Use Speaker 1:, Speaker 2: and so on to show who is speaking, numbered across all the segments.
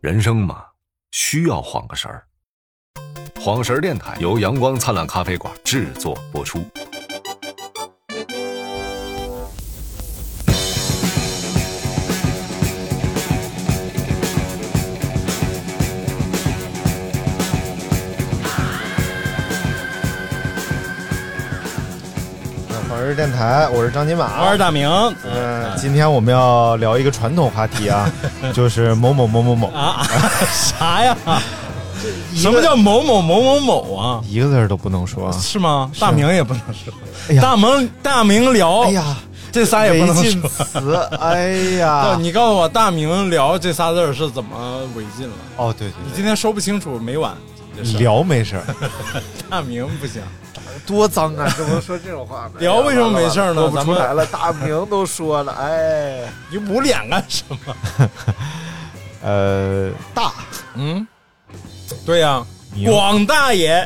Speaker 1: 人生嘛，需要晃个神儿。晃神儿电台由阳光灿烂咖啡馆制作播出。
Speaker 2: 好日电台，我是张金马，
Speaker 3: 我是大明啊
Speaker 2: 嗯、今天我们要聊一个传统话题 啊，就是某某某某某，
Speaker 3: 啊，啥呀？什么叫某某某某某啊？
Speaker 2: 一个字儿都不能说。
Speaker 3: 是吗？大明也不能说
Speaker 2: 哎，呀
Speaker 3: 大明大明聊，
Speaker 2: 哎呀，
Speaker 3: 这仨也
Speaker 2: 违
Speaker 3: 不能
Speaker 2: 禁
Speaker 3: 说。
Speaker 2: 词，哎
Speaker 3: 哦
Speaker 2: 呀，
Speaker 3: 你告诉我，大明聊这仨字儿是怎么违禁了？
Speaker 2: 哦，对
Speaker 3: 你
Speaker 2: 对
Speaker 3: 今天说不清楚，没完。这事
Speaker 2: 对，
Speaker 3: 儿
Speaker 2: 聊没事儿，
Speaker 3: 大明不行，
Speaker 4: 多脏啊！这不说这种话吗？
Speaker 3: 聊为什么没 事儿呢
Speaker 4: 说不
Speaker 3: 咱
Speaker 4: 出
Speaker 3: 们
Speaker 4: 来了，大明都说了，哎，
Speaker 3: 你捂脸干什么？
Speaker 2: 呃，大
Speaker 3: 嗯，对呀，
Speaker 2: 明
Speaker 3: 广大爷。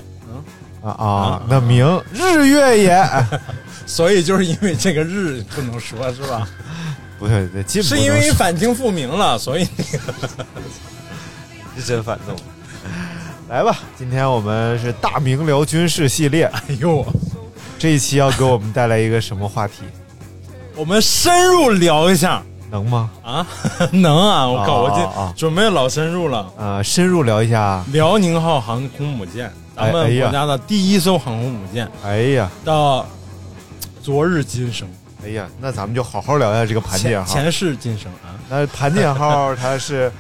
Speaker 2: 啊啊，那明日月也，哎
Speaker 3: 所以就是因为这个日不能说，是吧？
Speaker 2: 不对，对，禁不
Speaker 3: 是
Speaker 2: 能
Speaker 3: 因
Speaker 2: 说
Speaker 3: 为反清复明了，所以
Speaker 2: 真反动。来吧，今天我们是大明聊军事系列，
Speaker 3: 哎呦，
Speaker 2: 这一期要给我们带来一个什么话题？
Speaker 3: 我们深入聊一下
Speaker 2: 能吗？
Speaker 3: 啊， 能啊！我
Speaker 2: 啊
Speaker 3: 靠，我
Speaker 2: 啊啊
Speaker 3: 这准备老深入了。
Speaker 2: 呃，深入聊一下。
Speaker 3: 辽宁号航空母舰，咱
Speaker 2: 哎哎
Speaker 3: 们
Speaker 2: 呀
Speaker 3: 国家的第一艘航空母舰，
Speaker 2: 哎呀，
Speaker 3: 到昨日今生，
Speaker 2: 哎呀，那咱们就好好聊一下这个盘锦
Speaker 3: 前
Speaker 2: 号。
Speaker 3: 前世今生啊！
Speaker 2: 那盘锦号它是，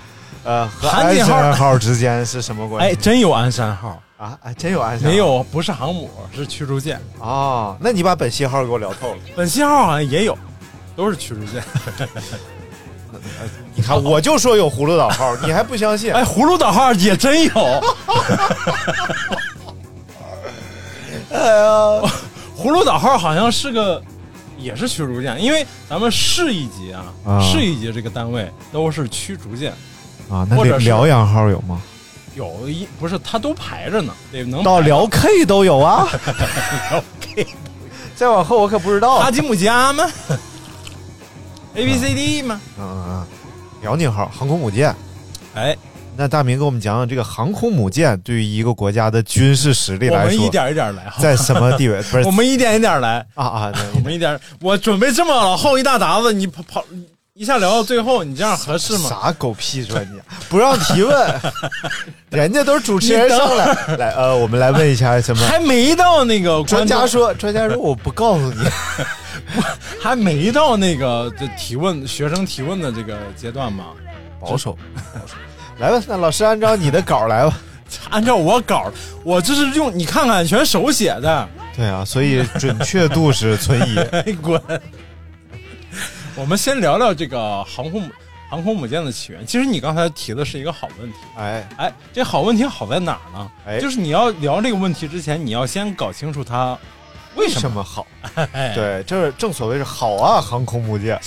Speaker 2: 呃， 和
Speaker 3: 盘
Speaker 2: 安
Speaker 3: 锦号
Speaker 2: 山号之间是什么关
Speaker 3: 哎，
Speaker 2: 系？
Speaker 3: 真有鞍山号，
Speaker 2: 啊，哎，真有安山？
Speaker 3: 没有，不是航母，是驱逐舰。
Speaker 2: 哦，那你把本溪号给我聊透了。
Speaker 3: 本溪号好像也有，都是驱逐 舰。
Speaker 2: 你看，我就说有葫芦岛号，你还不相信？
Speaker 3: 哎，葫芦岛号也真有。哎呀， 葫芦岛号好像是个，也是驱逐舰，因为咱们市一级啊，
Speaker 2: 啊
Speaker 3: 市一级这个单位都是驱逐舰，
Speaker 2: 啊，
Speaker 3: 或者是
Speaker 2: 阳号有吗？
Speaker 3: 有一不是它都排着呢，得能
Speaker 2: 到
Speaker 3: 排
Speaker 2: 辽 K 都有啊。 再往后我可不知道
Speaker 3: 阿
Speaker 2: 了。
Speaker 3: 基姆 加吗？A B C D 吗？
Speaker 2: 嗯嗯，嗯辽宁号航空母舰。
Speaker 3: 哎，
Speaker 2: 那大明给我们讲讲这个航空母舰对于一个国家的军事实力
Speaker 3: 我
Speaker 2: 来
Speaker 3: 们一
Speaker 2: 说，啊
Speaker 3: 点一点来，好吧
Speaker 2: 在什么地位？不是
Speaker 3: 我们一点一点来，
Speaker 2: 啊啊，
Speaker 3: 我
Speaker 2: 那
Speaker 3: 们一点，我准备这么老厚一大沓子，你跑跑一下聊到最后，你这样合适吗？
Speaker 2: 啥狗屁专家？不让提 问，人家都是主持人上来来呃，我们来问一下什么？
Speaker 3: 还没到那个
Speaker 2: 专
Speaker 3: 观
Speaker 2: 家
Speaker 3: 众
Speaker 2: 说，专家说我不告 诉你，
Speaker 3: 还没到那个这提问学生提问的这个阶段吗？
Speaker 2: 保守，来吧，那老师按照你的稿来吧。
Speaker 3: 按照我稿，我这是用你看看，全手写的。
Speaker 2: 对啊，所以准确度是存疑。
Speaker 3: 哎，滚！我们先聊聊这个航空母航空母舰的起源。其实你刚才提的是一个好问题。
Speaker 2: 哎，
Speaker 3: 哎，这好问题好在哪儿呢？
Speaker 2: 哎
Speaker 3: 就是你要聊这个问题之前，你要先搞清楚它为
Speaker 2: 为
Speaker 3: 什么。
Speaker 2: 什么好？
Speaker 3: 哎，
Speaker 2: 对，这正所谓是好啊，航空母舰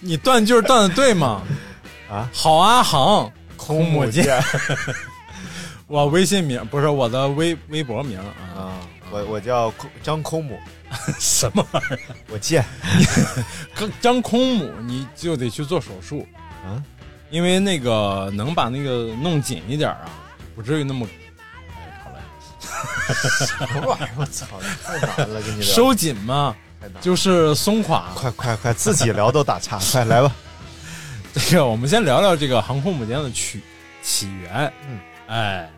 Speaker 3: 你断句儿断的对吗？
Speaker 2: 啊，
Speaker 3: 好 啊，航空母舰。
Speaker 2: 舰
Speaker 3: 我微信名不是我的微微博名啊，
Speaker 2: 啊，我我叫空张空母，
Speaker 3: 什么玩意儿？
Speaker 2: 我舰
Speaker 3: 张张空母，你就得去做手术
Speaker 2: 啊，
Speaker 3: 因为那个能把那个弄紧一点儿啊，不至于那么。哎好嘞
Speaker 2: 什么玩意儿？ 我操，太难了，跟你聊。
Speaker 3: 收紧嘛，
Speaker 2: 太难了
Speaker 3: 就是松垮。
Speaker 2: 快快快，自己聊都打岔，快来吧。
Speaker 3: 这个我们先聊聊这个航空母舰的起起源。
Speaker 2: 嗯，
Speaker 3: 哎，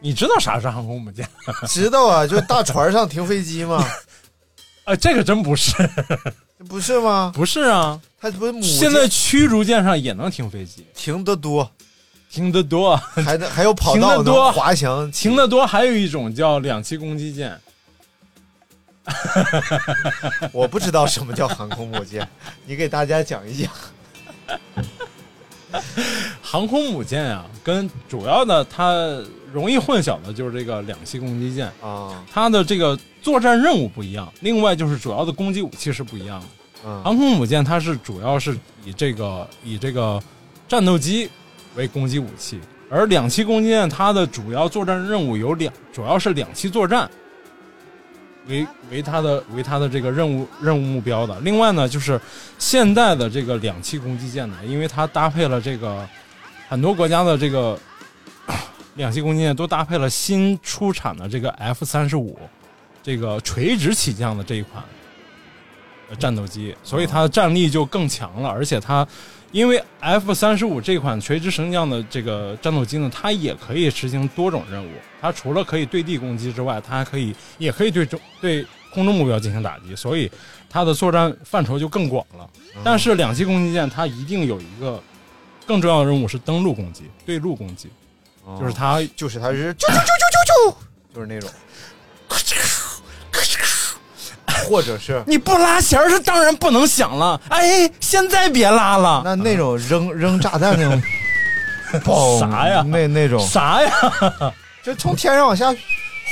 Speaker 3: 你知道啥是航空母舰？
Speaker 4: 知道啊，就大船上停飞机嘛，
Speaker 3: 啊，这个真不是，
Speaker 4: 不是吗？
Speaker 3: 不是啊。
Speaker 4: 他不是母舰
Speaker 3: 现在驱逐舰上也能停飞机，
Speaker 4: 停的 多，
Speaker 3: 停得多，
Speaker 4: 还能还有跑
Speaker 3: 停
Speaker 4: 道
Speaker 3: 得多
Speaker 4: 能滑翔，
Speaker 3: 停得多。还有一种叫两栖攻击舰，
Speaker 2: 我不知道什么叫航空母舰，你给大家讲一讲。
Speaker 3: 航空母舰啊，跟主要的它容易混淆的就是这个两栖攻击舰，
Speaker 2: 啊，
Speaker 3: 它的这个作战任务不一样，另外就是主要的攻击武器是不一样的。
Speaker 2: 嗯
Speaker 3: 航空母舰它是主要是以这个以这个战斗机为攻击武器，而两栖攻击舰它的主要作战任务有两，主要是两栖作战为为它的为它的这个任务任务目标的。另外呢，就是现代的这个两栖攻击舰呢，因为它搭配了这个很多国家的这个 两栖攻击舰都搭配了新出产的这个 F 三十五这个垂直起降的这一款。呃战斗机，所以它的战力就更强了。而且它，因为 F 三十五这款垂直升降的这个战斗机呢，它也可以执行多种任务。它除了可以对地攻击之外，它还可以也可以对中对空中目标进行打击，所以它的作战范畴就更广了。但是两栖攻击舰它一定有一个更重要的任务是登陆攻击、对陆攻击，就是它啊
Speaker 2: 就是它是啾啾啾啾啾啾，就是那种，或者是
Speaker 3: 你不拉弦儿是当然不能响了。哎，现在别拉了。
Speaker 2: 那那种扔扔炸弹那种，嘣
Speaker 3: 啥呀
Speaker 2: 那那种
Speaker 3: 啥呀？
Speaker 2: 就从天上往下，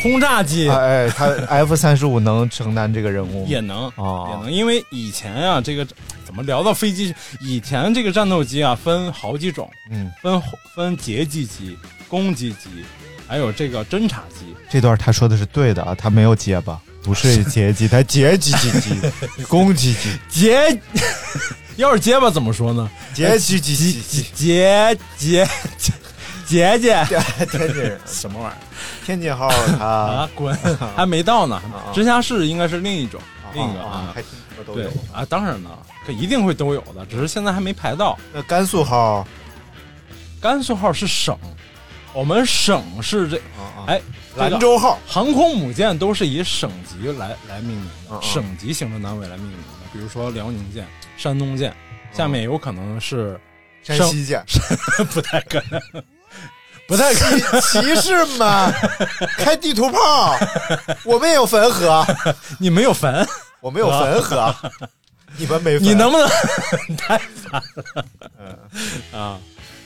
Speaker 3: 轰炸机、
Speaker 2: 哎哎，它 F 三十五能承担这个任务吗，
Speaker 3: 也能、
Speaker 2: 哦
Speaker 3: 也能，因为以前啊，这个怎么聊到飞机？以前这个战斗机啊，分好几种，
Speaker 2: 嗯，
Speaker 3: 分分截击机、攻击机，还有这个侦察机。
Speaker 5: 这段他说的是对的啊，他没有结巴，不是结鸡，他结鸡鸡鸡， 公鸡鸡，
Speaker 3: 截， 要是结巴怎么说呢？哎
Speaker 5: 结鸡鸡鸡鸡。
Speaker 3: 结结结结
Speaker 2: 天津
Speaker 3: 什么玩意
Speaker 2: 天津号
Speaker 3: 儿
Speaker 2: 它
Speaker 3: 啊？滚！还没到呢
Speaker 2: 啊，
Speaker 3: 直辖市应该是另一种，另一个
Speaker 2: 啊
Speaker 3: 啊，
Speaker 2: 还挺多都
Speaker 3: 对
Speaker 2: 有。
Speaker 3: 啊，当然了，可一定会都有的，只是现在还没排到。
Speaker 2: 那甘肃号
Speaker 3: 甘肃号是省，我们省是这，哎，这个
Speaker 2: 啊兰州号
Speaker 3: 航空母舰都是以省级来来命名
Speaker 2: 嗯
Speaker 3: 的，
Speaker 2: 嗯
Speaker 3: 省级行政单位来命名的，比如说辽宁舰、山东舰，下面有可能是
Speaker 2: 嗯山西舰，
Speaker 3: 不太 可能，不太 可能。
Speaker 2: 骑士们开地图炮，我们也有汾河，
Speaker 3: 你没有坟，
Speaker 2: 我们有汾河， 你们没坟
Speaker 3: 你能不能 太烦了啊？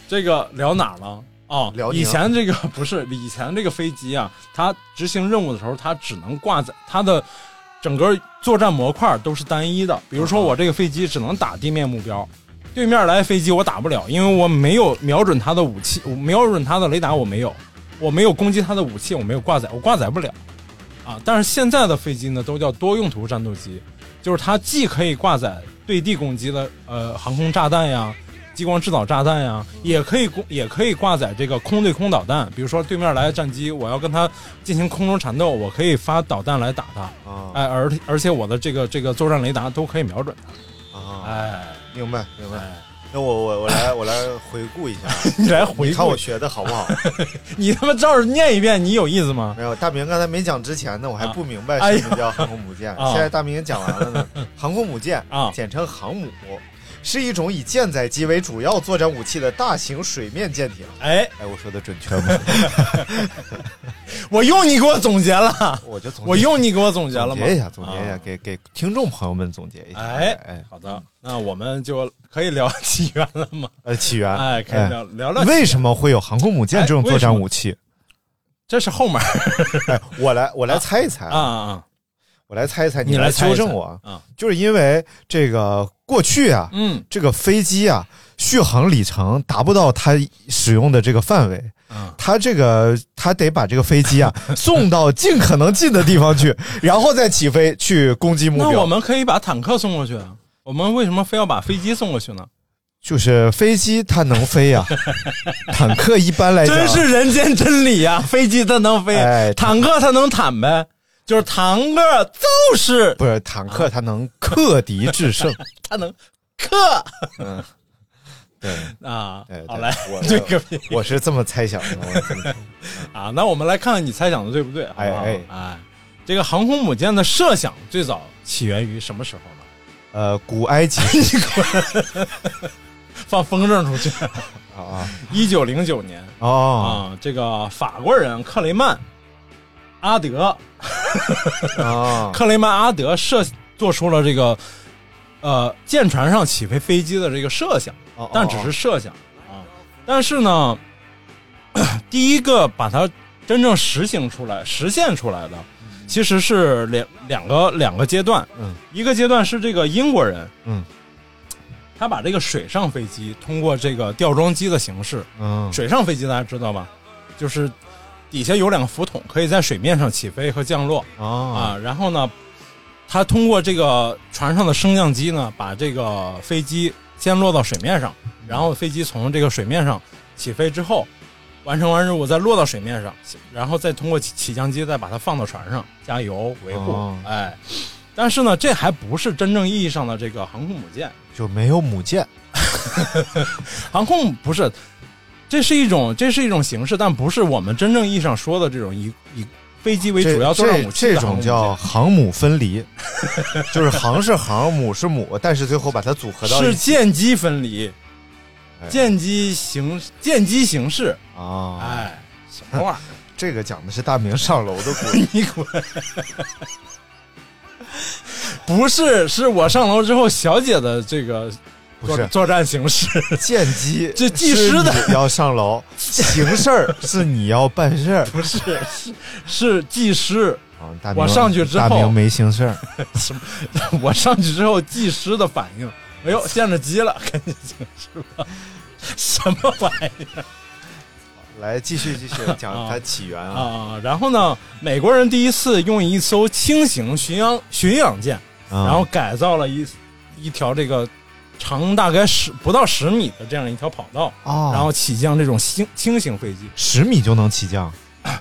Speaker 3: 这个聊哪了？哦
Speaker 2: 辽，宁
Speaker 3: 以前这个不是以前这个飞机啊，它执行任务的时候，它只能挂载它的整个作战模块都是单一的。比如说，我这个飞机只能打地面目标，对面来飞机我打不了，因为我没有瞄准它的武器，我瞄准它的雷达我没有，我没有攻击它的武器，我没有挂载，我挂载不了。啊，但是现在的飞机呢，都叫多用途战斗机，就是它既可以挂载对地攻击的呃航空炸弹呀、激光制导炸弹呀，也可以攻也可以挂载这个空对空导弹。比如说对面来的战机，我要跟它进行空中缠斗，我可以发导弹来打它。
Speaker 2: 啊
Speaker 3: 哎，而而且我的这个这个作战雷达都可以瞄准它。
Speaker 2: 啊！
Speaker 3: 哎，
Speaker 2: 明白明白。
Speaker 3: 哎
Speaker 2: 那我我我来我来回顾一下，啊
Speaker 3: 你来 回
Speaker 2: 你看
Speaker 3: 顾
Speaker 2: 我，学的好不好？
Speaker 3: 你他妈照着念一遍，你有意思吗？
Speaker 2: 没有，大明刚才没讲之前呢，我还不明白
Speaker 3: 哎呦
Speaker 2: 什么叫航空母舰。
Speaker 3: 啊
Speaker 2: 现在大明讲完了呢， 航空母舰
Speaker 3: 啊
Speaker 2: 简称航母，是一种以舰载机为主要作战武器的大型水面舰艇。
Speaker 3: 哎，
Speaker 2: 哎，我说的准确 吗？
Speaker 3: 我用你给我总结了，
Speaker 2: 我就总结
Speaker 3: 我用你给我总结了
Speaker 2: 总
Speaker 3: 吗？
Speaker 2: 结一下，总结一下，
Speaker 3: 啊
Speaker 2: 给给听众朋友们总结一下。
Speaker 3: 哎
Speaker 2: 哎，
Speaker 3: 好的，那我们就可以聊起源了 吗？
Speaker 2: 呃，起源，
Speaker 3: 哎，可以聊聊聊，
Speaker 2: 为什么会有航空母
Speaker 3: 哎
Speaker 2: 舰这种作战武器？
Speaker 3: 这是后面儿
Speaker 2: 哎，我来我来猜一猜
Speaker 3: 啊，啊，
Speaker 2: 我来猜一猜，
Speaker 3: 你
Speaker 2: 来
Speaker 3: 来猜一
Speaker 2: 纠
Speaker 3: 猜
Speaker 2: 正我啊，
Speaker 3: 啊，
Speaker 2: 就是因为这个过去啊，
Speaker 3: 嗯
Speaker 2: 这个飞机啊，续航里程达不到它使用的这个范围，
Speaker 3: 嗯，
Speaker 2: 它这个它得把这个飞机啊送到尽可能近的地方去，然后再起飞去攻击目
Speaker 3: 那我
Speaker 2: 标。
Speaker 3: 们可以把坦克送过去啊，我们为什么非要把飞机送过去呢？
Speaker 2: 就是飞机它能飞 呀、坦克一般来讲啊
Speaker 3: 真是人间真理呀、 飞机它能飞，
Speaker 2: 哎
Speaker 3: 坦克它能坦呗，就是坦克就是
Speaker 2: 不是坦克它能克敌制 胜。
Speaker 3: 它能克
Speaker 2: 嗯，对
Speaker 3: 啊
Speaker 2: 对，。
Speaker 3: 好
Speaker 2: 对
Speaker 3: 来，
Speaker 2: 我
Speaker 3: 对个屁
Speaker 2: 我我是这么猜想的，我这么猜
Speaker 3: 啊！那我们来看看你猜想的对不对，好不好？
Speaker 2: 哎
Speaker 3: 哎这个航空母舰的设想最早起源于什么时候呢？
Speaker 2: 呃，古埃及
Speaker 3: 放风筝出去，
Speaker 2: 啊
Speaker 3: 一九零九年。
Speaker 2: 啊哦
Speaker 3: 啊，这个法国人克雷曼阿德，
Speaker 2: 啊
Speaker 3: 克雷曼阿德设做出了这个
Speaker 2: 哦
Speaker 3: 呃舰船上起飞飞机的这个设想，但只是设想啊。但是呢，第一个把它真正实行出来、实现出来的，其实是两两个两个阶段。
Speaker 2: 嗯，
Speaker 3: 一个阶段是这个英国人，
Speaker 2: 嗯，
Speaker 3: 他把这个水上飞机通过这个吊装机的形式，
Speaker 2: 嗯
Speaker 3: 水上飞机大家知道吧？就是底下有两个浮筒，可以在水面上起飞和降落
Speaker 2: 啊
Speaker 3: 啊。然后呢，他通过这个船上的升降机呢，把这个飞机先落到水面上，然后飞机从这个水面上起飞之后，完成完任务再落到水面上，然后再通过起起降机再把它放到船上加油维护。
Speaker 2: 哦
Speaker 3: 哎，但是呢，这还不是真正意义上的这个航空母舰。
Speaker 2: 就没有母舰
Speaker 3: 航空不是，这是一种这是一种形式，但不是我们真正意义上说的这种以以飞机为
Speaker 2: 这
Speaker 3: 主要作战武器
Speaker 2: 这
Speaker 3: 的
Speaker 2: 这
Speaker 3: 航空
Speaker 2: 种
Speaker 3: 母舰
Speaker 2: 叫航母分离，就是航是航，母是母，但是最后把它组合到一
Speaker 3: 是
Speaker 2: 起
Speaker 3: 舰机分离
Speaker 2: 哎，
Speaker 3: 舰机形舰机形式，
Speaker 2: 啊。
Speaker 3: 哎，什么玩意儿？
Speaker 2: 这个讲的是大明上楼的故事
Speaker 3: 你滚！ 不是，是我上楼之后，小姐的这个
Speaker 2: 不
Speaker 3: 作
Speaker 2: 是
Speaker 3: 作战形 式，
Speaker 2: 剑机，
Speaker 3: 这技师的
Speaker 2: 要上楼，行事儿是你要办事儿
Speaker 3: 不是是 是技师，
Speaker 2: 啊。大
Speaker 3: 我
Speaker 2: 明
Speaker 3: 上去之后
Speaker 2: 大明没行事儿，
Speaker 3: 我上去之后，技师的反应，哎呦，见着鸡了，赶紧是吧？什么玩意
Speaker 2: 来继续继续讲它起源
Speaker 3: 儿
Speaker 2: 啊。
Speaker 3: 啊？然后呢，美国人第一次用一艘轻型巡洋巡洋舰，
Speaker 2: 嗯
Speaker 3: 然后改造了一一条这个长大概十不到十米的这样一条跑道，
Speaker 2: 哦，
Speaker 3: 然后起降这种轻轻型飞机。
Speaker 2: 十米就能起降，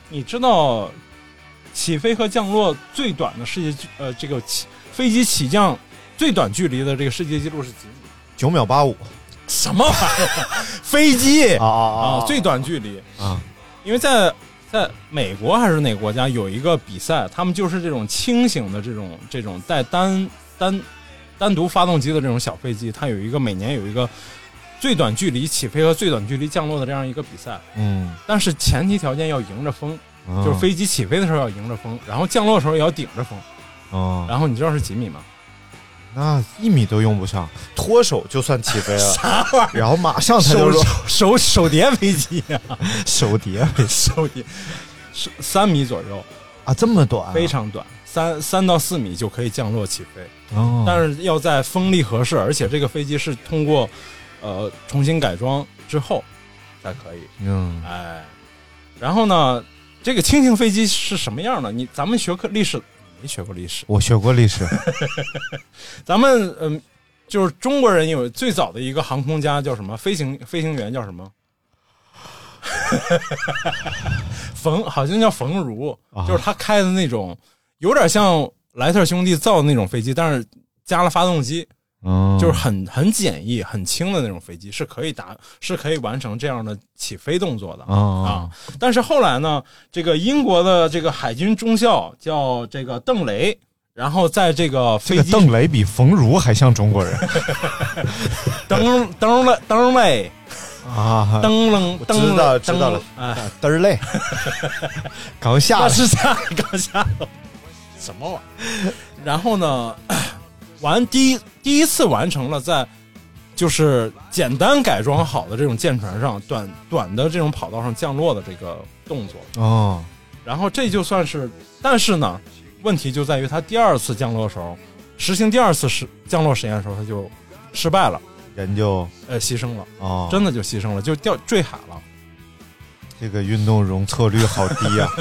Speaker 3: 你知道起飞和降落最短的世界纪呃这个起飞机起降最短距离的这个世界纪录是几米？
Speaker 2: 九秒八五
Speaker 3: 什么玩意儿？飞机
Speaker 2: 啊啊
Speaker 3: 啊，最短距离
Speaker 2: 啊！
Speaker 3: 因为在在美国还是哪个国家有一个比赛，他们就是这种轻型的这种这种带单单单独发动机的这种小飞机，它有一个每年有一个最短距离起飞和最短距离降落的这样一个比赛，
Speaker 2: 嗯，
Speaker 3: 但是前提条件要迎着风，
Speaker 2: 嗯
Speaker 3: 就是飞机起飞的时候要迎着风，然后降落的时候也要顶着风。
Speaker 2: 嗯，
Speaker 3: 然后你知道是几米吗？
Speaker 2: 那一米都用不上，脱手就算起飞了，啥玩意儿？然后马上它就
Speaker 3: 手
Speaker 2: 落
Speaker 3: 手手手叠飞机 啊，
Speaker 2: 手碟
Speaker 3: 手叠是三米左右。
Speaker 2: 啊，这么短啊，
Speaker 3: 非常短，三三到四米就可以降落起飞，
Speaker 2: 哦，
Speaker 3: 但是要在风力合适，而且这个飞机是通过呃重新改装之后才可以。
Speaker 2: 嗯
Speaker 3: 哎，然后呢，这个轻型飞机是什么样的？你咱们学科历史没学过历史，
Speaker 2: 我学过历 史，
Speaker 3: 咱们嗯、就是中国人有最早的一个航空家叫什么？飞行飞行员叫什么？ 冯好像叫冯如，
Speaker 2: 啊
Speaker 3: 就是他开的那种，有点像莱特兄弟造的那种飞机，但是加了发动机，
Speaker 2: 嗯，
Speaker 3: 就是很很简易、很轻的那种飞机，是可以达是可以完成这样的起飞动作的。
Speaker 2: 啊
Speaker 3: 啊，但是后来呢，这个英国的这个海军中校叫这个邓雷，然后在这
Speaker 2: 这
Speaker 3: 个飞
Speaker 2: 个
Speaker 3: 机
Speaker 2: 邓雷比冯如还像中国人
Speaker 3: 登登了登嘞
Speaker 2: 啊，
Speaker 3: 登楞
Speaker 2: 我
Speaker 3: 登
Speaker 2: 知道
Speaker 3: 了
Speaker 2: 知道了啊
Speaker 3: 哎，
Speaker 2: 嘚儿 嘞，刚下
Speaker 3: 那
Speaker 2: 来
Speaker 3: 是下刚下楼，什么玩意儿？然后呢，完第一第一次完成了在就是简单改装好的这种舰船上短短的这种跑道上降落的这个动作，
Speaker 2: 哦，
Speaker 3: 然后这就算是，但是呢，问题就在于他第二次降落的时候，实行第二次实降落实验的时候，他就失败了，
Speaker 2: 人就
Speaker 3: 呃，牺牲了，
Speaker 2: 哦，
Speaker 3: 真的就牺牲了，就掉坠海了。
Speaker 2: 这个运动容错率好低 啊！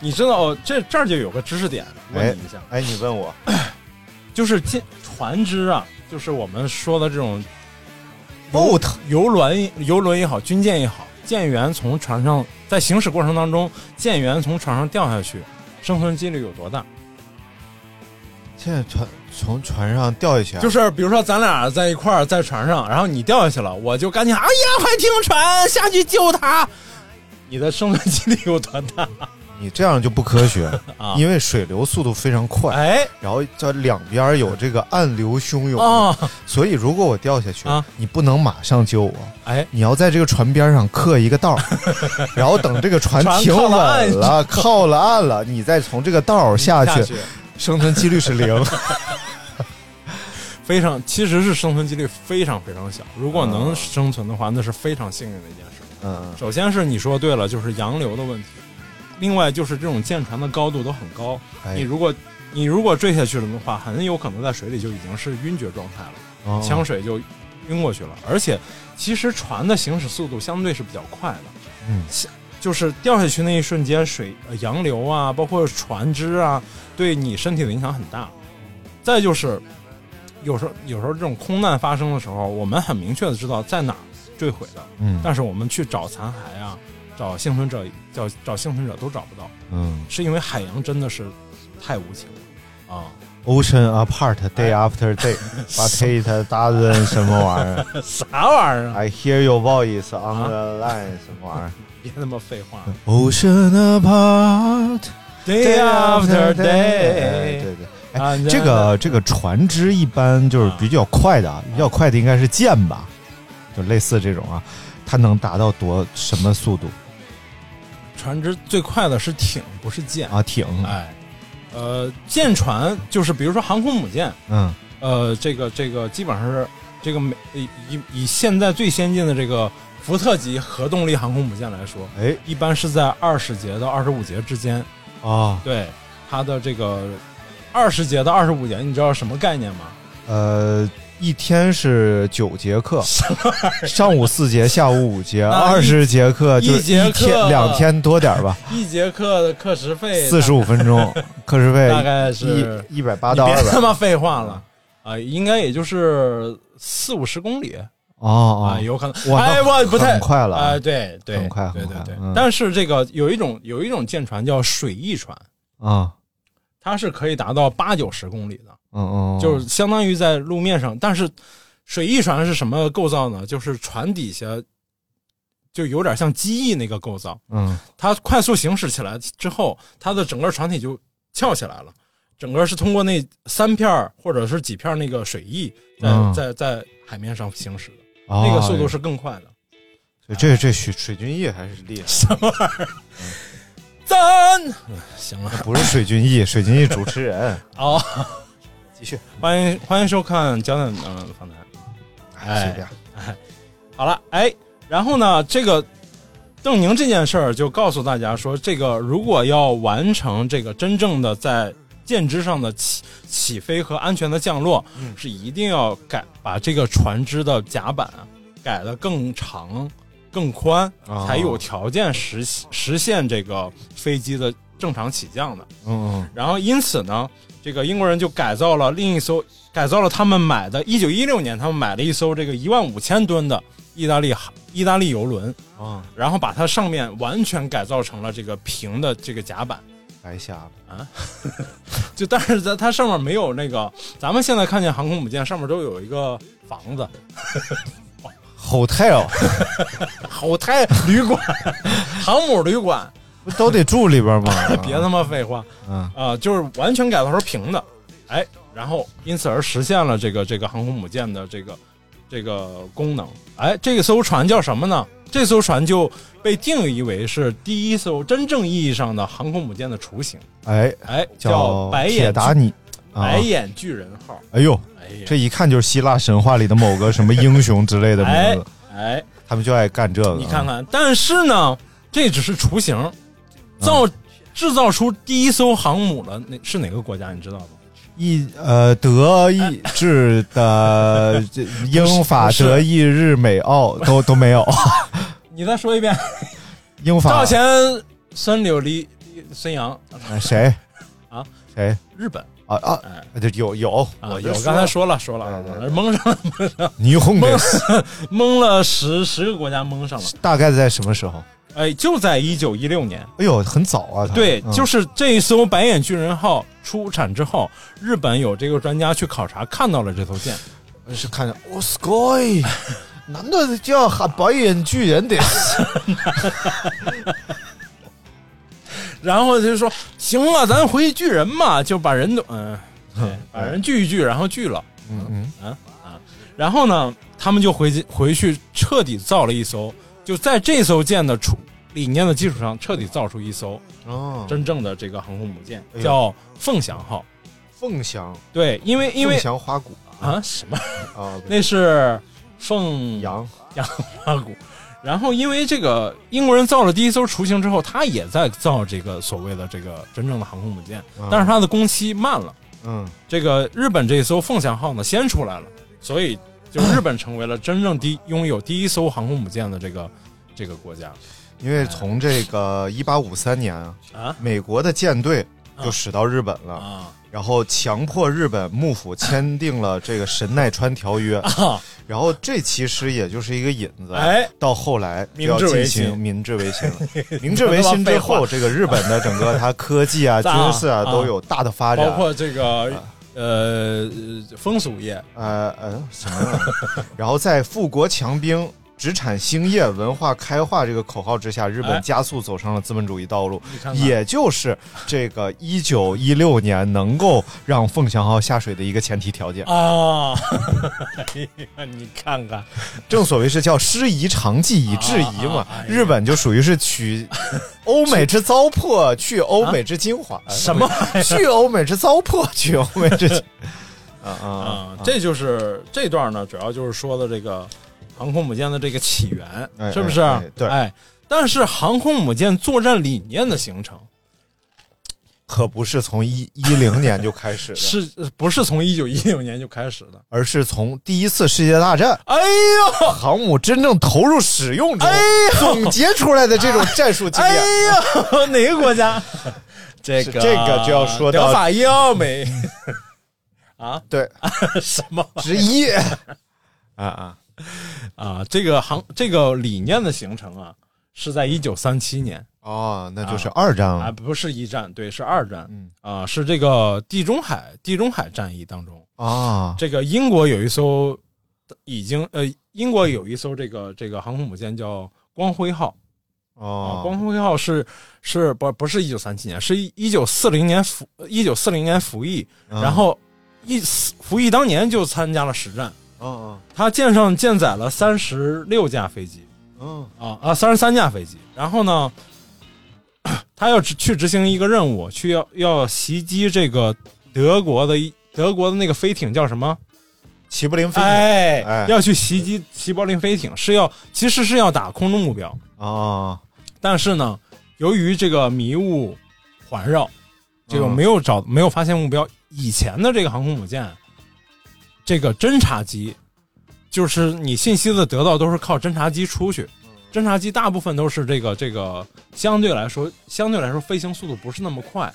Speaker 3: 你知道这这儿就有个知识点，问你一下，
Speaker 2: 哎，你问我
Speaker 3: 就是舰船只啊，就是我们说的这种
Speaker 2: boat
Speaker 3: 游轮、游轮也好，军舰也好，舰员从船上在行驶过程当中，舰员从船上掉下去，生存几率有多大？
Speaker 2: 现在船从船上掉下去啊，
Speaker 3: 就是比如说咱俩在一块儿在船上，然后你掉下去了，我就赶紧哎呀，快停船，下去救他。你的生存几率有多大？
Speaker 2: 你这样就不科学
Speaker 3: 啊
Speaker 2: 因为水流速度非常 快，
Speaker 3: 哎
Speaker 2: 然后这两边有这个暗流汹涌，
Speaker 3: 啊，
Speaker 2: 所以如果我掉下去
Speaker 3: 啊，
Speaker 2: 你不能马上救我，
Speaker 3: 哎，
Speaker 2: 你要在这个船边上刻一个道儿， 然后等这个船
Speaker 3: 船
Speaker 2: 停
Speaker 3: 靠了
Speaker 2: 稳
Speaker 3: 岸
Speaker 2: 了、靠了岸了，你再从这个道儿下
Speaker 3: 下
Speaker 2: 去，生存几率是零。
Speaker 3: 非常，其实是生存几率非常非常小。如果能生存的话，那是非常幸运的一件事。
Speaker 2: 嗯
Speaker 3: 首先是你说对了，就是洋流的问题，另外就是这种舰船的高度都很高，
Speaker 2: 哎
Speaker 3: 你如果你如果坠下去了的话，很有可能在水里就已经是晕厥状态了。
Speaker 2: 嗯，
Speaker 3: 呛水就晕过去了。而且，其实船的行驶速度相对是比较快的，
Speaker 2: 嗯
Speaker 3: 像，就是掉下去那一瞬间，水、呃、洋流啊，包括船只啊，对你身体的影响很大。再就是，有时候有时候这种空难发生的时候，我们很明确的知道在哪儿坠毁的，
Speaker 2: 嗯
Speaker 3: 但是我们去找残骸啊，找幸存者，找找幸存者都找不到，
Speaker 2: 嗯
Speaker 3: 是因为海洋真的是太无情了啊。
Speaker 2: ，Ocean apart day after
Speaker 3: 哎
Speaker 2: day, but it doesn't 什么玩意儿
Speaker 3: 啥玩意儿啊？
Speaker 2: ？I hear your voice on the
Speaker 3: 啊
Speaker 2: line 什么玩意儿
Speaker 3: 别他妈废话。
Speaker 2: ？Ocean apart
Speaker 3: Day after day，
Speaker 2: 哎对对。
Speaker 3: 啊
Speaker 2: 哎，这个这个船只一般就是比较快的，啊
Speaker 3: 嗯
Speaker 2: 比较快的应该是舰吧，就类似这种啊，它能达到多什么速度
Speaker 3: 船只最快的是艇，不是舰。
Speaker 2: 啊？艇，
Speaker 3: 哎，呃，舰船就是比如说航空母舰，
Speaker 2: 嗯
Speaker 3: 呃，这个这个基本上是这个美以以以现在最先进的这个福特级核动力航空母舰来说，
Speaker 2: 哎
Speaker 3: 一般是在二十节到二十五节之间。
Speaker 2: 啊
Speaker 3: 对，它的这个二十节到二十五节，你知道什么概念吗？
Speaker 2: 呃，一天是九节 课，上午四节，下午五节，
Speaker 3: 那
Speaker 2: 二
Speaker 3: 一
Speaker 2: 十节课就
Speaker 3: 啊一
Speaker 2: 是
Speaker 3: 节
Speaker 2: 一
Speaker 3: 课
Speaker 2: 天两天多点儿 吧，
Speaker 3: 一节课的课时费
Speaker 2: 四十五分钟， 课时费
Speaker 3: 大概是
Speaker 2: 一一百八到
Speaker 3: 你
Speaker 2: 二
Speaker 3: 别
Speaker 2: 百
Speaker 3: 他，妈废话了啊、应该也就是四五十公里啊、
Speaker 2: 哦哦，
Speaker 3: 有可能。
Speaker 2: 哇
Speaker 3: 哎，
Speaker 2: 那
Speaker 3: 我不太
Speaker 2: 很快了
Speaker 3: 啊、对对，
Speaker 2: 很快
Speaker 3: 对对
Speaker 2: 很快
Speaker 3: 对。
Speaker 2: 嗯
Speaker 3: 但是这个有一种有一种舰船叫水翼船，
Speaker 2: 啊，
Speaker 3: 它是可以达到八九十公里的，
Speaker 2: 嗯嗯，嗯
Speaker 3: 就是相当于在路面上。但是水翼船是什么构造呢？就是船底下就有点像机翼那个构造，
Speaker 2: 嗯
Speaker 3: 它快速行驶起来之后，它的整个船体就翘起来了，整个是通过那三片儿或者是几片儿那个水翼在、
Speaker 2: 嗯
Speaker 3: 在在海面上行驶的，
Speaker 2: 哦
Speaker 3: 那个速度是更快的。
Speaker 2: 这这水水军翼还是厉害。
Speaker 3: 什么玩意儿？
Speaker 2: 哎
Speaker 3: 赞， 行了
Speaker 2: 不是水军艺，水军艺主持人。
Speaker 3: 哦，
Speaker 2: 继续，
Speaker 3: 欢迎欢迎收看焦点嗯访谈。 哎
Speaker 2: 随便。
Speaker 3: 好了，哎，然后呢，这个邓宁这件事儿就告诉大家说，这个如果要完成这个真正的在舰只上的起起飞和安全的降落，是一定要改把这个船只的甲板啊改得更长、更宽，
Speaker 2: 哦
Speaker 3: 才有条件实实现这个飞机的正常起降的。
Speaker 2: 嗯
Speaker 3: 然后因此呢，这个英国人就改造了另一艘，改造了他们买的，一九一六年他们买了一艘这个一万五千吨的意大利航意大利游轮，
Speaker 2: 嗯啊，
Speaker 3: 然后把它上面完全改造成了这个平的这个甲板。
Speaker 2: 白瞎了。
Speaker 3: 就但是在它上面没有那个，咱们现在看见航空母舰上面都有一个房子，
Speaker 2: hotel
Speaker 3: 好太旅馆， 航母旅馆，？
Speaker 2: 不都得住里边吗
Speaker 3: 别他妈废话，
Speaker 2: 啊嗯
Speaker 3: 啊、就是完全改造成平的，哎，然后因此而实现了这个这个航空母舰的这个这个功能。哎，这艘船叫什么呢？这艘船就被定义为是第一艘真正意义上的航空母舰的雏形，
Speaker 2: 哎，
Speaker 3: 哎，
Speaker 2: 叫
Speaker 3: 白
Speaker 2: 铁
Speaker 3: 眼
Speaker 2: 达
Speaker 3: 巨
Speaker 2: 尼。啊
Speaker 3: 白眼巨人号。
Speaker 2: 哎呦，
Speaker 3: 哎呀，
Speaker 2: 这一看就是希腊神话里的某个什么英雄之类的
Speaker 3: 哎
Speaker 2: 名字，嗯
Speaker 3: 哎，
Speaker 2: 他们就爱干这个。
Speaker 3: 你看看，但是呢，这只是雏形，
Speaker 2: 嗯
Speaker 3: 造、制造出第一艘航母了，那是哪个国家？你知道吗？
Speaker 2: 意呃德意志的这英法
Speaker 3: 不是
Speaker 2: 德意日美 澳都都没有，
Speaker 3: 你再说一遍。
Speaker 2: 英法
Speaker 3: 赵钱孙柳黎孙杨，
Speaker 2: 呃谁
Speaker 3: 啊
Speaker 2: 谁
Speaker 3: 日本
Speaker 2: 啊啊
Speaker 3: 哎
Speaker 2: 就有有
Speaker 3: 啊，
Speaker 2: 我
Speaker 3: 有
Speaker 2: 就
Speaker 3: 刚才
Speaker 2: 了
Speaker 3: 说了说了
Speaker 2: 哎
Speaker 3: 啊，蒙上 了蒙上了
Speaker 2: 霓虹给
Speaker 3: 蒙了十十个国家蒙上了，
Speaker 2: 大概在什么时候？
Speaker 3: 哎，就在一九一六年，
Speaker 2: 哎呦，很早啊！他
Speaker 3: 对，
Speaker 2: 嗯
Speaker 3: 就是这艘白眼巨人号出产之后，日本有这个专家去考察，看到了这艘舰，
Speaker 2: 是看着，我 sky，难道叫喊白眼巨人的？
Speaker 3: 然后就说行啊，咱回巨人嘛，就把人都 嗯，对把人聚一聚，然后聚了。啊
Speaker 2: 嗯嗯，
Speaker 3: 然后呢，他们就回去回去彻底造了一艘，就在这艘舰的出理念的基础上，彻底造出一艘
Speaker 2: 哦，
Speaker 3: 真正的这个航空母舰
Speaker 2: 哎，呦
Speaker 3: 叫凤翔号。
Speaker 2: 凤翔，
Speaker 3: 对，因为因为
Speaker 2: 凤翔花鼓
Speaker 3: 啊什么，
Speaker 2: 啊，
Speaker 3: 那是凤
Speaker 2: 羊
Speaker 3: 花鼓，然后因为这个英国人造了第一艘雏形之后，他也在造这个所谓的这个真正的航空母舰，但是它的工期慢了。
Speaker 2: 嗯，
Speaker 3: 这个日本这艘凤翔号呢先出来了，所以就日本成为了真正第拥有第一艘航空母舰的这个这个国家。
Speaker 2: 因为从这个一八五三年啊，
Speaker 3: 啊
Speaker 2: 美国的舰队就驶到日本了，
Speaker 3: 啊
Speaker 2: 然后强迫日本幕府签订了这个神奈川条约，
Speaker 3: 啊！
Speaker 2: 然后这其实也就是一个引子。啊
Speaker 3: 哎，
Speaker 2: 到后来就要进行明治维 新了。明治维新之
Speaker 3: 他妈废
Speaker 2: 后，这个日本的整个它科技啊、军
Speaker 3: 啊
Speaker 2: 事啊
Speaker 3: 啊
Speaker 2: 都有大的发
Speaker 3: 包
Speaker 2: 展。
Speaker 3: 括这个呃风俗业
Speaker 2: 呃呃什么呀？然后在富国强兵、殖产兴业、文化开化这个口号之下，日
Speaker 3: 哎
Speaker 2: 本加速走上了资本主义道路。
Speaker 3: 看看
Speaker 2: 也就是这个一九一六年能够让凤翔号下水的一个前提条件。
Speaker 3: 啊，哎呀， 你看看，
Speaker 2: 正所谓是叫师夷长技以制夷嘛
Speaker 3: 啊啊啊哎呀，
Speaker 2: 日本就属于是取欧美之糟粕去欧美之精华，
Speaker 3: 啊什么玩意儿
Speaker 2: 去欧美之糟粕去欧美之精啊啊
Speaker 3: 啊
Speaker 2: 啊！，
Speaker 3: 这就是这段呢，主要就是说的这个航空母舰的这个起源，
Speaker 2: 哎
Speaker 3: 是不是？
Speaker 2: 哎哎对
Speaker 3: 哎，但是航空母舰作战理念的形成
Speaker 2: 可不是从一一零年就开始的，
Speaker 3: 是不是从一九一六年就开始的？
Speaker 2: 而是从第一次世界大战
Speaker 3: 哎呦，
Speaker 2: 航母真正投入使用中
Speaker 3: 哎
Speaker 2: 总结出来的这种战术经
Speaker 3: 哎
Speaker 2: 验。
Speaker 3: 呦，哪个国家？ 这
Speaker 2: 是
Speaker 3: 个
Speaker 2: 这个就要说到
Speaker 3: 德法英奥 美
Speaker 2: 对，
Speaker 3: 什么玩意儿
Speaker 2: 之一 啊啊，
Speaker 3: 啊？这个航这个理念的形成啊，是在一九三七年。
Speaker 2: 哦，那就是二战了
Speaker 3: 啊，不是一战，对，是二战，
Speaker 2: 嗯
Speaker 3: 啊，是这个地中海地中海战役当中，
Speaker 2: 啊，
Speaker 3: 这个英国有一艘已经呃，英国有一艘这个这个航空母舰叫光辉号啊，光
Speaker 2: 哦，
Speaker 3: 辉号是是不不是一九三七年，是一九四零年服一九四零年服役，
Speaker 2: 嗯
Speaker 3: 然后一服役当年就参加了实战，
Speaker 2: 嗯
Speaker 3: 它舰上舰载了三十六架飞机，
Speaker 2: 嗯嗯
Speaker 3: 啊啊，三十三架飞机。然后呢， 他要执去执行一个任务，去要要袭击这个德国的一德国的那个飞艇叫什么？
Speaker 2: 齐柏林飞艇
Speaker 3: 哎，
Speaker 2: 哎
Speaker 3: 要去袭击齐柏林飞艇，是要其实是要打空中目标，
Speaker 2: 啊，
Speaker 3: 但是呢，由于这个迷雾环绕，这个
Speaker 2: 嗯
Speaker 3: 没有找、没有发现目标。以前的这个航空母舰，这个侦察机，就是你信息的得到都是靠侦察机出去，侦察机大部分都是这个这个相对来说相对来说飞行速度不是那么快，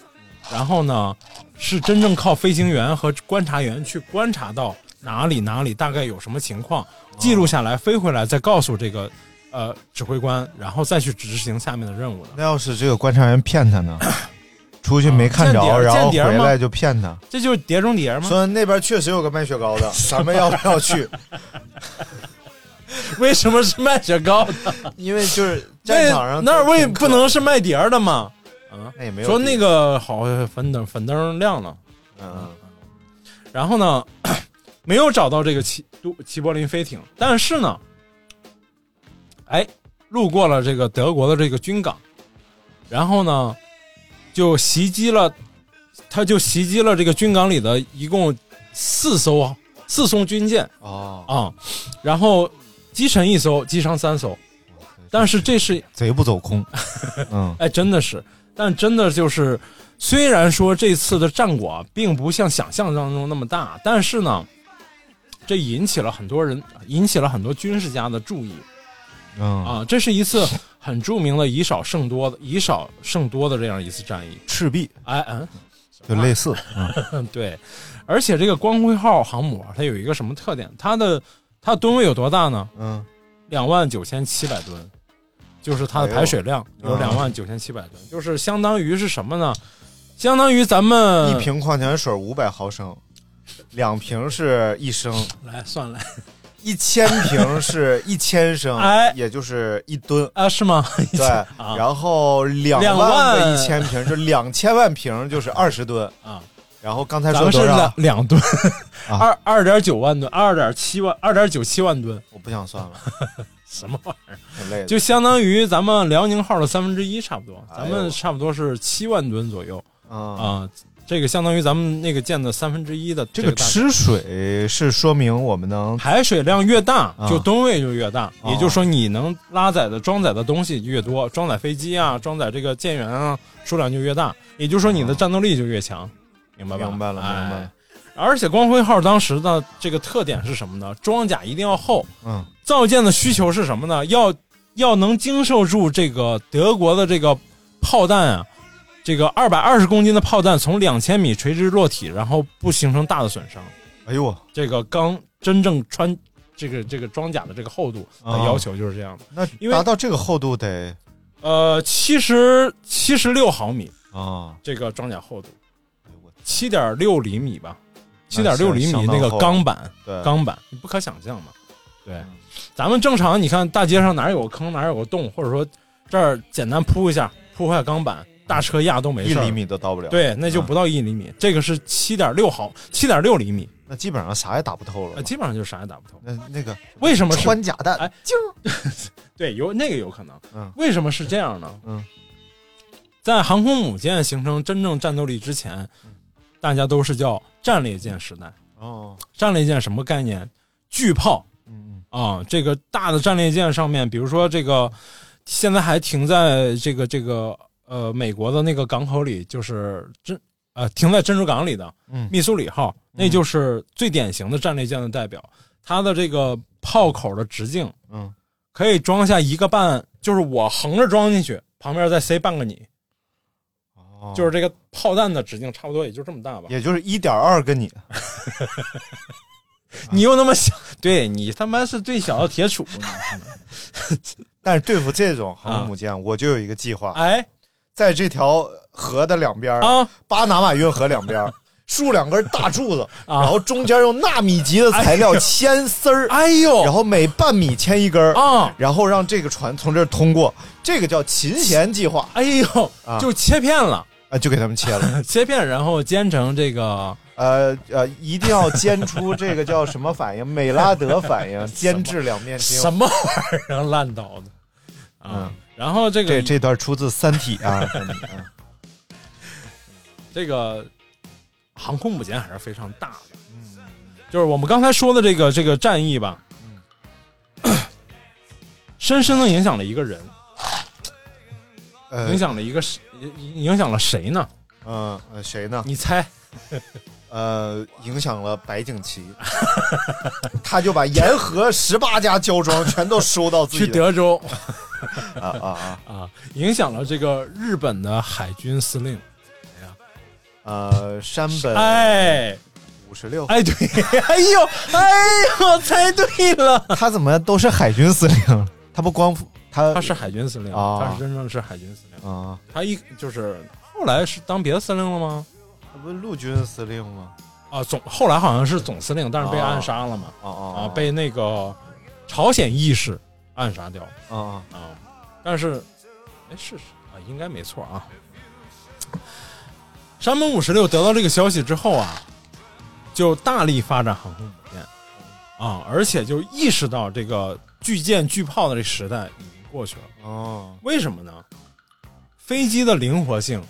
Speaker 3: 然后呢是真正靠飞行员和观察员去观察到哪里哪里大概有什么情况，记录下来飞回来再告诉这个呃指挥官，然后再去执行下面的任务的。
Speaker 2: 那要是这个观察员骗他 呢？出去没看着
Speaker 3: 间谍，
Speaker 2: 然后
Speaker 3: 间谍吗
Speaker 2: 回来就骗他，
Speaker 3: 这就是碟中谍吗？
Speaker 2: 说那边确实有个卖雪糕 的，咱们要不要去？
Speaker 3: 为什么是卖雪糕的？
Speaker 2: 因为就是战场上
Speaker 3: 那那儿为
Speaker 2: 停课
Speaker 3: 不能是卖碟儿的吗？
Speaker 2: 那也没有
Speaker 3: 说那个好粉灯粉灯亮了，
Speaker 2: 嗯嗯
Speaker 3: 然后呢， 没有找到这个齐都齐柏林飞艇，但是呢，哎，路过了这个德国的这个军港，然后呢，就袭击了，他就袭击了这个军港里的一共四艘啊四艘军舰
Speaker 2: 哦，
Speaker 3: 啊、然后击沉一艘，击伤三艘，但是这是
Speaker 2: 贼不走 空，嗯
Speaker 3: 哎，真的是，但真的就是，虽然说这次的战果啊并不像想象当中那么大，但是呢，这引起了很多人，引起了很多军事家的注意
Speaker 2: 嗯，
Speaker 3: 啊。这是一次很著名的以少胜多的以少胜多的这样一次战役。
Speaker 2: 赤壁
Speaker 3: 哎，嗯，
Speaker 2: 就类似，
Speaker 3: 嗯，对，而且这个光辉号航母啊它有一个什么特点？它的它吨位有多大呢？
Speaker 2: 嗯
Speaker 3: 两万九千七百吨，就是它的排水量
Speaker 2: 哎呦
Speaker 3: 有两万九千七百吨，就是相当于是什么呢？相当于咱们
Speaker 2: 嗯，一瓶矿泉水五百毫升，两瓶是一升，
Speaker 3: 来算来
Speaker 2: 一千瓶是一千升
Speaker 3: 哎，
Speaker 2: 也就是一吨，
Speaker 3: 啊？是吗？
Speaker 2: 对，
Speaker 3: 啊
Speaker 2: 然后两
Speaker 3: 两
Speaker 2: 万
Speaker 3: 万
Speaker 2: 个一千瓶，就两千万瓶就是二十吨
Speaker 3: 啊。
Speaker 2: 然后刚才
Speaker 3: 咱
Speaker 2: 说
Speaker 3: 们是
Speaker 2: 多
Speaker 3: 两
Speaker 2: 少？
Speaker 3: 两吨，
Speaker 2: 啊
Speaker 3: 二二点九万吨，二点七万，二点九七万吨，
Speaker 2: 我不想 算了，
Speaker 3: 什么玩意儿？
Speaker 2: 很累的。
Speaker 3: 就相当于咱们辽宁号的三分之一差不多，
Speaker 2: 哎呦
Speaker 3: 咱们差不多是七万吨左右
Speaker 2: 嗯
Speaker 3: 啊。这个相当于咱们那个舰的三分之一的
Speaker 2: 这个
Speaker 3: 大小
Speaker 2: 吃水是说明我们能
Speaker 3: 排水量越大
Speaker 2: 啊，
Speaker 3: 就吨位就越大，
Speaker 2: 哦
Speaker 3: 也就是说你能拉载的、装载的东西越多，装载飞机啊、装载这个舰员啊数量就越大，也就是说你的战斗力就越强，明白吧？
Speaker 2: 哦明白了明白了
Speaker 3: 哎。而且光辉号当时的这个特点是什么呢？装甲一定要厚，
Speaker 2: 嗯
Speaker 3: 造舰的需求是什么呢？要要能经受住这个德国的这个炮弹啊，这个二百二十公斤的炮弹从两千米垂直落体，然后不形成大的损伤。
Speaker 2: 哎呦，
Speaker 3: 这个钢真正穿这个这个装甲的这个厚度的
Speaker 2: 啊
Speaker 3: 要求就是这样的。
Speaker 2: 那
Speaker 3: 因为
Speaker 2: 达到这个厚度得
Speaker 3: 呃，七十七十六毫米
Speaker 2: 啊，
Speaker 3: 这个装甲厚度
Speaker 2: 哎呦我，
Speaker 3: 七点六厘米吧，七
Speaker 2: 那
Speaker 3: 点
Speaker 2: 是
Speaker 3: 六厘米
Speaker 2: 相当
Speaker 3: 那个
Speaker 2: 厚嗯
Speaker 3: 钢板，
Speaker 2: 对，
Speaker 3: 钢板，你不可想象嘛。对，
Speaker 2: 嗯
Speaker 3: 咱们正常，你看大街上哪有个坑，哪有个洞，或者说这儿简单铺一下，铺块钢板，大车压都没
Speaker 2: 一
Speaker 3: 事儿
Speaker 2: 厘。米都到不了，，
Speaker 3: 对，那就
Speaker 2: 啊
Speaker 3: 不到一厘米，这个是七点六毫，七点六厘米，
Speaker 2: 那基本上啥也打不透了
Speaker 3: 呃，。基本上就啥也打不透。
Speaker 2: 那那个
Speaker 3: 为什么是
Speaker 2: 穿甲弹
Speaker 3: 哎， 对，有那个有可能。
Speaker 2: 嗯
Speaker 3: 为什么是这样呢？
Speaker 2: 嗯，
Speaker 3: 在航空母舰形成真正战斗力之前，
Speaker 2: 嗯
Speaker 3: 大家都是叫战列舰时代。
Speaker 2: 哦，
Speaker 3: 战列舰什么概念？巨炮
Speaker 2: 嗯
Speaker 3: 啊、这个大的战列舰上面，比如说这个现在还停在这个这个呃美国的那个港口里，就是珍呃停在珍珠港里的
Speaker 2: 嗯
Speaker 3: 密苏里号，那就是最典型的战列舰的代表。它的这个炮口的直径
Speaker 2: 嗯嗯，
Speaker 3: 可以装下一个半，就是我横着装进去，旁边再塞半个你，
Speaker 2: 哦
Speaker 3: 就是这个炮弹的直径差不多也就这么大吧。
Speaker 2: 也就是一点二个你，
Speaker 3: 你又那么小，对你他妈是最小的 铁杵。
Speaker 2: 但是对付这种航空母
Speaker 3: 啊
Speaker 2: 舰，我就有一个计划，
Speaker 3: 哎
Speaker 2: 在这条河的两边儿，
Speaker 3: 啊，
Speaker 2: 巴拿马运河两边儿竖两根大柱子，
Speaker 3: 啊
Speaker 2: 然后中间用纳米级的材料牵丝儿，
Speaker 3: 哎呦，
Speaker 2: 然后每半米牵一根儿，
Speaker 3: 啊，
Speaker 2: 然后让这个船从这儿通过，这个叫琴弦计划
Speaker 3: 哎呦
Speaker 2: 啊，
Speaker 3: 就切片了，
Speaker 2: 啊，就给他们切了。
Speaker 3: 切片，然后煎成这个
Speaker 2: 呃呃，一定要煎出这个叫什么反应？美拉德反应，煎制两面筋。嗯
Speaker 3: 什么玩意儿烂倒的啊。然后这
Speaker 2: 这
Speaker 3: 个
Speaker 2: 这段出自《三体》啊，真的啊
Speaker 3: 这个航空母舰还是非常大的。就是我们刚才说的这个这个战役吧，
Speaker 2: 嗯
Speaker 3: 深深的影响了一个人，
Speaker 2: 呃 哎
Speaker 3: 影响了一个谁影影响了谁呢？
Speaker 2: 嗯呃谁呢？
Speaker 3: 你猜？
Speaker 2: 呃，影响了白景琦， 他就把沿河十八家胶庄全都收到自
Speaker 3: 去
Speaker 2: 己的
Speaker 3: 德 州
Speaker 2: 啊啊啊
Speaker 3: 啊，影响了这个日本的海军司令。
Speaker 2: 呃，山本
Speaker 3: 哎
Speaker 2: 五十六，
Speaker 3: 哎对，哎呦哎呦，猜对了，
Speaker 2: 他怎么都是海军司令？他不光他
Speaker 3: 他是海军司令，
Speaker 2: 哦
Speaker 3: 他是真正是海军司令。
Speaker 2: 啊，
Speaker 3: 他一就是后来是当别的司令了吗？
Speaker 2: 他不是陆军司令吗？
Speaker 3: 啊，总后来好像是总司令，但是被
Speaker 2: 哦
Speaker 3: 暗杀了嘛。
Speaker 2: 啊啊
Speaker 3: 啊，被那个朝鲜义士暗杀掉
Speaker 2: 啊啊
Speaker 3: 啊。但是，哎，是是啊，应该没错啊。山本五十六得到这个消息之后啊，就大力发展航空母舰啊，而且就意识到这个巨舰巨炮的这时代已经过去了。
Speaker 2: 哦，
Speaker 3: 为什么呢？飞机的灵活性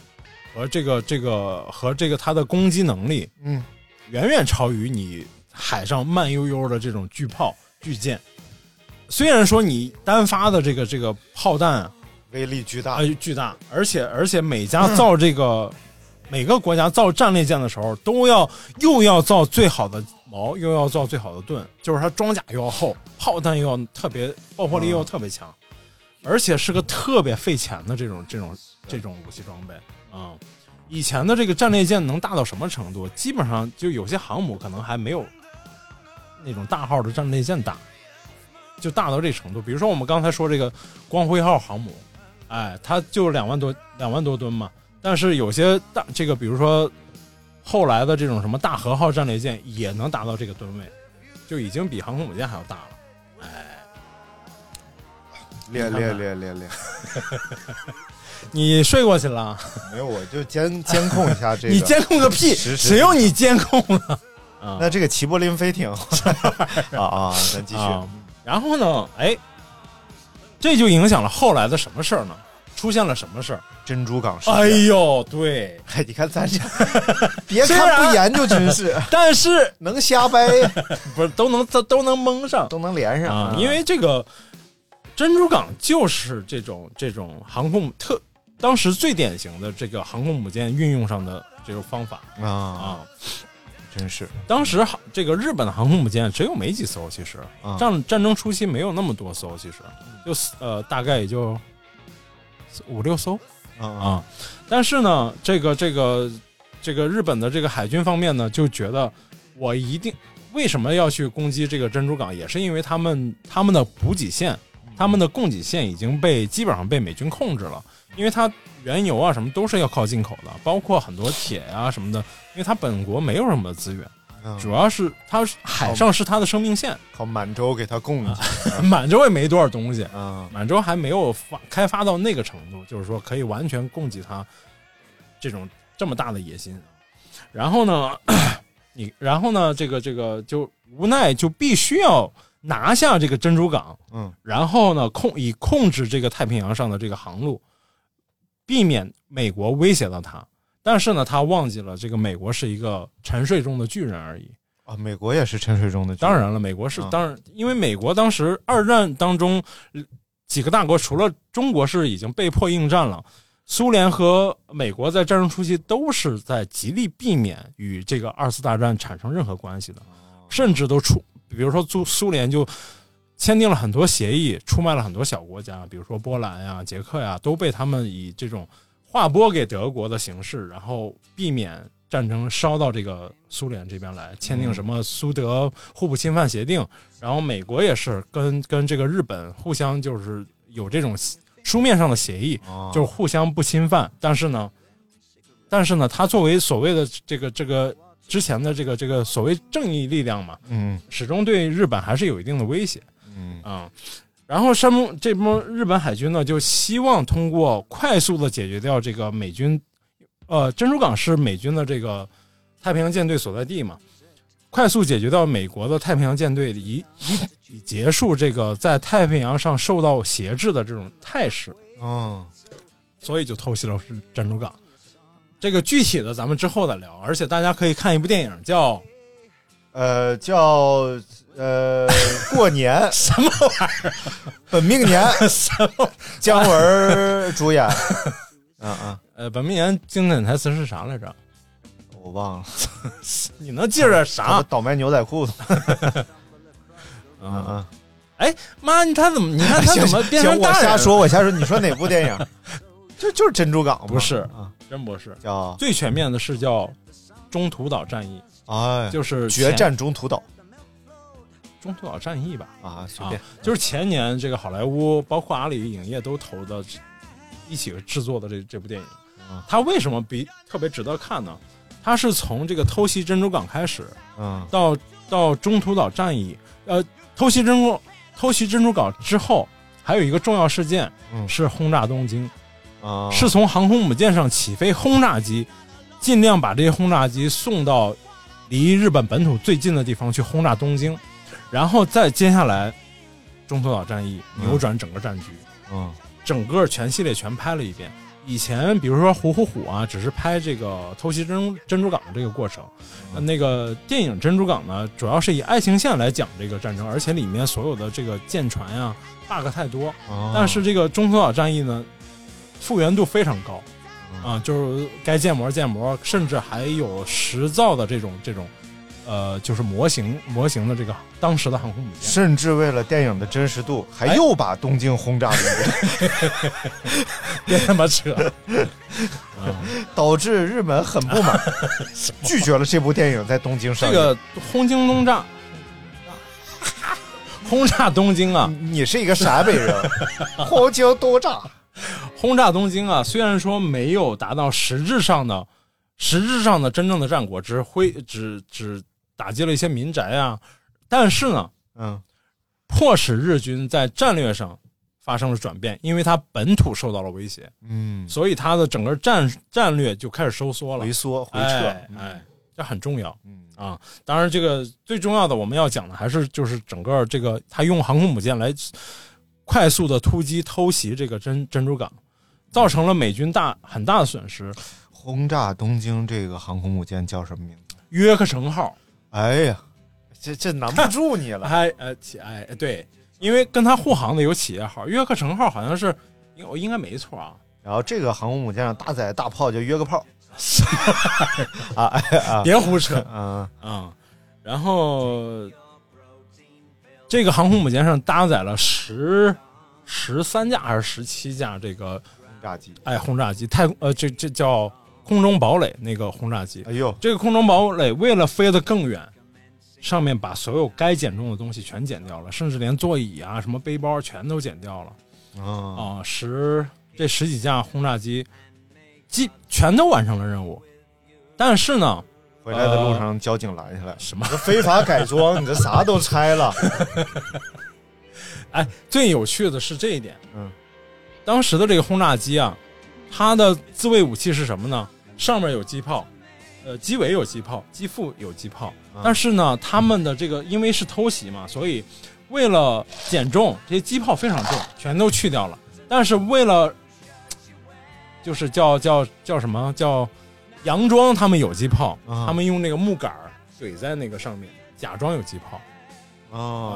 Speaker 3: 和这个这个和这个它的攻击能力，
Speaker 2: 嗯，
Speaker 3: 远远超于你海上慢悠悠的这种巨炮巨舰。虽然说你单发的这个这个炮弹啊、
Speaker 2: 威力巨大
Speaker 3: 呃巨大，而且而且每家造这个、每个国家造战列舰的时候，都要又要造最好的矛，又要造最好的盾，就是它装甲又要厚，炮弹又要特别，爆破力又要特别强，而且是个特别费钱的这种这种这种武器装备啊、以前的这个战列舰能大到什么程度？基本上就有些航母可能还没有那种大号的战列舰大，就大到这程度。比如说我们刚才说这个光辉号航母，哎，它就两万多两万多吨嘛。但是有些大这个，比如说后来的这种什么大和号战列舰也能达到这个吨位，就已经比航空母舰还要大了。
Speaker 2: 练练练练练，
Speaker 3: 你睡过去了？
Speaker 2: 没有我就监 监控一下这个。
Speaker 3: 你监控个屁！
Speaker 2: 实时
Speaker 3: 谁用你监控啊？啊
Speaker 2: 那这个齐柏林飞艇 啊啊，咱继续
Speaker 3: 啊然后呢，哎，这就影响了后来的什么事儿呢？出现了什么事儿？
Speaker 2: 珍珠港事件。
Speaker 3: 哎呦，对，
Speaker 2: 哎， 你看咱 这，别
Speaker 3: 虽然啊
Speaker 2: 看不研究，真是
Speaker 3: 但是
Speaker 2: 能瞎掰，
Speaker 3: 不是都能都都能蒙上
Speaker 2: 都能连上
Speaker 3: 啊？因为这个珍珠港就是这种这种航空特当时最典型的这个航空母舰运用上的这种方法
Speaker 2: 啊，
Speaker 3: 啊。
Speaker 2: 真是
Speaker 3: 当时航这个日本的航空母舰只有没几艘，其实
Speaker 2: 啊
Speaker 3: 战战争初期没有那么多艘，其实就四呃大概也就四五六艘
Speaker 2: 啊啊
Speaker 3: 啊。但是呢，这个这个这个日本的这个海军方面呢，就觉得我一定为什么要去攻击这个珍珠港，也是因为他们他们的补给线、他们的供给线已经被基本上被美军控制了，因为它原油啊什么都是要靠进口的，包括很多铁啊什么的，因为它本国没有什么资源。
Speaker 2: 嗯
Speaker 3: 主要是它是海上是它的生命线，
Speaker 2: 靠满洲给他供一下
Speaker 3: 满洲也没多少东西，
Speaker 2: 啊
Speaker 3: 满洲还没有发开发到那个程度，就是说可以完全供给它这种这么大的野心。然后呢， 你然后呢，这个这个就无奈就必须要拿下这个珍珠港，
Speaker 2: 嗯，
Speaker 3: 然后呢控以控制这个太平洋上的这个航路，避免美国威胁到它。但是呢，他忘记了这个美国是一个沉睡中的巨人而已。
Speaker 2: 啊！美国也是沉睡中的，
Speaker 3: 当，然了，美国是
Speaker 2: 啊
Speaker 3: 当然，因为美国当时二战当中呃几个大国，除了中国是已经被迫应战了，苏联和美国在战争初期都是在极力避免与这个二次大战产生任何关系的，
Speaker 2: 哦
Speaker 3: 甚至都出，比如说苏苏联就。签订了很多协议，出卖了很多小国家，比如说波兰呀、捷克呀，都被他们以这种划拨给德国的形式，然后避免战争烧到这个苏联这边来，签订
Speaker 2: 嗯
Speaker 3: 什么苏德互不侵犯协定，然后美国也是跟跟这个日本互相就是有这种书面上的协议，
Speaker 2: 哦
Speaker 3: 就是互相不侵犯，但是呢，但是呢，他作为所谓的这个这个之前的这个这个所谓正义力量嘛，
Speaker 2: 嗯
Speaker 3: 始终对日本还是有一定的威胁。
Speaker 2: 嗯
Speaker 3: 啊、然后山姆这波日本海军呢，就希望通过快速的解决掉这个美军，呃，珍珠港是美军的这个太平洋舰队所在地嘛，快速解决掉美国的太平洋舰队以以以结束这个在太平洋上受到挟制的这种态势，
Speaker 2: 哦，
Speaker 3: 所以就偷袭了珍珠港。这个具体的咱们之后再聊，而且大家可以看一部电影叫
Speaker 2: 呃，叫 呃过年
Speaker 3: 什么玩意
Speaker 2: 本命年，
Speaker 3: 儿？什么？
Speaker 2: 姜文儿主 演，啊啊，
Speaker 3: 呃，本命年经典台词是啥来着？
Speaker 2: 我忘了，
Speaker 3: 你能记着
Speaker 2: 我
Speaker 3: 啥？
Speaker 2: 倒卖牛仔裤，
Speaker 3: 啊
Speaker 2: 啊啊，
Speaker 3: 哎妈，你他怎么？你看他
Speaker 2: 行
Speaker 3: 怎么变成
Speaker 2: 行，
Speaker 3: 大
Speaker 2: 我
Speaker 3: 人
Speaker 2: 瞎
Speaker 3: 了
Speaker 2: 说，我瞎说，你说哪部电 影？就就是珍珠港吗
Speaker 3: 不是
Speaker 2: 啊，
Speaker 3: 真不是。
Speaker 2: 叫
Speaker 3: 最全面的是叫中途岛战役，
Speaker 2: 哎，
Speaker 3: 就是
Speaker 2: 决
Speaker 3: 前
Speaker 2: 战中途岛
Speaker 3: 中途岛战役吧，
Speaker 2: 啊，随
Speaker 3: 啊
Speaker 2: 便，
Speaker 3: 就是前年这个好莱坞包括阿里影业都投的，一起制作的这这部电影
Speaker 2: 啊，
Speaker 3: 它为什么比特别值得看呢？它是从这个偷袭珍珠港开始，
Speaker 2: 嗯
Speaker 3: 到到中途岛战役，呃，偷袭珍珠偷袭珍珠港之后，还有一个重要事件
Speaker 2: 嗯
Speaker 3: 是轰炸东京。
Speaker 2: 啊，
Speaker 3: 是从航空母舰上起飞轰炸机，尽量把这些轰炸机送到离日本本土最近的地方去轰炸东京，然后再接下来中途岛战役
Speaker 2: 嗯
Speaker 3: 扭转整个战局，
Speaker 2: 嗯
Speaker 3: 整个全系列全拍了一遍。以前比如说《虎虎虎》啊，只是拍这个偷袭珍珠珍珠港的这个过程，呃
Speaker 2: 嗯
Speaker 3: 那个电影《珍珠港》呢，主要是以爱情线来讲这个战争，而且里面所有的这个舰船呀、bug 太多，
Speaker 2: 啊
Speaker 3: 但是这个中途岛战役呢，复原度非常高，啊，就是该建模建模，甚至还有实造的这种这种，呃，就是模型模型的这个当时的航空母舰。
Speaker 2: 甚至为了电影的真实度，还又把东京轰炸了一遍，
Speaker 3: 别他妈扯！啊，
Speaker 2: 导致日本很不 满，拒绝了这部电影在东京上
Speaker 3: 这
Speaker 2: 映。
Speaker 3: 个轰京东炸， 轰炸东京啊，
Speaker 2: 你是一个陕北 人，红京多炸
Speaker 3: 轰炸东京啊，虽然说没有达到实质上的、实质上的真正的战果，只是挥只只打击了一些民宅啊，但是呢，
Speaker 2: 嗯，
Speaker 3: 迫使日军在战略上发生了转变，因为他本土受到了威胁，
Speaker 2: 嗯，
Speaker 3: 所以他的整个战战略就开始收缩了
Speaker 2: 回，缩回撤，
Speaker 3: 哎哎，这很重要。
Speaker 2: 嗯
Speaker 3: 啊，当然，这个最重要的我们要讲的还是就是整个这个他用航空母舰来快速的突击偷袭这个珍珍珠港，造成了美军大很大的损失。
Speaker 2: 轰炸东京这个航空母舰叫什么名字？
Speaker 3: 约克城号，
Speaker 2: 哎呀，这 这难不住你了。
Speaker 3: 哎呃企哎对，因为跟他护航的有企业号，约克城号好像是，应我应该没错啊。
Speaker 2: 然后这个航空母舰上搭载大炮叫约个 炮，啊哎啊，
Speaker 3: 别胡扯
Speaker 2: 嗯，
Speaker 3: 啊、然后这个航空母舰上搭载了十十三架还是十七架这个
Speaker 2: 轰炸机，
Speaker 3: 哎轰炸机，太空呃这这叫空中堡垒那个轰炸机
Speaker 2: 哎。呦，
Speaker 3: 这个空中堡垒为了飞得更远，上面把所有该减重的东西全减掉了，甚至连座椅啊、什么背包全都减掉了
Speaker 2: 嗯，
Speaker 3: 啊、十这十几架轰炸机，基全都完成了任务，但是呢，
Speaker 2: 回来的路上交警拦下来，
Speaker 3: 什么？
Speaker 2: 这非法改装，你这啥都拆 了，
Speaker 3: 哎，最有趣的是这一点，
Speaker 2: 嗯，
Speaker 3: 当时的这个轰炸机啊，它的自卫武器是什么呢？上面有机炮，呃，机尾有机炮，机腹有机炮，
Speaker 2: 嗯
Speaker 3: 但是呢，他们的这个因为是偷袭嘛，所以为了减重，这些机炮非常重，全都去掉了。但是为了，就是叫叫叫什么叫佯装他们有机炮，
Speaker 2: 啊
Speaker 3: 他们用那个木杆儿怼在那个上面，假装有机炮。
Speaker 2: 啊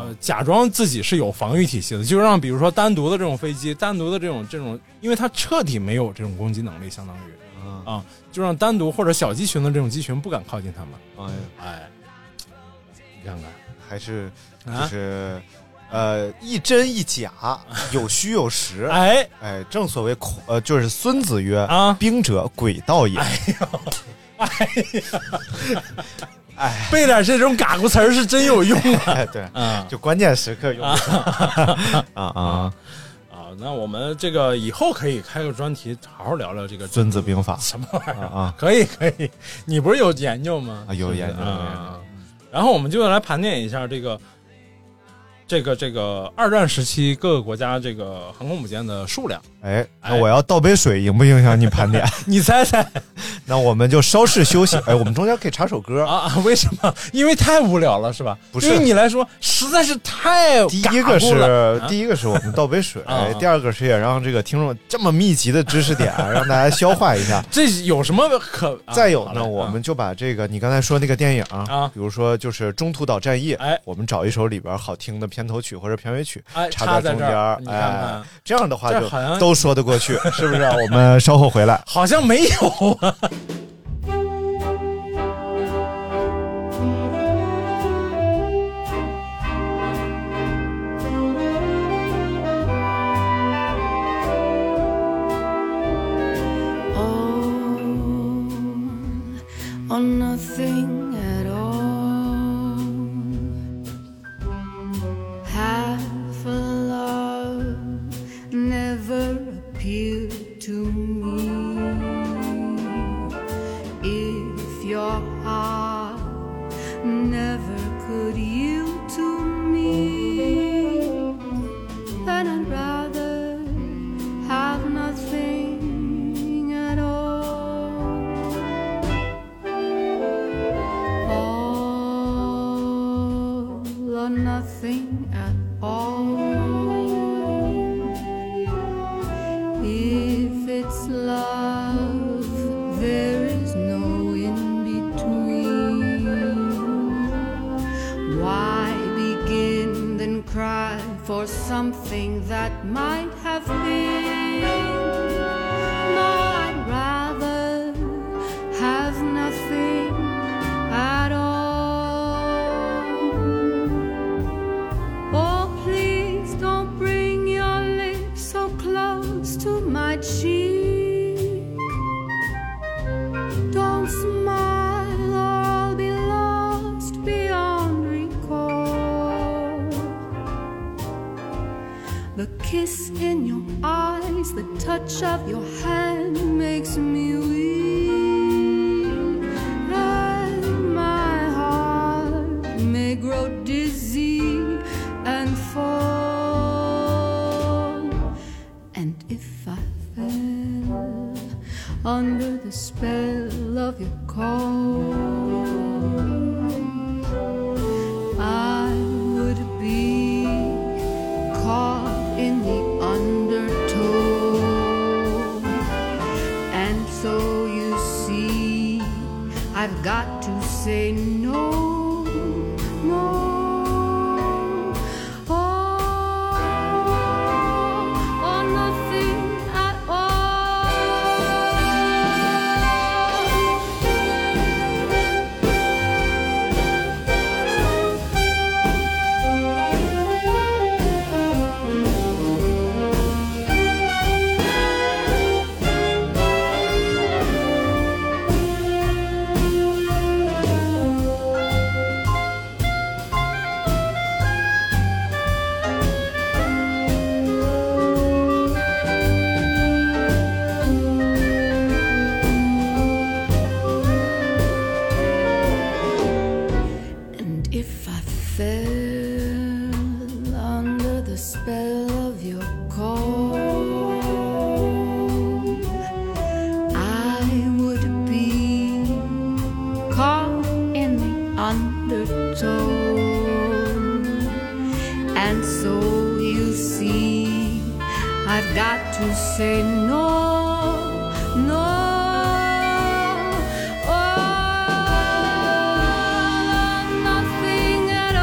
Speaker 3: 呃，假装自己是有防御体系的，就让比如说单独的这种飞机，单独的这种这种，因为它彻底没有这种攻击能力，相当于
Speaker 2: 啊，
Speaker 3: 啊，就让单独或者小机群的这种机群不敢靠近他们。
Speaker 2: 哎呀，
Speaker 3: 哎，你看
Speaker 2: 还是
Speaker 3: 看
Speaker 2: 就
Speaker 3: 啊，
Speaker 2: 是。呃，一真一假， 有虚有实。
Speaker 3: 哎
Speaker 2: 哎，正所谓孔，呃，就是孙子曰：“
Speaker 3: 啊
Speaker 2: 兵者，诡道也。
Speaker 3: 哎呀，哎，背点这种嘎咕词儿是真有用 啊！
Speaker 2: 哎， 对，
Speaker 3: 啊
Speaker 2: 就关键时刻用得上 啊啊！
Speaker 3: 啊，那我们这个以后可以开个专题，好好聊聊这个
Speaker 2: 《孙子兵法》
Speaker 3: 什么玩意儿
Speaker 2: 啊啊
Speaker 3: 可以可以，你不是有研究吗？
Speaker 2: 啊有
Speaker 3: 是不是
Speaker 2: 研究有研究
Speaker 3: 啊。然后我们就来盘点一下这个这个这个二战时期各个国家这个航空母舰的数量。
Speaker 2: 哎，那
Speaker 3: 哎
Speaker 2: 我要倒杯水，影不影响你盘点？
Speaker 3: 你猜猜
Speaker 2: 那我们就稍事休息。哎，我们中间可以插首歌。
Speaker 3: 啊啊？为什么？因为太无聊了，是吧？
Speaker 2: 不是
Speaker 3: 对于你来说实在是太
Speaker 2: 第
Speaker 3: 嘎
Speaker 2: 一
Speaker 3: 咕
Speaker 2: 个是
Speaker 3: 了啊
Speaker 2: 第一个是我们倒杯水哎
Speaker 3: 啊啊，
Speaker 2: 第二个是也让这个听众这么密集的知识 点让大家消化一下。
Speaker 3: 这有什么可？啊
Speaker 2: 再有
Speaker 3: 好嘞
Speaker 2: 呢，我
Speaker 3: 啊
Speaker 2: 们就把这个你刚才说那个电影
Speaker 3: 啊
Speaker 2: 比如说就是中途岛战役，
Speaker 3: 哎
Speaker 2: 我们找一首里边好听的片头曲或者片尾曲，
Speaker 3: 哎
Speaker 2: 插在
Speaker 3: 插在
Speaker 2: 中
Speaker 3: 这
Speaker 2: 间
Speaker 3: 儿
Speaker 2: 儿，，
Speaker 3: 你看
Speaker 2: 哎
Speaker 3: 看，，
Speaker 2: 这样的话
Speaker 3: 这
Speaker 2: 就
Speaker 3: 好像
Speaker 2: 都说得过去， 是不是啊？我们稍后回来。
Speaker 3: 好像没有啊。
Speaker 6: or nothing at all. Half a love never appealed to me. If your heart never could yield to me, then I'd rather have nothing at all. All or nothing at all. If it's love, there is no in between. Why begin then cry for something that might have been? No, I'd rather have nothing at all. Oh, please don't bring your lips so close to my cheek. Don't smile, or I'll be lost beyond recall. The kiss in your eyes, the touch of your hand makes me weak. And my heart may grow dizzy and fall. And if I fell under the spell of your call, I would be caught in the undertow. I've got to say no more. Oh, All or oh, nothing at all. And if I fell under the spell of your call, I would be caught in the undertow. And so you see, I've got to say no, no. Oh, or nothing at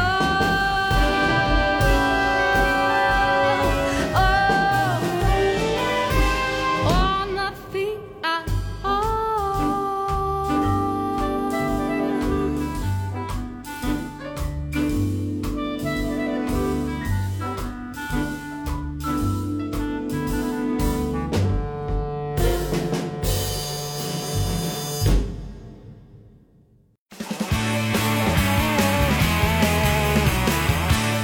Speaker 6: all. Oh, or nothing at all.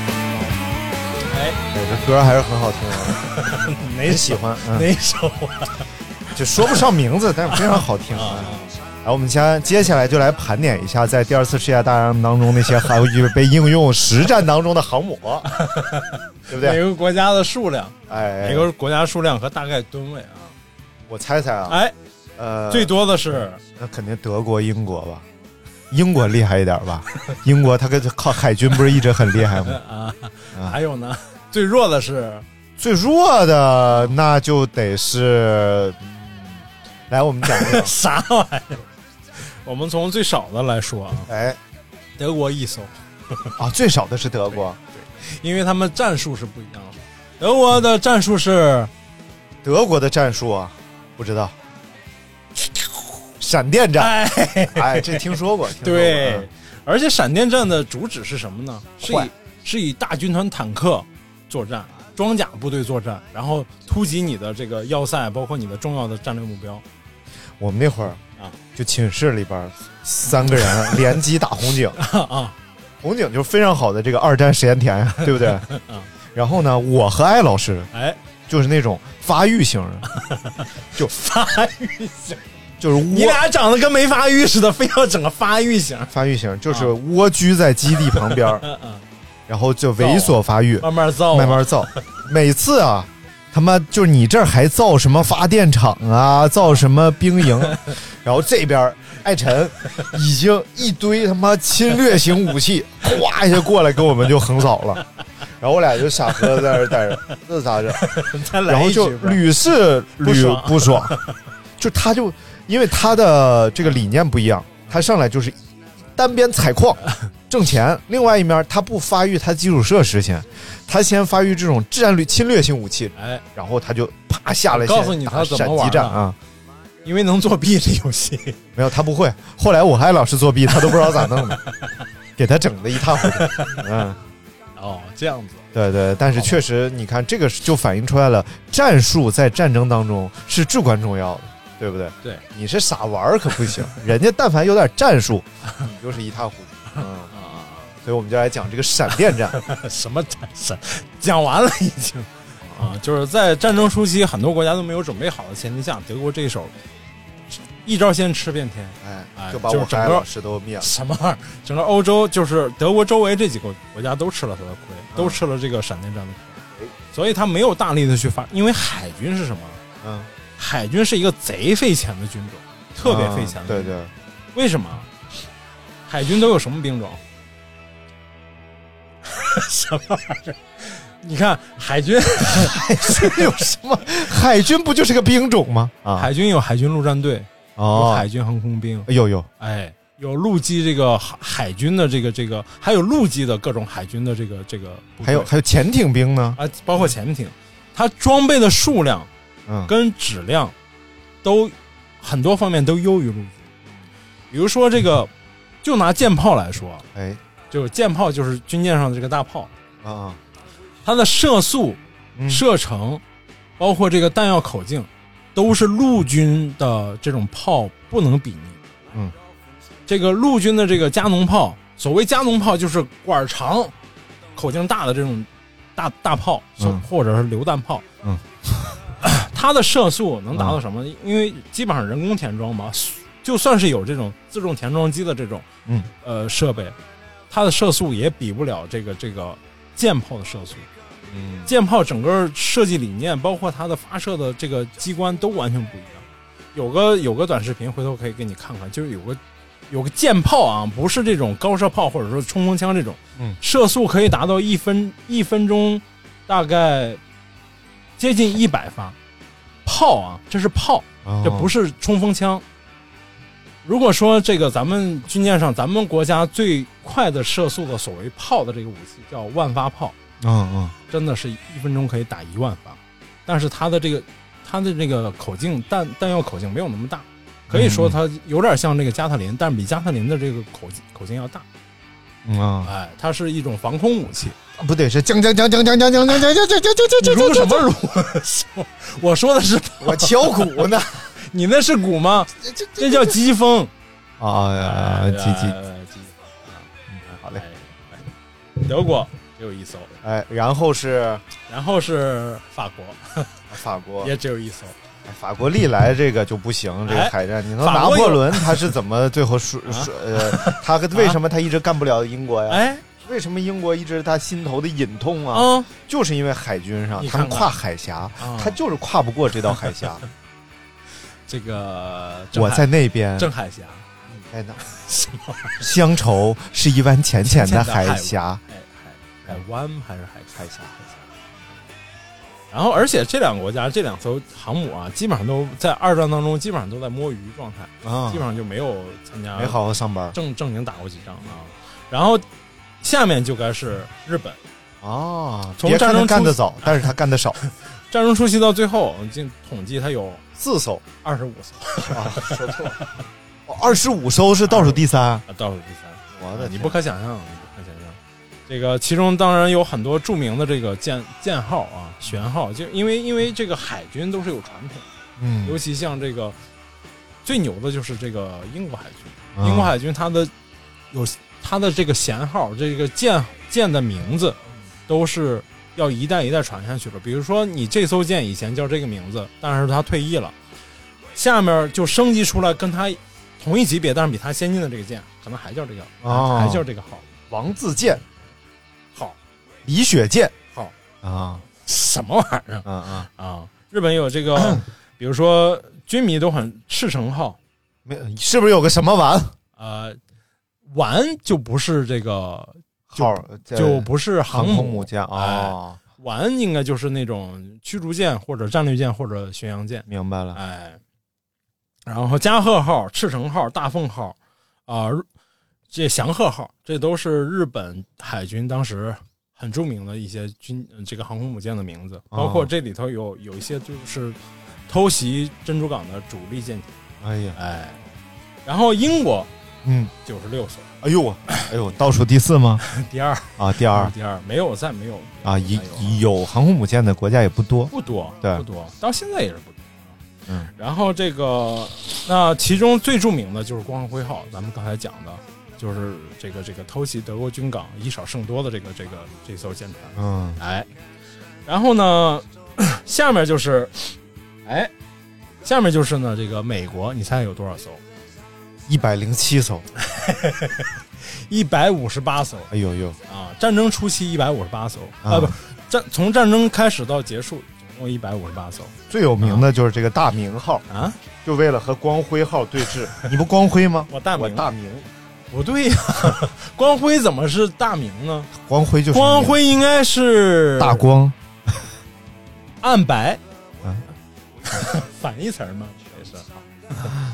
Speaker 3: 哎，
Speaker 2: 哎这歌还是很好听的，
Speaker 3: 哪
Speaker 2: 很喜欢。嗯
Speaker 3: 哪首啊？
Speaker 2: 就说不上名字，但是非常好听啊。然后我们先接下来就来盘点一下，在第二次世界大战当中那些韩语被应用实战当中的航 母，对不
Speaker 3: 每
Speaker 2: 对？
Speaker 3: 个国家的数量，
Speaker 2: 哎，
Speaker 3: 每个国家数量和大概吨位啊？
Speaker 2: 我猜猜啊，
Speaker 3: 哎，
Speaker 2: 呃，
Speaker 3: 最多的是
Speaker 2: 那肯定德国、英国吧，英国厉害一点吧，英国它跟靠海军不是一直很厉害吗？
Speaker 3: 啊，还有呢，最弱的是，
Speaker 2: 最弱的那就得是，嗯来我们讲一讲
Speaker 3: 啥玩意儿？我们从最少的来说啊，
Speaker 2: 哎
Speaker 3: 德国一艘，
Speaker 2: 啊，最少的是德国，
Speaker 3: 因为他们战术是不一样的。德国的战术是
Speaker 2: 德国的战术啊，不知道，闪电战，
Speaker 3: 哎，
Speaker 2: 哎，这听说过，听说过
Speaker 3: 对
Speaker 2: 嗯，
Speaker 3: 而且闪电战的主旨是什么呢？是以
Speaker 2: 快
Speaker 3: 是以大军团坦克作战、装甲部队作战，然后突击你的这个要塞，包括你的重要的战略目标。
Speaker 2: 我们那会儿
Speaker 3: 啊，
Speaker 2: 就寝室里边三个 人联机打红警，
Speaker 3: 啊，
Speaker 2: 红警就是非常好的这个二战实验田 呀，对不对？
Speaker 3: 啊
Speaker 2: 然后呢，我和艾老师
Speaker 3: 哎，
Speaker 2: 就是那种发育型 人，
Speaker 3: 发育型，
Speaker 2: 就是
Speaker 3: 你
Speaker 2: 窝
Speaker 3: 俩长得跟没发育似的，非要整个发育型，
Speaker 2: 发育型，就是蜗居在基地旁 边
Speaker 3: 嗯
Speaker 2: 儿，然后就猥琐发育，
Speaker 3: 慢慢造啊，
Speaker 2: 慢慢造。每次啊，他妈就是你这儿还造什么发电厂啊，造什么兵营，然后这边儿艾辰已经一堆他妈侵略型武器，咵一下过来给我们就横扫了。然后我俩就傻呵呵在那儿待着，这咋整？
Speaker 3: 再
Speaker 2: 然
Speaker 3: 来
Speaker 2: 后
Speaker 3: 一
Speaker 2: 就
Speaker 3: 局吧。
Speaker 2: 屡试
Speaker 3: 不
Speaker 2: 屡
Speaker 3: 爽
Speaker 2: 不爽， 就他就因为他的这个理念不一样，他上来就是单边采 矿挣钱，另外一面他不发育他基础设施先，他先发育这种战略侵略性武器，
Speaker 3: 哎，
Speaker 2: 然后他就啪下来
Speaker 3: 我告诉
Speaker 2: 先
Speaker 3: 你
Speaker 2: 打
Speaker 3: 他怎么
Speaker 2: 闪击
Speaker 3: 玩
Speaker 2: 战
Speaker 3: 的
Speaker 2: 啊，
Speaker 3: 因为能作弊这游戏，
Speaker 2: 没有他不会，后来我还老师作弊，他都不知道咋 弄的，给他整的一塌糊涂，嗯。
Speaker 3: 哦，这样子，
Speaker 2: 对对，但是确实，你看这个是就反映出来了，战术在战争当中是至关重要的，对不对？
Speaker 3: 对，
Speaker 2: 你是傻玩儿可不行，人家但凡有点战术，你就是一塌糊涂。嗯，所以我们就来讲这个闪电战。
Speaker 3: 什么战神？讲完了已经 啊，就是在战争初期，很多国家都没有准备好的前提下，德国这一手一招先吃遍天，
Speaker 2: 哎，
Speaker 3: 哎
Speaker 2: 就把
Speaker 3: 就
Speaker 2: 我
Speaker 3: 是整
Speaker 2: 海
Speaker 3: 个
Speaker 2: 老师都灭了。
Speaker 3: 什么玩意儿？整个欧洲就是德国周围这几个国家都吃了他的亏，都吃了这个闪电战的亏，所以他没有大力的去发，因为海军是什么？
Speaker 2: 嗯，
Speaker 3: 海军是一个贼费钱的军种，特别费钱
Speaker 2: 嗯
Speaker 3: 的
Speaker 2: 对
Speaker 3: 军种。
Speaker 2: 对，
Speaker 3: 为什么？海军都有什么 兵种？什么玩意儿？你看海军，
Speaker 2: 海军有什 么？海军不就是个兵种吗？啊，
Speaker 3: 海军有海军陆战队，有
Speaker 2: 哦
Speaker 3: 海，军航空兵，
Speaker 2: 有有，
Speaker 3: 哎，有陆基这个海海军的这个这个，还有陆基的各种海军的这个这个部队，
Speaker 2: 还有还有潜艇兵呢，
Speaker 3: 啊，包括潜艇，它装备的数量
Speaker 2: 嗯，
Speaker 3: 跟质量都很多方面都优于陆基。比如说这个，就拿舰炮来说，啊
Speaker 2: 哎
Speaker 3: 就是舰炮就是军舰上的这个大炮，
Speaker 2: 啊啊，
Speaker 3: 它的射速、
Speaker 2: 嗯
Speaker 3: 射程，包括这个弹药口径，都是陆军的这种炮不能比拟。
Speaker 2: 嗯，
Speaker 3: 这个陆军的这个加农炮，所谓加农炮就是管儿长、口径大的这种大大炮，
Speaker 2: 嗯
Speaker 3: 或者是榴弹炮。
Speaker 2: 嗯，
Speaker 3: 它的射速能达到什么？因为基本上人工填装嘛，就算是有这种自重填装机的这种
Speaker 2: 嗯
Speaker 3: 呃设备，它的射速也比不了这个这个舰炮的射速。
Speaker 2: 嗯
Speaker 3: 舰炮整个设计理念，包括它的发射的这个机关都完全不一样。有个有个短视频，回头可以给你看看，就是有个有个舰炮啊，不是这种高射炮或者说冲锋枪这种，
Speaker 2: 嗯
Speaker 3: 射速可以达到一分一分钟大概接近一百发。炮啊，这是炮，这不
Speaker 2: 是
Speaker 3: 是冲锋枪。如果说这个咱们军舰上咱们国家最快的射速的所谓炮的这个武器叫万发炮，
Speaker 2: 嗯
Speaker 3: 真的是一分钟可以打一万发，但是它的这个它的这个口径弹弹药口径没有那么大，可以
Speaker 2: 嗯
Speaker 3: 说它有点像这个加特林，但是比加特林的这个口径口径要大。
Speaker 2: 嗯啊，
Speaker 3: 哎，它是一种防空武器，
Speaker 2: 不对，是将将将将将将将将将将将将将
Speaker 3: 你
Speaker 2: 将将
Speaker 3: 如
Speaker 2: 将，
Speaker 3: 什么如？ 我说的是
Speaker 2: 我敲鼓呢
Speaker 3: 你那是 鼓吗？这叫机锋。
Speaker 2: 啊啊，
Speaker 3: 哎
Speaker 2: 几几
Speaker 3: 哎哎机
Speaker 2: 嗯好嘞，
Speaker 3: 哎哎德国只有一艘，
Speaker 2: 哎，然后是
Speaker 3: 然后是法国
Speaker 2: 法国，啊
Speaker 3: 也只有一艘。
Speaker 2: 法国历来这个就不行，这个
Speaker 3: 哎
Speaker 2: 海战，你说
Speaker 3: 法
Speaker 2: 拿
Speaker 3: 国有
Speaker 2: 破仑他是怎么最后输
Speaker 3: 啊
Speaker 2: 输呃，他为什么他一直干不了英国呀？
Speaker 3: 哎，
Speaker 2: 为什么英国一直是他心头的隐痛啊？
Speaker 3: 嗯，
Speaker 2: 就是因为海军上
Speaker 3: 你
Speaker 2: 他
Speaker 3: 看
Speaker 2: 们
Speaker 3: 看
Speaker 2: 跨海峡
Speaker 3: 啊，
Speaker 2: 他就是跨不过这道海 峡。
Speaker 3: 这个
Speaker 2: 我在那边，
Speaker 3: 镇海峡。
Speaker 2: 在那，
Speaker 3: 什么玩意儿
Speaker 2: 乡愁是一湾浅浅的海 峡。
Speaker 3: 哎海海湾还是海海峡？海峡。然后，而且这两个国家这两艘航母啊，基本上都在二战当中，基本上都在摸鱼状态，
Speaker 2: 啊
Speaker 3: 基，本上就没有参加
Speaker 2: 没好好上班
Speaker 3: 正正经打过几仗啊。然后下面就该是日本，
Speaker 2: 啊。
Speaker 3: 从
Speaker 2: 别看
Speaker 3: 战
Speaker 2: 他
Speaker 3: 争初
Speaker 2: 干得早，但是他干得少，
Speaker 3: 战争初期到最后，我经统计它有
Speaker 2: 四艘
Speaker 3: 二十五艘，
Speaker 2: 啊，说错了，二十五艘是倒数第三。
Speaker 3: 啊，倒数第三。
Speaker 2: 我的
Speaker 3: 你
Speaker 2: 天
Speaker 3: 不可想象，你不可想象。这个其中当然有很多著名的这个舰舰号啊、舷号，就因为因为这个海军都是有传统的，尤
Speaker 2: 嗯，
Speaker 3: 其像这个最牛的就是这个英国海军，
Speaker 2: 啊
Speaker 3: 英国海军它的有它的这个舷号，这个舰舰的名字都是要一代一代传下去的。比如说你这艘舰以前叫这个名字，但是它退役了，下面就升级出来跟它同一级别，但是比它先进的这个舰，可能还叫这个，
Speaker 2: 哦
Speaker 3: 还叫这个号
Speaker 2: 王自健、
Speaker 3: 号
Speaker 2: 李雪健
Speaker 3: 号
Speaker 2: 啊，
Speaker 3: 什么玩意儿
Speaker 2: 嗯嗯，
Speaker 3: 啊？日本有这 个，比如说军迷都很赤城号。
Speaker 2: 没是不是有个什么丸
Speaker 3: 呃，丸就不是这个，
Speaker 2: 号？
Speaker 3: 就不是
Speaker 2: 航
Speaker 3: 航
Speaker 2: 空
Speaker 3: 母
Speaker 2: 母舰啊，
Speaker 3: 丸应该就是那种驱逐舰或者战略舰或者巡洋舰，
Speaker 2: 明白了。
Speaker 3: 哎。然后加贺号、赤城号、大凤号，啊、日这祥鹤号，这都是日本海军当时很著名的一些军呃这个航空母舰的名字，包括这里头有有一些就是偷袭珍珠港的主力舰艇，
Speaker 2: 哎呀，
Speaker 3: 哎。然后英国
Speaker 2: 嗯，
Speaker 3: 九十六艘，
Speaker 2: 哎呦我，哎呦，倒数第四吗？
Speaker 3: 第二
Speaker 2: 啊，第 二
Speaker 3: 第二，没有再没有
Speaker 2: 啊，
Speaker 3: 没
Speaker 2: 一
Speaker 3: 有
Speaker 2: 一有航空母舰的国家也不多。
Speaker 3: 不多，
Speaker 2: 对
Speaker 3: 不多，到现在也是不多。
Speaker 2: 嗯，
Speaker 3: 然后这个，那其中最著名的就是光荣辉号，咱们刚才讲的，就是这个这个偷袭德国军港以少胜多的这个这个这艘舰船。
Speaker 2: 嗯，
Speaker 3: 哎，然后呢，下面就是，哎，下面就是呢这个美国，你猜有多少艘？
Speaker 2: 一百零七艘。
Speaker 3: 一百五十八艘
Speaker 2: 哎呦呦，
Speaker 3: 啊！战争初期一百五十八艘
Speaker 2: 啊
Speaker 3: 啊，不，战从战争开始到结束，总共一百五十八艘
Speaker 2: 最有名的就是这个大明号，
Speaker 3: 啊。
Speaker 2: 就为了和光辉号对峙。 你不光辉吗？
Speaker 3: 我大明
Speaker 2: 我大明，
Speaker 3: 不对呀、 光辉怎么是大明呢？
Speaker 2: 光辉就是
Speaker 3: 光辉应该是
Speaker 2: 大光。啊
Speaker 3: 暗白， 反义词儿嘛，也是。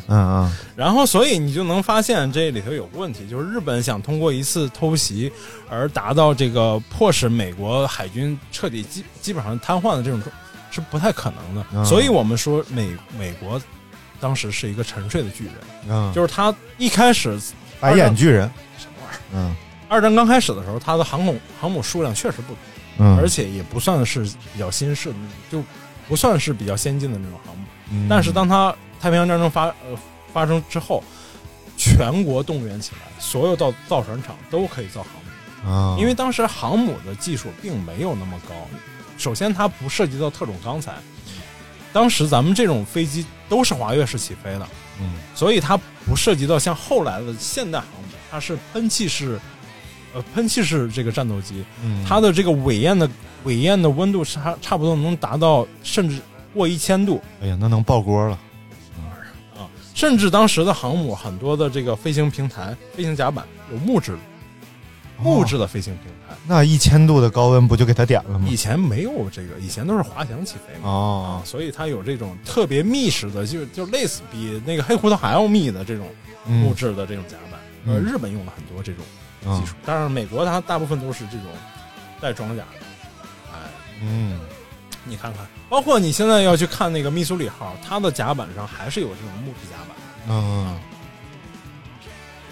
Speaker 2: 嗯嗯，
Speaker 3: 然后，所以你就能发现这里头有个问题，就是日本想通过一次偷袭而达到这个迫使美国海军彻底基基本上瘫痪的这种，是不太可能的。
Speaker 2: 嗯
Speaker 3: 所以我们说美美国当时是一个沉睡的巨人，
Speaker 2: 嗯
Speaker 3: 就是他一开始
Speaker 2: 白眼巨人，
Speaker 3: 什么玩意儿？
Speaker 2: 嗯
Speaker 3: 二战刚开始的时候，他的航母航母数量确实不多，
Speaker 2: 嗯，
Speaker 3: 而且也不算是比较新式的那种，就不算是比较先进的那种航母。
Speaker 2: 嗯
Speaker 3: 但是当他太平洋战争发呃发生之后，全国动员起来，所有造造船厂都可以造航母，
Speaker 2: 啊，
Speaker 3: 因为当时航母的技术并没有那么高。首先，它不涉及到特种钢材，当时咱们这种飞机都是滑跃式起飞的，
Speaker 2: 嗯
Speaker 3: 所以它不涉及到像后来的现代航母，它是喷气式，呃，喷气式这个战斗机，
Speaker 2: 嗯
Speaker 3: 它的这个尾焰的尾焰的温度差差不多能达到甚至过一千度，
Speaker 2: 哎呀，那能爆锅了，
Speaker 3: 啊，甚至当时的航母很多的这个飞行平台、飞行甲板有木质的
Speaker 2: 哦
Speaker 3: 木质的飞行平台，
Speaker 2: 那一千度的高温不就给它点了吗
Speaker 3: 以？前没有这个，以前都是滑翔起飞嘛。
Speaker 2: 哦，
Speaker 3: 所以它有这种特别密实的，就就类似比那个黑胡桃还要密的这种木质的这种甲板，
Speaker 2: 嗯
Speaker 3: 呃，日本用了很多这种技
Speaker 2: 嗯
Speaker 3: 术，但是美国它大部分都是这种带装甲的。哎，
Speaker 2: 嗯
Speaker 3: 你看看，包括你现在要去看那个密苏里号，它的甲板上还是有这种木质甲板。
Speaker 2: 嗯，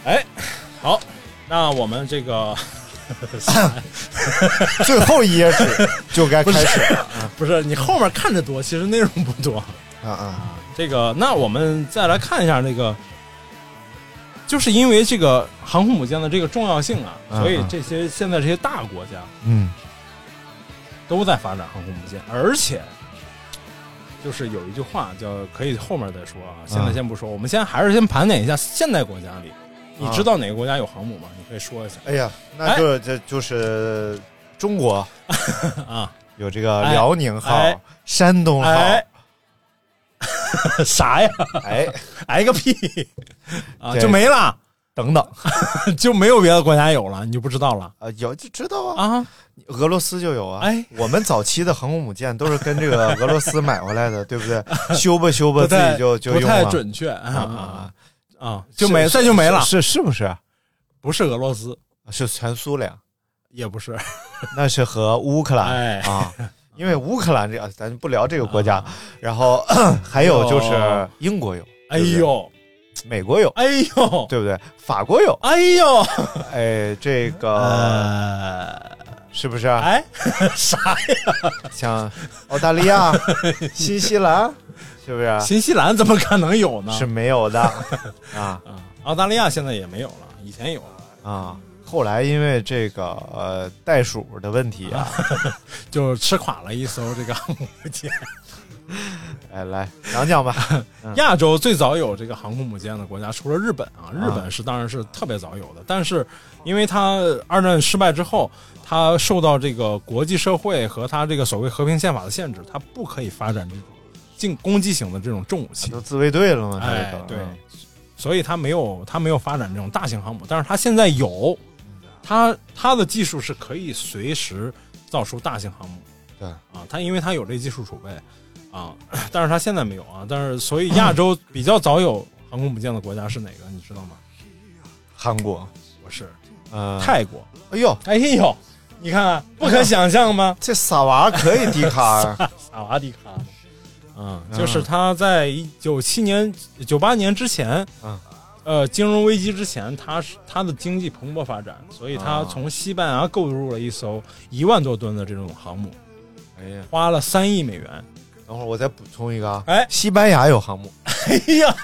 Speaker 3: 哎，好，那我们 这个
Speaker 2: 最后一页纸就该开始了
Speaker 3: 不是你后面看着多，其实内容不多。
Speaker 2: 啊啊，
Speaker 3: 这个，那我们再来看一下那个，就是因为这个航空母舰的这个重要性啊，
Speaker 2: 嗯
Speaker 3: 所以这些现在这些大国家
Speaker 2: 嗯
Speaker 3: 都在发展航空母舰，而且就是有一句话叫可以后面再说啊，现在先不说，我们先还是先盘点一下现代国家里，你
Speaker 2: 啊
Speaker 3: 知道哪个国家有航母吗？你可以说一下
Speaker 2: 哎呀，那就这就是中 国
Speaker 3: 啊。
Speaker 2: 有这个辽宁号
Speaker 3: 哎哎、
Speaker 2: 山东号，
Speaker 3: 哎，啥呀？
Speaker 2: 哎，
Speaker 3: 挨个屁啊，
Speaker 2: 对
Speaker 3: 就没了，
Speaker 2: 等等
Speaker 3: 就没有别的国家有了，你就不知道了
Speaker 2: 啊，有就知道啊，
Speaker 3: 啊？
Speaker 2: 俄罗斯就有啊。
Speaker 3: 哎
Speaker 2: 我们早期的航空母舰都是跟这个俄罗斯买回来的，对不对？修吧修吧，
Speaker 3: 不
Speaker 2: 自
Speaker 3: 太
Speaker 2: 己就就
Speaker 3: 不
Speaker 2: 用了。
Speaker 3: 太准确
Speaker 2: 啊
Speaker 3: 啊
Speaker 2: 啊
Speaker 3: 啊
Speaker 2: 啊！
Speaker 3: 啊，就没再就没了，
Speaker 2: 是是不啊是？
Speaker 3: 不是俄罗斯，
Speaker 2: 是全苏联，
Speaker 3: 也不是，
Speaker 2: 那是和乌克兰、
Speaker 3: 哎
Speaker 2: 啊，因为乌克兰这个咱就不聊这个国
Speaker 3: 啊
Speaker 2: 家，然后 还有就是英国有，
Speaker 3: 哎
Speaker 2: 对不对，
Speaker 3: 呦，
Speaker 2: 美国有，
Speaker 3: 哎呦，
Speaker 2: 对不对？法国有，
Speaker 3: 哎呦，
Speaker 2: 哎，这个
Speaker 3: 呃，
Speaker 2: 是不是？啊
Speaker 3: 哎， 啥呀？
Speaker 2: 像澳大利 亚、新西兰，是不是？
Speaker 3: 新西兰怎么可能有呢？
Speaker 2: 是没 有的啊
Speaker 3: 啊，澳大利亚现在也没有了， 以前有，
Speaker 2: 啊！后来因为这个呃袋鼠的问题 啊，
Speaker 3: 就吃垮了一艘这个航空母舰。
Speaker 2: 哎，来讲讲吧。
Speaker 3: 亚洲最早有这个航空母舰的国家，除了日本嗯啊，日本是当然是特别早有的，但是因为它二战失败之后，它受到这个国际社会和它这个所谓和平宪法的限制，它不可以发展这种进攻击型的这种重武器
Speaker 2: 都，自卫队了嘛？
Speaker 3: 哎
Speaker 2: 这个嗯
Speaker 3: 对所以它没有它没有发展这种大型航母，但是它现在有，它它的技术是可以随时造出大型航母，
Speaker 2: 对
Speaker 3: 啊，它因为它有这技术储备啊，但是它现在没有啊，但是所以亚洲比较早有航空母舰的国家是哪个？你知道吗？
Speaker 2: 韩国，
Speaker 3: 不是
Speaker 2: 嗯，
Speaker 3: 泰国。
Speaker 2: 哎呦，
Speaker 3: 哎呦，你看看，不可想象吗？
Speaker 2: 这傻娃可以低卡 啊
Speaker 3: 萨瓦迪卡。嗯，就是他在一九七年、九八年之前，
Speaker 2: 嗯
Speaker 3: 呃，金融危机之前，他是他的经济蓬勃发展，所以他
Speaker 2: 啊
Speaker 3: 从西班牙购入了一艘一万多吨的这种航母，
Speaker 2: 哎呀，
Speaker 3: 花了三亿美 元。
Speaker 2: 等会儿我再补充一个啊，
Speaker 3: 哎
Speaker 2: 西班牙有航母
Speaker 3: 哎呀，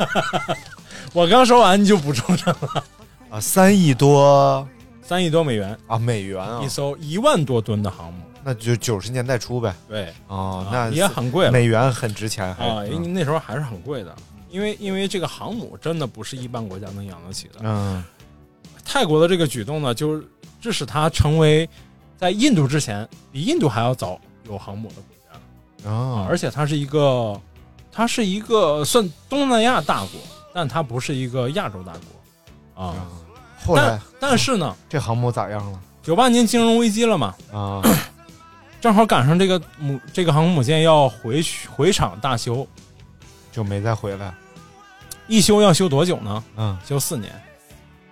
Speaker 3: 我刚说完你就补充上了，
Speaker 2: 啊，三亿多
Speaker 3: 三亿多美元
Speaker 2: 啊美元啊
Speaker 3: 一，艘一万多吨的航母，
Speaker 2: 那就九十年代初呗。
Speaker 3: 对，
Speaker 2: 哦
Speaker 3: 啊，
Speaker 2: 那
Speaker 3: 也很贵了
Speaker 2: 美元很值钱还
Speaker 3: 啊，
Speaker 2: 嗯
Speaker 3: 那时候还是很贵的，因为因为这个航母真的不是一般国家能养得起的。
Speaker 2: 嗯
Speaker 3: 泰国的这个举动呢，就是致使它成为在印度之前比印度还要早有航母的国家，
Speaker 2: 啊，
Speaker 3: 而且它是一个，它是一个算东南亚大国，但它不是一个亚洲大国啊。
Speaker 2: 嗯后来
Speaker 3: 但但是呢，
Speaker 2: 这航母咋样了
Speaker 3: 九八年金融危机了嘛，
Speaker 2: 啊？
Speaker 3: 正好赶上这个母这个航空母舰要回去回厂大修，
Speaker 2: 就没再回来。
Speaker 3: 一修要修多久呢？
Speaker 2: 嗯，
Speaker 3: 修四年，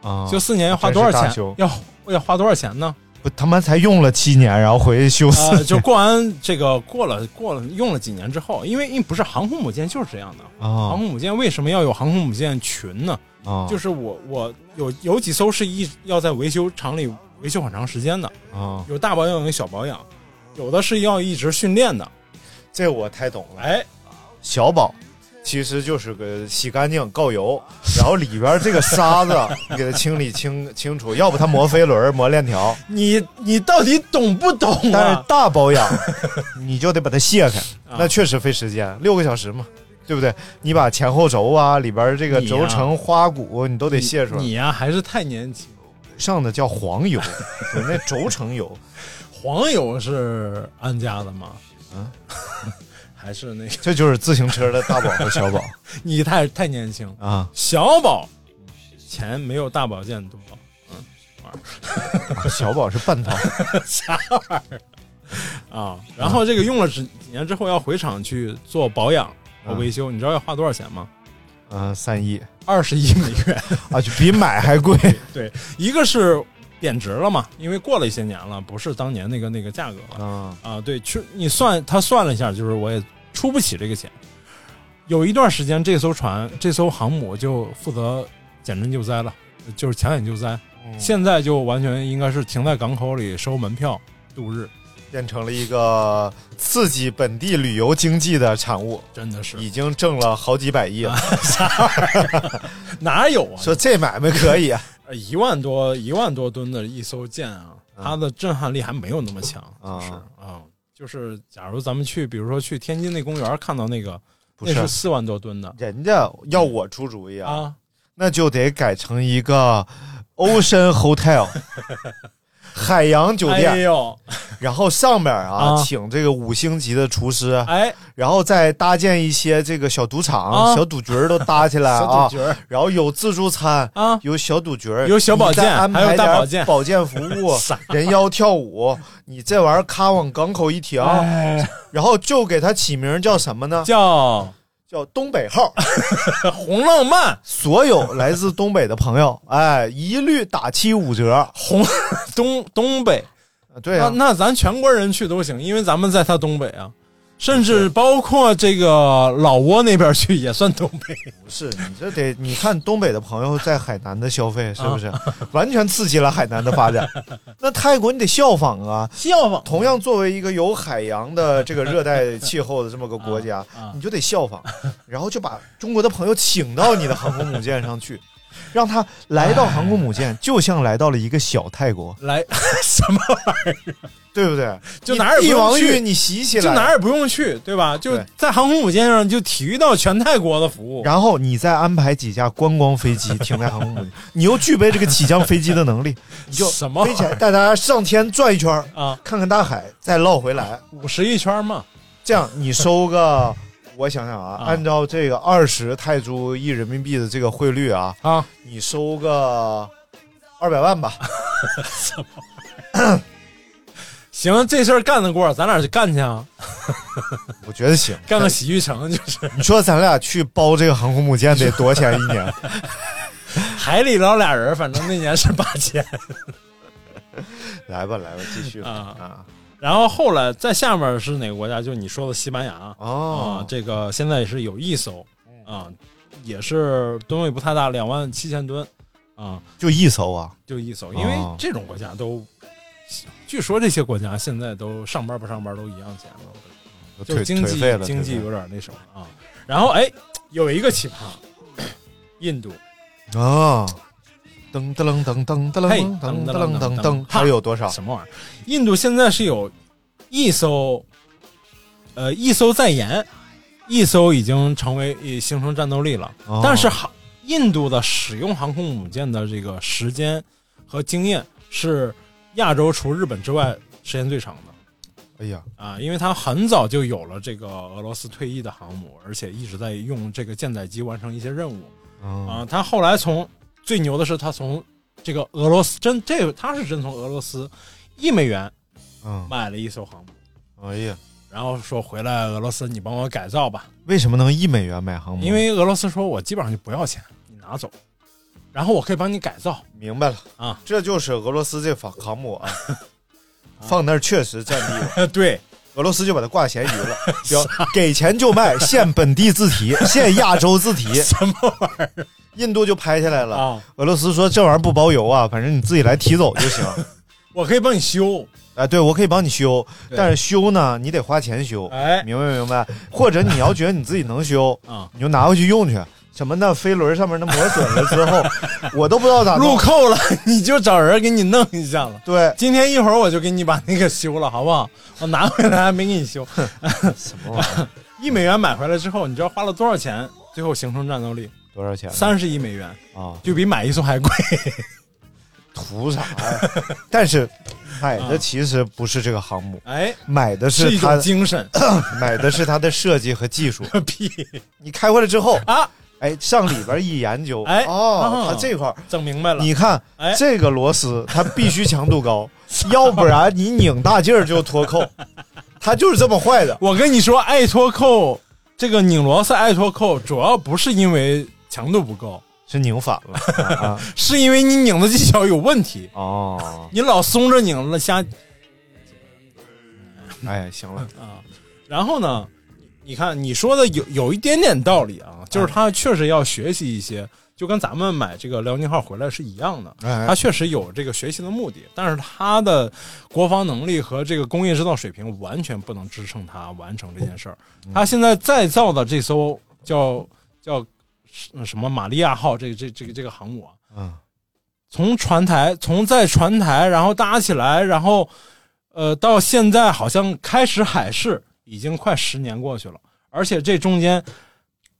Speaker 2: 啊、
Speaker 3: 修四年要花多少
Speaker 2: 真是大
Speaker 3: 钱
Speaker 2: 修？
Speaker 3: 要要花多少钱呢？
Speaker 2: 不他妈才用了七年，然后回去修四
Speaker 3: 呃，
Speaker 2: 年
Speaker 3: 就过完这个过了过了用了几年之后，因为因为不是航空母舰就是这样的。航
Speaker 2: 啊
Speaker 3: 空母舰为什么要有航空母舰群呢？
Speaker 2: 啊，
Speaker 3: 就是是我我有有几艘是一要在维修厂里维修很长时间的，
Speaker 2: 啊，
Speaker 3: 有大保养有小保养，有的是要一直训练的。
Speaker 2: 这我太懂了。
Speaker 3: 哎，
Speaker 2: 小宝其实就是个洗干净、告 油，然后里边这个沙子你给它清理清清楚，要不它磨飞 轮、磨链条。
Speaker 3: 你你到底懂不懂
Speaker 2: 但是
Speaker 3: 啊？
Speaker 2: 大保 养，你就得把它卸开，
Speaker 3: 啊
Speaker 2: 那确实费时间，六个小时嘛，对不对？你把前后轴啊，里边这个
Speaker 3: 你呀
Speaker 2: 轴承、花鼓，你都得卸出来。
Speaker 3: 你呀、还是太年轻。
Speaker 2: 上的叫黄 油，有那轴承油，
Speaker 3: 黄油是安家的吗？
Speaker 2: 嗯，
Speaker 3: 还是那个？
Speaker 2: 这就是自行车的大宝和小 宝
Speaker 3: 你太太年轻，
Speaker 2: 啊。
Speaker 3: 小宝钱没有大宝剑多。
Speaker 2: 小宝是半套，
Speaker 3: 啥玩意儿 啊？然后这个用了几几年之后要回厂去做保养和维修，你知道要花多少钱吗？
Speaker 2: 嗯、三 亿
Speaker 3: 二十一美元。
Speaker 2: 啊，就比买还贵。
Speaker 3: 对，一个是贬值了嘛，因为过了一些年了，不是当年那个那个价格了
Speaker 2: 啊
Speaker 3: 啊。对，去你算他算了一下，就是我也出不起这个钱。有一段时间，这艘船这艘航母就负责减震救灾了，就是抢险救灾。现在就完全应该是停在港口里收门票度日，
Speaker 2: 变成了一个刺激本地旅游经济的产物，
Speaker 3: 真的是啊
Speaker 2: 已经挣了好几百亿了。
Speaker 3: 哪有啊？
Speaker 2: 说这买卖可以啊，
Speaker 3: 呃，一万多一万多吨的一艘舰啊，
Speaker 2: 嗯
Speaker 3: 它的震撼力还没有那么强，
Speaker 2: 啊
Speaker 3: 就是啊，就是假如咱们去，比如说去天津那公园看到那个，
Speaker 2: 不
Speaker 3: 那
Speaker 2: 是
Speaker 3: 是四万多吨的
Speaker 2: 人家要我出主意啊，
Speaker 3: 啊，
Speaker 2: 那就得改成一个 Ocean Hotel 海洋酒
Speaker 3: 哎
Speaker 2: 店，
Speaker 3: 呦，
Speaker 2: 然后上面啊
Speaker 3: 啊
Speaker 2: 请这个五星级的厨师，
Speaker 3: 哎，
Speaker 2: 然后再搭建一些这个小赌场、
Speaker 3: 啊
Speaker 2: 小赌局儿都搭起来
Speaker 3: 小
Speaker 2: 啊
Speaker 3: 赌，角儿
Speaker 2: 然后有自助餐。
Speaker 3: 啊，
Speaker 2: 有小赌局儿，
Speaker 3: 有小保健
Speaker 2: 你再安排
Speaker 3: 还有大
Speaker 2: 点
Speaker 3: 保健
Speaker 2: 保健服 务
Speaker 3: 啥，
Speaker 2: 人妖跳舞，你这玩意儿咔往港口一停，
Speaker 3: 哎，
Speaker 2: 然后就给它起名叫什么呢？
Speaker 3: 叫
Speaker 2: 叫东北号。
Speaker 3: 红浪漫
Speaker 2: 所有来自东北的朋友，哎，一律打七五折。
Speaker 3: 红 东东北，
Speaker 2: 对啊呀、
Speaker 3: 啊那那咱全国人去都行，因为咱们在它东北啊。甚至包括这个老挝那边去也算东北，
Speaker 2: 不是你这得你看东北的朋友在海南的消费是不是、 完全刺激了海南的发展？那泰国你得效仿啊。
Speaker 3: 笑话
Speaker 2: 同样作为一个有海洋的这个热带气候的这么个国家，
Speaker 3: 啊
Speaker 2: 你就得效仿，然后就把中国的朋友请到你的航空母舰上去， 让他来到航空母舰，就像来到了一个小泰 国，
Speaker 3: 来什么
Speaker 2: 对不对？
Speaker 3: 就哪儿也
Speaker 2: 帝
Speaker 3: 不用
Speaker 2: 王
Speaker 3: 去
Speaker 2: 浴你洗洗来，
Speaker 3: 就哪儿也不用去，对吧？就
Speaker 2: 对
Speaker 3: 在航空母舰上就体育到全泰国的服务。
Speaker 2: 然后你再安排几架观光飞 机停在航空母舰，你又具备这个起降飞机的能力，你就
Speaker 3: 什么玩
Speaker 2: 飞
Speaker 3: 意
Speaker 2: 起来带大家上天转一圈儿，
Speaker 3: 儿啊？
Speaker 2: 看看大海，再绕回来。
Speaker 3: 五十一圈嘛，
Speaker 2: 这样你收个，我想想啊，
Speaker 3: 啊
Speaker 2: 按照这个二十泰铢一人民币的这个汇率啊，
Speaker 3: 啊，
Speaker 2: 你收个二百万吧。
Speaker 3: 行，这事儿干得过，咱俩就干去啊，
Speaker 2: 我觉得行，
Speaker 3: 干个洗浴城，就是
Speaker 2: 你说咱俩去包这个航空母舰得多少钱一年？
Speaker 3: 海里捞俩人，反正那年是八千。
Speaker 2: 来吧，来吧，继续吧啊
Speaker 3: 啊 然后后来在下面是哪个国家？就你说的西班牙啊，
Speaker 2: 哦，
Speaker 3: 这个现在是有一艘啊，也是吨位不太大，两万七千吨啊，
Speaker 2: 就一艘啊，
Speaker 3: 就一艘，因为
Speaker 2: 哦
Speaker 3: 这种国家都。据说这些国家现在都上班不上班都一样钱了，
Speaker 2: 我
Speaker 3: 就
Speaker 2: 腿
Speaker 3: 经
Speaker 2: 腿
Speaker 3: 济
Speaker 2: 废了，
Speaker 3: 经济
Speaker 2: 腿
Speaker 3: 有点那什么啊。然后哎，有一个奇葩，印度，
Speaker 2: 废了啊。噔噔楞噔噔噔
Speaker 3: 嘿
Speaker 2: 噔噔噔噔噔
Speaker 3: 噔
Speaker 2: 噔，
Speaker 3: 噔
Speaker 2: 还有多少？
Speaker 3: 什么玩意儿？印度现在是有一艘，呃，一艘在研，一艘已经成为已形成战斗力了。
Speaker 2: 哦
Speaker 3: 但是航印度的使用航空母舰的这个时间和经验是亚洲除日本之外时间最长的。
Speaker 2: 哎呀，
Speaker 3: 啊，因为它很早就有了这个俄罗斯退役的航母，而且一直在用这个舰载机完成一些任务。
Speaker 2: 啊
Speaker 3: 啊，他后来从最牛的是他从这个俄罗斯真这个他是真从俄罗斯一美元
Speaker 2: 嗯，
Speaker 3: 买了一艘航母，
Speaker 2: 哎呀，
Speaker 3: 然后说回来俄罗斯你帮我改造吧，
Speaker 2: 为什么能一美元买航母？
Speaker 3: 因为俄罗斯说我基本上就不要钱，你拿走，然后我可以帮你改造。
Speaker 2: 明白了
Speaker 3: 啊，
Speaker 2: 这就是俄罗斯这航航母 啊，放那儿确实占地了。
Speaker 3: 对，
Speaker 2: 俄罗斯就把它挂咸鱼了，
Speaker 3: 啊
Speaker 2: 标给钱就卖，限本地字 体，限亚洲字体，
Speaker 3: 什么玩意儿
Speaker 2: 印度就拍下来了。
Speaker 3: 啊？
Speaker 2: 俄罗斯说这玩意儿不包邮啊，反正你自己来提走就 行。
Speaker 3: 我可以帮你修，
Speaker 2: 哎，对，我可以帮你修，
Speaker 3: 对
Speaker 2: 但是修呢，你得花钱修，
Speaker 3: 哎
Speaker 2: 明白明白？或者你要觉得你自己能修，
Speaker 3: 啊
Speaker 2: 你就拿回去用去。什么那飞轮上面那磨损了之 后，我都不知道咋
Speaker 3: 入
Speaker 2: 弄。
Speaker 3: 扣了 你就找人给你弄一下了。
Speaker 2: 对，
Speaker 3: 今天一会儿我就给你把那个修了，好不好？我拿回来还没给你修。
Speaker 2: 什么玩意儿？
Speaker 3: 一美元买回来之后，你知道花了多少钱？最后形成战斗力
Speaker 2: 多少钱？
Speaker 3: 三十亿美元，
Speaker 2: 啊，
Speaker 3: 就比买一送还贵。
Speaker 2: 图啥呀？ 但是买的其实不是这个航母，
Speaker 3: 哎，
Speaker 2: 买的
Speaker 3: 嗯是一
Speaker 2: 它
Speaker 3: 种 精神。
Speaker 2: 买的是它的设计和技术。
Speaker 3: 屁
Speaker 2: 你开回来之后，
Speaker 3: 啊！
Speaker 2: 哎，上里边一研究，
Speaker 3: 哎
Speaker 2: 哦，
Speaker 3: 啊
Speaker 2: 它这块儿
Speaker 3: 整明白了，
Speaker 2: 你看、
Speaker 3: 哎
Speaker 2: 这个螺丝，它必须强度 高，要不然你拧大劲儿就脱扣，它就是这么坏 的。
Speaker 3: 我跟你说，爱脱扣这个拧螺丝爱脱扣，主要不是因为强度不够，
Speaker 2: 是拧反了啊啊
Speaker 3: 是因为你拧的技巧有问题，
Speaker 2: 哦，
Speaker 3: 你老松着拧了瞎。
Speaker 2: 哎，行了，
Speaker 3: 然后呢，你看你说的有有一点点道理
Speaker 2: 哎
Speaker 3: 啊，就是他确实要学习一些，就跟咱们买这个辽宁号回来是一样的，
Speaker 2: 哎
Speaker 3: 他确实有这个学习的目的，但是他的国防能力和这个工业制造水平完全不能支撑他完成这件事儿。
Speaker 2: 哦嗯
Speaker 3: 他现在再造的这艘叫叫呃什么玛利亚号这这这个这个航母啊，
Speaker 2: 嗯，
Speaker 3: 从船台从在船台然后搭起来，然后呃到现在好像开始海试，已经快十年过去了，而且这中间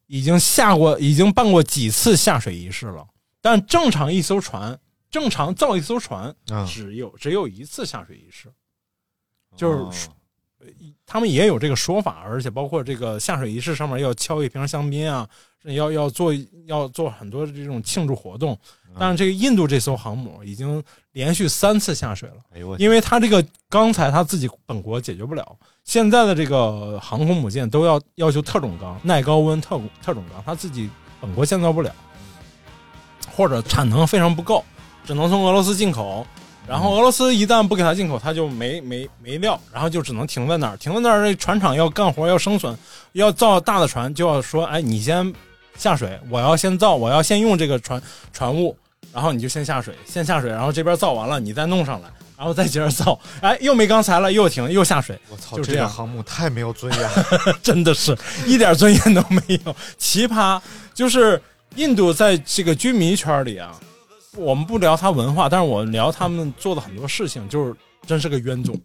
Speaker 3: 已经下过已经办过几次下水仪式了，但正常一艘船。正常造一艘船
Speaker 2: 嗯，
Speaker 3: 只有只有一次下水仪式，
Speaker 2: 哦
Speaker 3: 就是他们也有这个说法，而且包括这个下水仪式上面要敲一瓶香槟啊，要要做要做很多这种庆祝活动。但是这个印度这艘航母已经连续三次下水了，
Speaker 2: 哎呦我
Speaker 3: 因为它这个钢材它自己本国解决不了，现在的这个航空母舰都要要求特种钢、耐高温特特种钢，它自己本国建造不了，或者产能非常不够，只能从俄罗斯进口。然后俄罗斯一旦不给它进口，它就没没没料，然后就只能停在那儿，停在那儿，这船厂要干活要生存，要造大的船就要说，哎，你先下水，我要先造，我要先用这个船船坞，然后你就先下水，先下水，然后这边造完了，你再弄上来，然后再接着造， 哎，又没钢材了，又停，又下水，
Speaker 2: 我操，
Speaker 3: 就
Speaker 2: 这
Speaker 3: 这
Speaker 2: 个
Speaker 3: 样
Speaker 2: 航母太没有尊 严了。
Speaker 3: 真的是 一点尊严都没有，奇葩。就是印度在这个军迷圈里啊，我们不聊他文化，但是我聊他们做的很多事情，就是真是个冤种。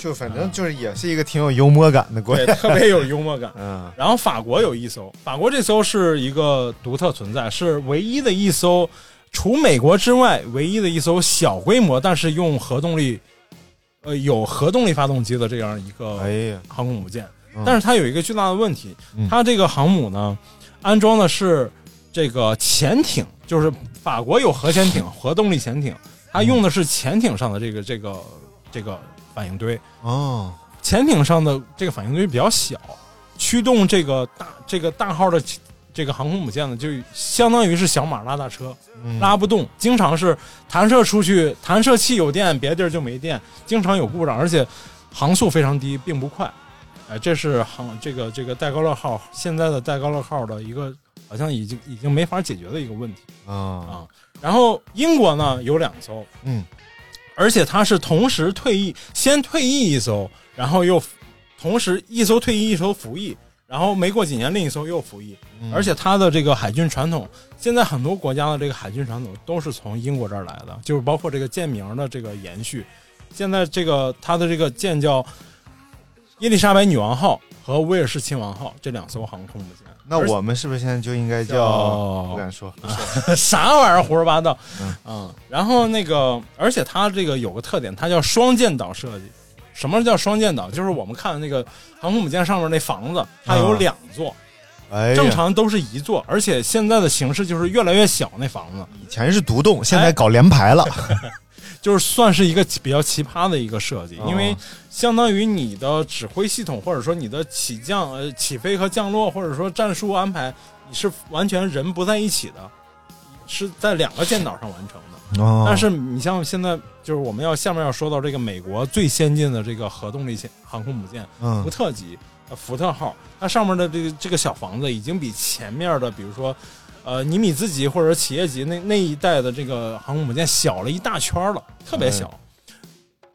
Speaker 2: 就反正就是也是一个挺有幽默感的国
Speaker 3: 嗯对，
Speaker 2: 家。
Speaker 3: 特别有幽默感。
Speaker 2: 嗯，
Speaker 3: 然后法国有一艘，法国这艘是一个独特存在，是唯一的一艘除美国之外唯一的一艘小规模，但是用核动力，呃，有核动力发动机的这样一个
Speaker 2: 哎呀，
Speaker 3: 航空母舰
Speaker 2: 嗯，
Speaker 3: 但是它有一个巨大的问题
Speaker 2: 嗯，
Speaker 3: 它这个航母呢，安装的是这个潜艇，就是法国有核潜 艇、核动力潜艇，它用的是潜艇上的这个这个这个反应堆，
Speaker 2: 哦，
Speaker 3: 潜艇上的这个反应堆比较小，驱动这个大这个大号的这个航空母舰呢，就相当于是小马拉大车，
Speaker 2: 嗯
Speaker 3: 拉不动，经常是弹射出去，弹射器有电，别地儿就没电，经常有故障，而且航速非常低，并不快。哎，这是航这个这个戴高乐号现在的戴高乐号的一个好像已经已经没法解决的一个问题。
Speaker 2: 啊，
Speaker 3: 然后英国呢有两艘，
Speaker 2: 嗯，
Speaker 3: 而且它是同时退役，先退役一艘，然后又同时一艘退役，一艘服役，然后没过几年另一艘又服役，
Speaker 2: 嗯
Speaker 3: 而且它的这个海军传统，现在很多国家的这个海军传统都是从英国这儿来的，就是包括这个舰名的这个延续。现在这个它的这个舰叫伊丽莎白女王号和威尔士亲王号这两艘航空母舰。
Speaker 2: 那我们是不是现在就应该叫
Speaker 3: 叫啊
Speaker 2: 不敢说，
Speaker 3: 啥玩意儿胡说八道，
Speaker 2: 嗯
Speaker 3: 嗯然后那个，而且它这个有个特点，它叫双舰岛设计。什么叫双舰岛？就是我们看的那个航空母舰上面那房子，它有两座，
Speaker 2: 嗯哎呀，
Speaker 3: 正常都是一座，而且现在的形式就是越来越小那房子，哎
Speaker 2: 以前是独栋，现在搞联排了。
Speaker 3: 就是算是一个比较奇葩的一个设计，因为
Speaker 2: 哦
Speaker 3: 相当于你的指挥系统或者说你的起降、呃起飞和降落，或者说战术安排，你是完全人不在一起的，是在两个舰岛上完成的。
Speaker 2: 哦
Speaker 3: 但是你像现在，就是我们要下面要说到这个美国最先进的这个核动力舰航空母舰
Speaker 2: 嗯
Speaker 3: 福特级、呃福特号，它上面的这个这个小房子已经比前面的，比如说，呃，尼米兹级或者企业级那那一代的这个航空母舰小了一大圈了，特别小。
Speaker 2: 嗯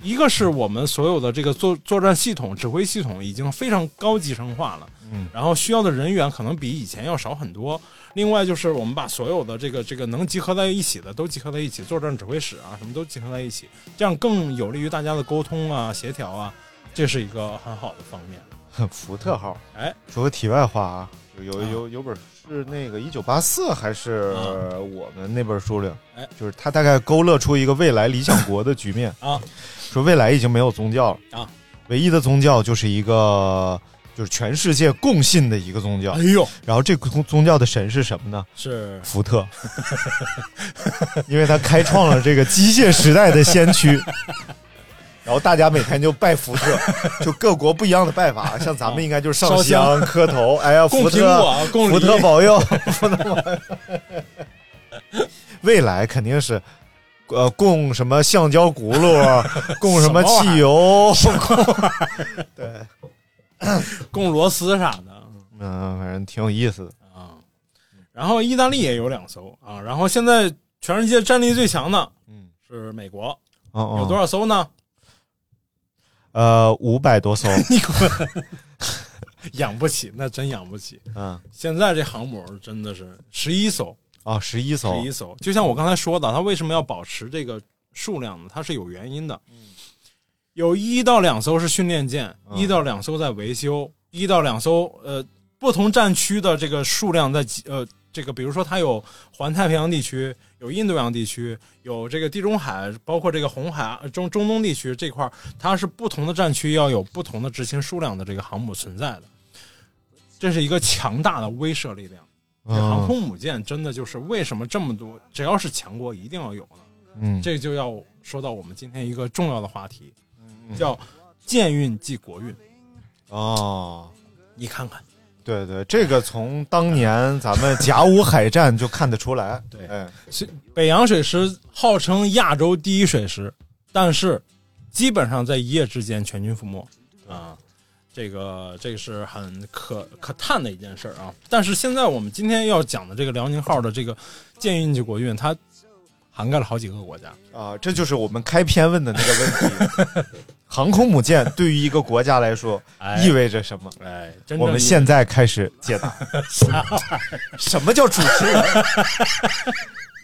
Speaker 3: 一个是我们所有的这个作作战系统、指挥系统已经非常高级生化了，
Speaker 2: 嗯，
Speaker 3: 然后需要的人员可能比以前要少很多。另外就是我们把所有的这个这个能集合在一起的都集合在一起，作战指挥室啊什么都集合在一起，这样更有利于大家的沟通啊、协调啊，这是一个很好的方面。
Speaker 2: 福特号。
Speaker 3: 哎，
Speaker 2: 说个题外话啊，有有有有本是那个一九八四还是我们那本书里，
Speaker 3: 啊哎，
Speaker 2: 就是他大概勾勒出一个未来理想国的局面
Speaker 3: 啊，
Speaker 2: 说未来已经没有宗教了
Speaker 3: 啊，
Speaker 2: 唯一的宗教就是一个就是全世界共信的一个宗教
Speaker 3: 哎，呦，
Speaker 2: 然后这个宗宗教的神是什么呢？
Speaker 3: 是
Speaker 2: 福特， 因为他开创了这个机械时代的先驱。然后大家每天就拜福特，就各国不一样的拜法，像咱们应该就是上
Speaker 3: 烧
Speaker 2: 香磕头，哎呀，
Speaker 3: 供
Speaker 2: 福
Speaker 3: 苹
Speaker 2: 特，
Speaker 3: 果，供
Speaker 2: 福
Speaker 3: 梨
Speaker 2: 特保 佑，福特保佑。未来肯定是，呃，供什么橡胶轱辘，供什么汽油，对，
Speaker 3: 供螺丝啥的
Speaker 2: 嗯，反正挺有意思的。
Speaker 3: 啊。然后意大利也有两艘啊，然后现在全世界战力最强的，
Speaker 2: 嗯，
Speaker 3: 是美国，
Speaker 2: 哦哦，
Speaker 3: 有多少艘呢？
Speaker 2: 呃，五百 多艘，
Speaker 3: 养不起，那真养不起。
Speaker 2: 嗯，
Speaker 3: 现在这航母真的是十一艘，
Speaker 2: 哦，十一艘
Speaker 3: 十，一艘。就像我刚才说的，它为什么要保持这个数量呢？它是有原因的。有一到两艘是训练舰，
Speaker 2: 嗯
Speaker 3: 一到两艘在维修，一到两艘呃不同战区的这个数量在几呃这个，比如说它有环太平洋地区，有印度洋地区，有这个地中海，包括这个红海呃中中东地区这块儿，它是不同的战区要有不同的执勤数量的这个航母存在的。这是一个强大的威慑力量。这
Speaker 2: 嗯哦
Speaker 3: 航空母舰真的就是为什么这么多，只要是强国一定要有呢？
Speaker 2: 嗯，
Speaker 3: 这就要说到我们今天一个重要的话题，
Speaker 2: 嗯
Speaker 3: 叫舰运即国运。
Speaker 2: 哦，
Speaker 3: 你看看，
Speaker 2: 对对，这个从当年咱们甲午海战就看得出来。
Speaker 3: 对
Speaker 2: 哎，
Speaker 3: 是北洋水师号称亚洲第一水师，但是基本上在一夜之间全军覆没啊。这个这个是很可可叹的一件事儿啊！但是现在我们今天要讲的这个辽宁号的这个舰运即国运，它涵盖了好几个国家。
Speaker 2: 啊，这就是我们开篇问的那个问题： 航空母舰对于一个国家来说
Speaker 3: 哎
Speaker 2: 意味着什么？
Speaker 3: 哎，真正
Speaker 2: 我们
Speaker 3: 意义
Speaker 2: 现在开始解答。什么叫主持人？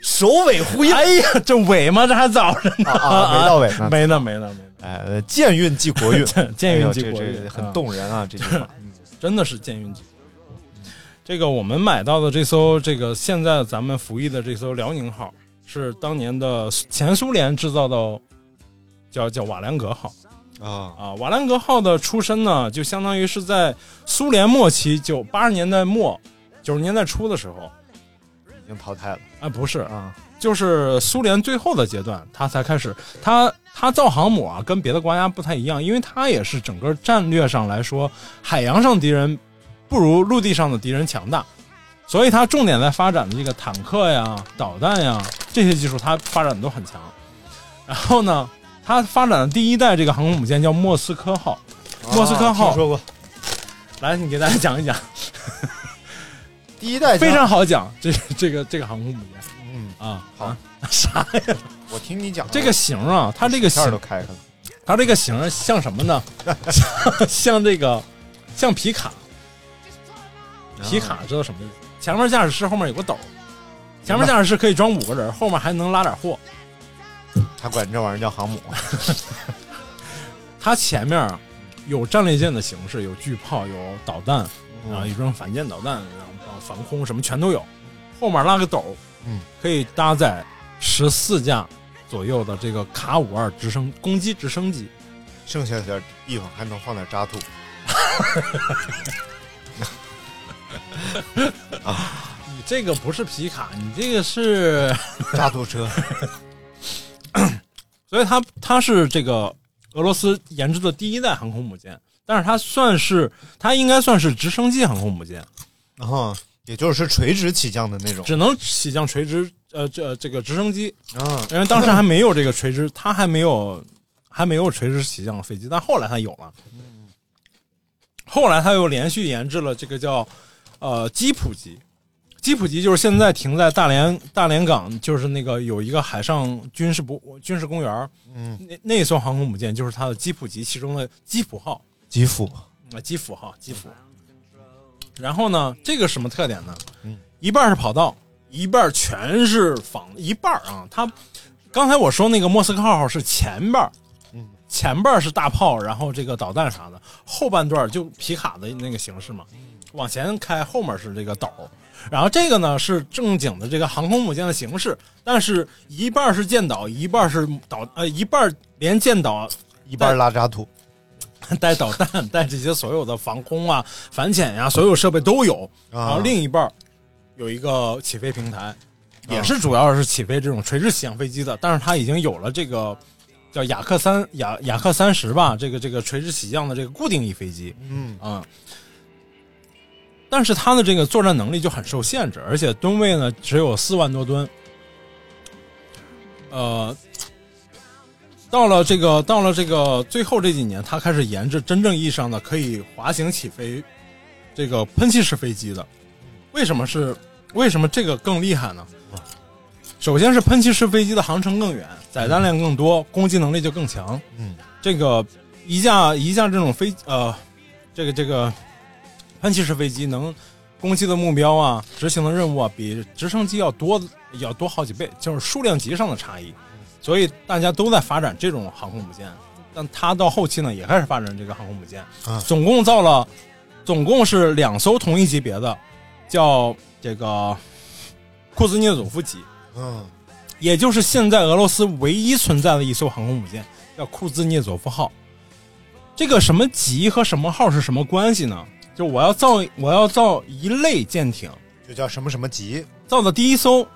Speaker 2: 首尾呼应
Speaker 3: 哎呀，这尾吗？这还早着 呢，
Speaker 2: 啊啊，没到尾呢。
Speaker 3: 没呢，没呢，没呢，
Speaker 2: 哎，舰运即国运，
Speaker 3: 舰运即
Speaker 2: 哎呦
Speaker 3: 国
Speaker 2: 这
Speaker 3: 运
Speaker 2: 这
Speaker 3: 啊
Speaker 2: 很动人啊！这句话，
Speaker 3: 真的是舰运级。这个我们买到的这艘，这个现在咱们服役的这艘辽宁号，是当年的前苏联制造的，叫叫瓦良格号
Speaker 2: 啊
Speaker 3: 啊。瓦良格号的出身呢，就相当于是在苏联末期，九八十年代末、九十年代初的时候，
Speaker 2: 已经淘汰了
Speaker 3: 啊，不是，
Speaker 2: 啊
Speaker 3: 就是苏联最后的阶段，它才开始，它它造航母啊，跟别的国家不太一样，因为它也是整个战略上来说，海洋上敌人不如陆地上的敌人强大，所以它重点在发展的这个坦克呀、导弹呀这些技术，它发展的都很强。然后呢，它发展的第一代这个航空母舰叫莫斯科号，莫斯科
Speaker 2: 啊
Speaker 3: 号
Speaker 2: 听说过
Speaker 3: 来，你给大家讲一讲，
Speaker 2: 第一代
Speaker 3: 非
Speaker 2: 叫
Speaker 3: 常好讲，这这个这个航空母舰
Speaker 2: 嗯，
Speaker 3: 啊，
Speaker 2: 好
Speaker 3: 啊 啥呀？
Speaker 2: 我听你讲
Speaker 3: 这个型啊，它这
Speaker 2: 片
Speaker 3: 个型
Speaker 2: 儿都开开了。
Speaker 3: 它这个型儿像什么呢？ 像像这个，像皮卡。皮卡知道什么意思？前面驾驶室，后面有个斗儿。前面驾驶室可以装五个人，后面还能拉点货。
Speaker 2: 他管这玩意儿叫航母，
Speaker 3: 它前面啊有战列舰的形式，有巨炮，有导弹
Speaker 2: 嗯
Speaker 3: 啊，有这种反舰导弹，然后防空什么全都有。后面拉个斗，
Speaker 2: 嗯，
Speaker 3: 可以搭载十四架左右的这个卡五二直升攻击直升机。
Speaker 2: 剩下点地方还能放点渣土。
Speaker 3: 你这个不是皮卡，你这个是。
Speaker 2: 渣土车
Speaker 3: 所以它它是这个俄罗斯研制的第一代航空母舰，但是它算是它应该算是直升机航空母舰，
Speaker 2: 然后也就是垂直起降的那种。
Speaker 3: 只能起降垂直呃这这个直升机，
Speaker 2: 啊，
Speaker 3: 因为当时还没有这个垂直，它还没有还没有垂直起降的飞机，但后来它有了。后来它又连续研制了这个叫呃基普级，基普级就是现在停在大连大连港，就是那个有一个海上军事博军事公园儿，
Speaker 2: 嗯，
Speaker 3: 那那艘航空母舰就是它的基普级其中的基普号。
Speaker 2: 基辅
Speaker 3: 啊，基辅哈，基辅。然后呢，这个什么特点呢？
Speaker 2: 嗯
Speaker 3: 一半是跑道，一半全是仿，一半啊，它刚才我说那个莫斯科号是前半，嗯，前半是大炮，然后这个导弹啥的，后半段就皮卡的那个形式嘛，
Speaker 2: 嗯
Speaker 3: 往前开，后面是这个斗。然后这个呢是正经的这个航空母舰的形式，但是一半是舰岛，一半是导呃一半连舰岛
Speaker 2: 一半拉渣土，
Speaker 3: 带导弹、带这些所有的防空啊、反潜呀、所有设备都有。然后另一半儿有一个起飞平台，也是主要是起飞这种垂直起降飞机的，但是它已经有了这个叫雅克三雅雅克三十吧，这个这个垂直起降的这个固定翼飞机。
Speaker 2: 嗯
Speaker 3: 啊、但是它的这个作战能力就很受限制，而且吨位呢只有四万多吨。呃，到了这个到了这个最后这几年，它开始研制真正意义上的可以滑行起飞这个喷气式飞机的。为什么是为什么这个更厉害呢？首先是喷气式飞机的航程更远，载弹量更多，攻击能力就更强。
Speaker 2: 嗯，
Speaker 3: 这个一架一架这种飞呃，这个这个喷气式飞机能攻击的目标啊，执行的任务啊，比直升机要多要多好几倍，就是数量级上的差异。所以大家都在发展这种航空母舰，但它到后期呢，也开始发展这个航空母舰。
Speaker 2: 啊
Speaker 3: 总共造了，总共是两艘同一级别的，叫这个库兹涅佐夫级，
Speaker 2: 嗯，
Speaker 3: 也就是现在俄罗斯唯一存在的一艘航空母舰，叫库兹涅佐夫号。这个什么级和什么号是什么关系呢？就我要造我要造一类舰艇，
Speaker 2: 就叫什么什么级，
Speaker 3: 造的第一艘，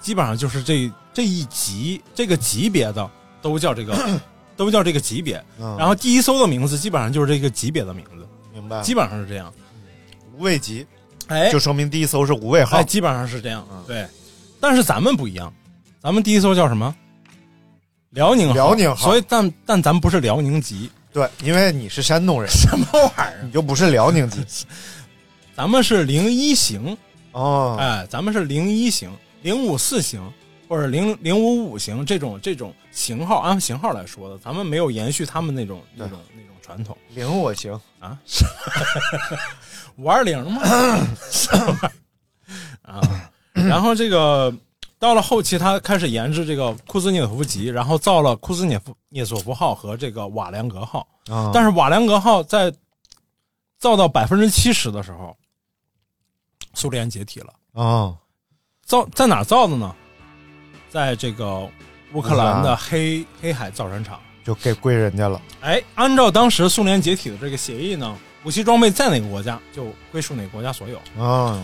Speaker 3: 基本上就是这这一级这个级别的都叫 这个都叫这个级别，
Speaker 2: 嗯
Speaker 3: 然后第一艘的名字基本上就是这个级别的名字，
Speaker 2: 明白？
Speaker 3: 基本上是这样。
Speaker 2: 无畏级，
Speaker 3: 哎，
Speaker 2: 啊就说明第一艘是无畏号嗯
Speaker 3: 哎，，基本上是这样。对，但是咱们不一样，咱们第一艘叫什么？辽宁号，
Speaker 2: 辽宁号
Speaker 3: 所以但但咱们不是辽宁籍，
Speaker 2: 对，因为你是山东人，
Speaker 3: 什么玩意儿？
Speaker 2: 你就不是辽宁籍
Speaker 3: 咱们是零一型，
Speaker 2: 哦。
Speaker 3: 哎，咱们是零一型、零五四型或者零零五五型这种这种型号，按型号来说的，咱们没有延续他们那种那种那种传统
Speaker 2: 领我行，
Speaker 3: 啊，五二零嘛，什么玩意儿啊，然后这个到了后期，他开始研制这个库兹涅佐夫级，然后造了库兹涅夫涅佐夫号和这个瓦良格号。
Speaker 2: 啊
Speaker 3: 但是瓦良格号在造到百分之七十的时候，苏联解体了。
Speaker 2: 啊，
Speaker 3: 造在哪儿造的呢？在这个乌克
Speaker 2: 乌
Speaker 3: 兰
Speaker 2: 克
Speaker 3: 的
Speaker 2: 兰
Speaker 3: 黑黑海造船厂。
Speaker 2: 就给归人家了，
Speaker 3: 哎，按照当时苏联解体的这个协议呢，武器装备在哪个国家就归属哪个国家所有。
Speaker 2: 啊，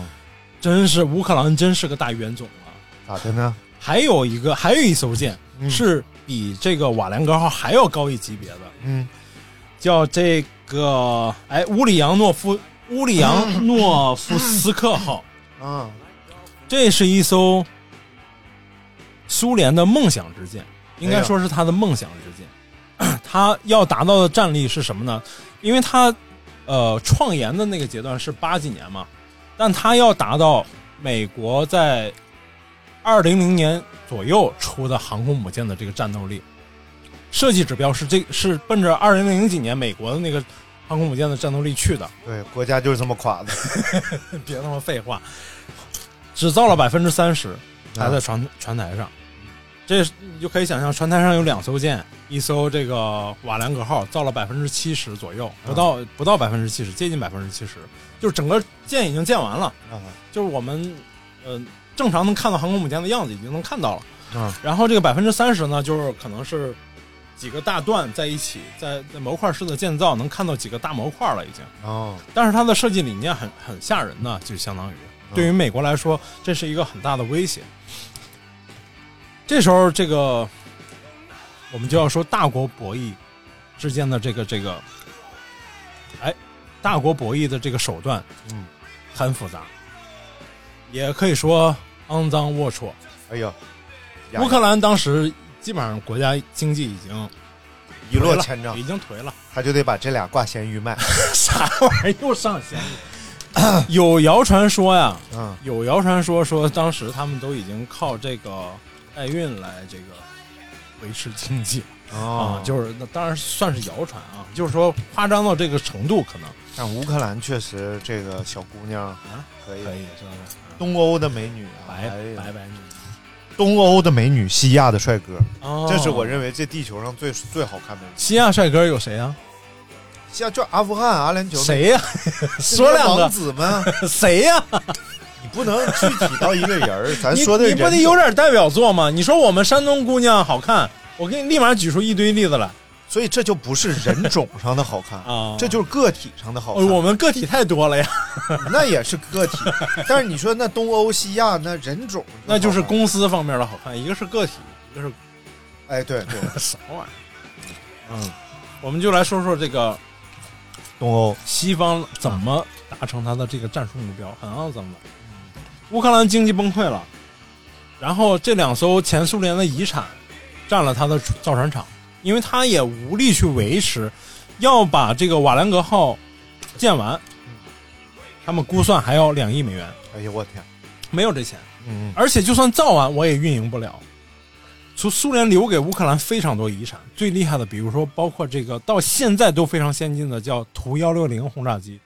Speaker 3: 真是乌克兰真是个大冤种啊！
Speaker 2: 咋的呢？
Speaker 3: 还有一个，还有一艘舰、
Speaker 2: 嗯
Speaker 3: 是比这个瓦良格号还要高一级别的，
Speaker 2: 嗯，
Speaker 3: 叫这个哎乌里扬诺夫乌里扬诺夫斯克号，
Speaker 2: 啊，
Speaker 3: 这是一艘苏联的梦想之舰，应
Speaker 2: 哎
Speaker 3: 该
Speaker 2: 呀
Speaker 3: 说是它的梦想之舰。 它要达到的战力是什么呢？因为它呃创研的那个阶段是八几年嘛，但它要达到美国在二零零年左右出的航空母舰的这个战斗力。设计指标是这是奔着二零零几年美国的那个航空母舰的战斗力去的，
Speaker 2: 对，国家就是这么垮的，
Speaker 3: 别他妈废话，只造了百分之三十，还在船、船台上。这是你就可以想象，船台上有两艘舰，一艘这个瓦良格号造了百分之七十左右，不到、不到百分之七十，接近百分之七十，就是整个舰已经建完了，
Speaker 2: 啊，
Speaker 3: 就是我们呃正常能看到航空母舰的样子已经能看到了。
Speaker 2: 啊，
Speaker 3: 然后这个百分之三十呢，就是可能是几个大段在一起，在在模块式的建造，能看到几个大模块了已经。
Speaker 2: 哦，
Speaker 3: 但是它的设计理念很很吓人呢，就相当于
Speaker 2: 嗯
Speaker 3: 对于美国来说，这是一个很大的威胁。这时候，这个我们就要说大国博弈之间的这个这个，哎，大国博弈的这个手段，嗯，很复杂，也可以说肮脏龌龊。
Speaker 2: 哎呀，
Speaker 3: 乌克兰当时基本上国家经济已经
Speaker 2: 一落
Speaker 3: 颓了
Speaker 2: 千丈
Speaker 3: 已经颓了。
Speaker 2: 他就得把这俩挂咸鱼卖。
Speaker 3: 啥玩意儿又上咸鱼？ 有谣传说呀，
Speaker 2: 嗯
Speaker 3: 有谣传说说当时他们都已经靠这个代孕来这个维持经济啊、
Speaker 2: 哦，
Speaker 3: 就是那当然算是谣传啊，就是说夸张到这个程度可能
Speaker 2: 但乌克兰确实这个小姑娘
Speaker 3: 啊
Speaker 2: 可以，
Speaker 3: 可以是吧？
Speaker 2: 东欧的美女啊，
Speaker 3: 白
Speaker 2: 哎呀
Speaker 3: 白白女，
Speaker 2: 东欧的美女，西亚的帅哥，
Speaker 3: 哦
Speaker 2: 这是我认为这地球上最最好看的人。
Speaker 3: 西亚帅哥有谁啊？
Speaker 2: 西亚就阿富汗、阿联酋，
Speaker 3: 谁 呀、说
Speaker 2: 那些
Speaker 3: 两
Speaker 2: 王
Speaker 3: 个
Speaker 2: 子们，
Speaker 3: 谁呀、
Speaker 2: 你不能具体到一个人儿，咱
Speaker 3: 你
Speaker 2: 说的
Speaker 3: 你不得
Speaker 2: 人
Speaker 3: 有
Speaker 2: 种
Speaker 3: 点代表作吗？你说我们山东姑娘好看，我给你立马举出一堆例子来。
Speaker 2: 所以这就不是人种上的好看
Speaker 3: 啊
Speaker 2: 这就是个体上的好
Speaker 3: 哦
Speaker 2: 看。
Speaker 3: 我们个体太多了呀，
Speaker 2: 那也是个体，但是你说那东欧、西亚那人种，
Speaker 3: 那就是
Speaker 2: 公
Speaker 3: 公司方面的好看，一个是个体，一个是
Speaker 2: 哎，对 对，
Speaker 3: 什么玩意儿？嗯，我们就来说说这个
Speaker 2: 东欧
Speaker 3: 西方怎么达成他的这个战术目标，
Speaker 2: 嗯
Speaker 3: 很肮脏的。乌克兰经济崩溃了，然后这两艘前苏联的遗产占了他的造船厂，因为他也无力去维持，要把这个瓦良格号建完，
Speaker 2: 嗯
Speaker 3: 他们估算还要两亿美元，
Speaker 2: 哎呀，我天，
Speaker 3: 没有这钱，
Speaker 2: 嗯，
Speaker 3: 而且就算造完我也运营不了。从苏联留给乌克兰非常多遗产，最厉害的，比如说包括这个到现在都非常先进的叫图幺六零轰炸机，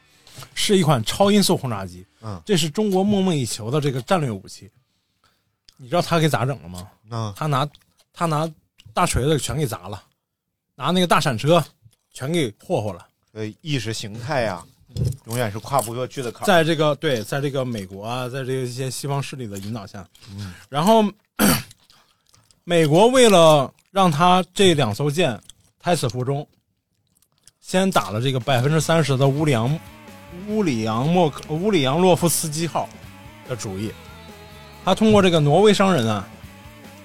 Speaker 3: 是一款超音速轰炸机。
Speaker 2: 嗯
Speaker 3: 这是中国梦寐以求的这个战略武器。你知道他给咋整了吗？
Speaker 2: 那
Speaker 3: 他拿他拿大锤子全给砸了，拿那个大铲车全给霍霍了。
Speaker 2: 呃意识形态呀、嗯永远是跨不过去的坎儿。
Speaker 3: 在这个对，在这个美国啊，在这个一些西方势力的引导下，然后美国为了让他这两艘舰胎死腹中，先打了这个百分之三十的乌里昂乌里昂莫克乌里昂洛夫斯基号的主意，他通过这个挪威商人啊。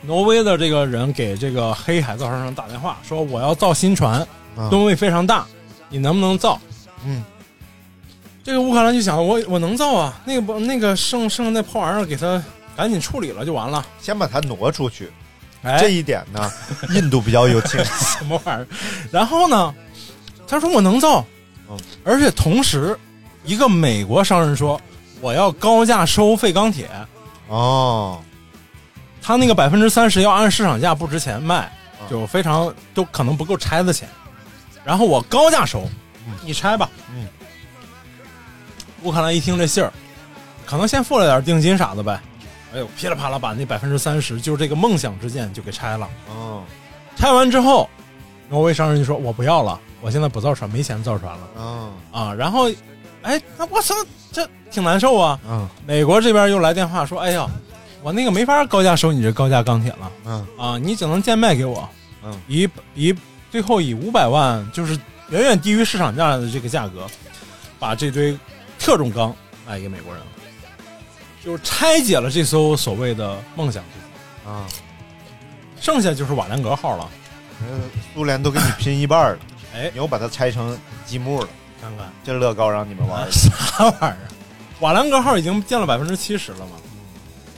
Speaker 3: 挪威的这个人给这个黑海造船厂打电话说：“我要造新船，
Speaker 2: 啊
Speaker 3: 吨位非常大，你能不能造？”
Speaker 2: 嗯，
Speaker 3: 这个乌克兰就想我我能造啊，那个不那个剩剩那破玩意儿给它赶紧处理了就完了。
Speaker 2: 先把它挪出去，
Speaker 3: 哎，
Speaker 2: 这一点 呢，印度比较有经验。
Speaker 3: 什么玩意儿？然后呢，他说我能造，
Speaker 2: 嗯
Speaker 3: 而且同时，一个美国商人说我要高价收废钢铁，
Speaker 2: 哦，
Speaker 3: 他那个百分之三十要按市场价不值钱卖，就非常都可能不够拆的钱。然后我高价收，你拆吧。
Speaker 2: 嗯，
Speaker 3: 乌克兰一听这信儿，可能先付了点定金啥的呗。哎呦，噼里啪啦把那百分之三十，就是这个梦想之剑就给拆了。
Speaker 2: 哦，
Speaker 3: 拆完之后，挪威商人就说：“我不要了，我现在不造船，没钱造船了
Speaker 2: 哦，
Speaker 3: 啊。”然后，哎，那我操，这挺难受啊。
Speaker 2: 嗯
Speaker 3: 美国这边又来电话说：“哎呀，我那个没法高价收你这高价钢铁了。”
Speaker 2: 嗯
Speaker 3: 啊，你只能贱卖给我，
Speaker 2: 嗯，
Speaker 3: 以以最后以五百万，就是远远低于市场价的这个价格，把这堆特种钢卖给美国人了，就是拆解了这艘所谓的梦想之船，
Speaker 2: 啊，
Speaker 3: 剩下就是瓦良格号了。
Speaker 2: 呃苏联都给你拼一半儿了，
Speaker 3: 哎
Speaker 2: 你又把它拆成积木了，
Speaker 3: 你看看
Speaker 2: 这乐高让你们玩儿
Speaker 3: 啊，啥玩意儿？瓦良格号已经建了百分之七十了嘛，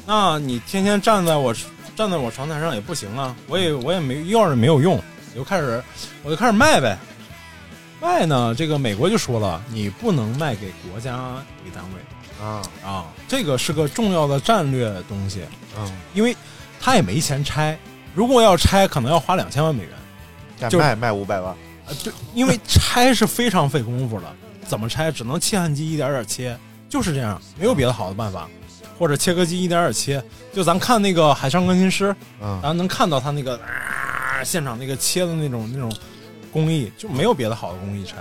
Speaker 3: 那你天天站在我站在我床台上也不行啊，我也我也没钥匙没有用，我就开始我就开始卖呗。卖呢，这个美国就说了，你不能卖给国家为单位
Speaker 2: 啊，
Speaker 3: 啊，这个是个重要的战略东西，
Speaker 2: 嗯，
Speaker 3: 因为他也没钱拆，如果要拆，可能要花两千万美元。
Speaker 2: 再
Speaker 3: 就
Speaker 2: 卖卖五百万，
Speaker 3: 啊，对，因为拆是非常费功夫的，怎么拆？只能切焊机一点点切，就是这样，没有别的好的办法，或者切割机一点点切。就咱看那个《海上钢琴师》，
Speaker 2: 嗯
Speaker 3: 咱能看到他那个啊，现场那个切的那种那种工艺，就没有别的好的工艺拆。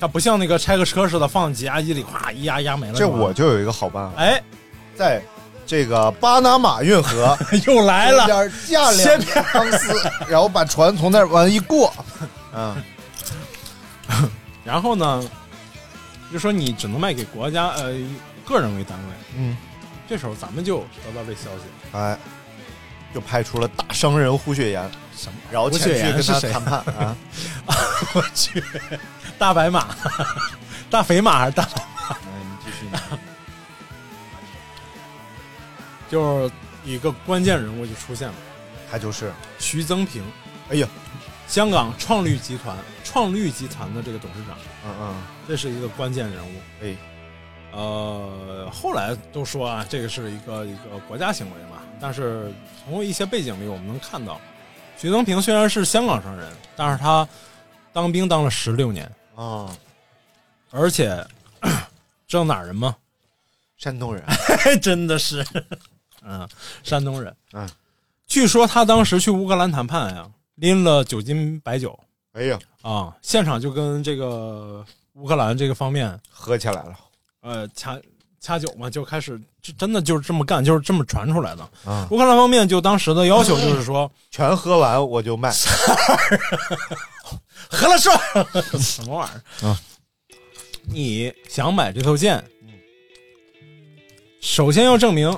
Speaker 3: 它不像那个拆个车似的，放挤压机里咵一压压没了就
Speaker 2: 这
Speaker 3: 完了。
Speaker 2: 我就有一个好办法，
Speaker 3: 哎，
Speaker 2: 在这个巴拿马运河
Speaker 3: 又 来了，
Speaker 2: 中间架
Speaker 3: 切
Speaker 2: 两
Speaker 3: 片
Speaker 2: 个钢丝，然后把船从那儿往一过，嗯，
Speaker 3: 然后呢，就说你只能卖给国家呃个人为单位。
Speaker 2: 嗯，
Speaker 3: 这时候咱们就得到这消息，
Speaker 2: 哎，就派出了大商人胡雪岩，
Speaker 3: 什么？
Speaker 2: 然后
Speaker 3: 胡
Speaker 2: 前
Speaker 3: 雪
Speaker 2: 去
Speaker 3: 岩
Speaker 2: 跟
Speaker 3: 是
Speaker 2: 他
Speaker 3: 谁
Speaker 2: 谈 判啊，
Speaker 3: 我去，大白马，大肥马还是大？
Speaker 2: 嗯，继续，
Speaker 3: 就是一个关键人物就出现了，
Speaker 2: 他就是，
Speaker 3: 徐增平，
Speaker 2: 哎呀，
Speaker 3: 香港创绿集团创绿集团的这个董事长，
Speaker 2: 嗯嗯，
Speaker 3: 这是一个关键人物。
Speaker 2: 哎，
Speaker 3: 呃，后来都说啊，这个是一个一个国家行为嘛，但是从一些背景里我们能看到，徐增平虽然是香港商人，但是他当兵当了十六年，
Speaker 2: 啊，
Speaker 3: 而且 知道哪儿人吗？
Speaker 2: 山东人，
Speaker 3: 真的是， 啊嗯，山东人，
Speaker 2: 嗯，
Speaker 3: 据说他当时去乌克兰谈判呀，拎了九斤白酒
Speaker 2: 哎呀，
Speaker 3: 啊，现场就跟这个乌克兰这个方面，
Speaker 2: 喝起来了，
Speaker 3: 呃，掐掐酒嘛，就开始，就真的就是这么干，就是这么传出来的。
Speaker 2: 啊，
Speaker 3: 乌克兰方面就当时的要求就是 说，
Speaker 2: 全喝完我就卖，
Speaker 3: 合了算， 什么玩意儿
Speaker 2: 啊？
Speaker 3: 你想买这头剑，首先要证明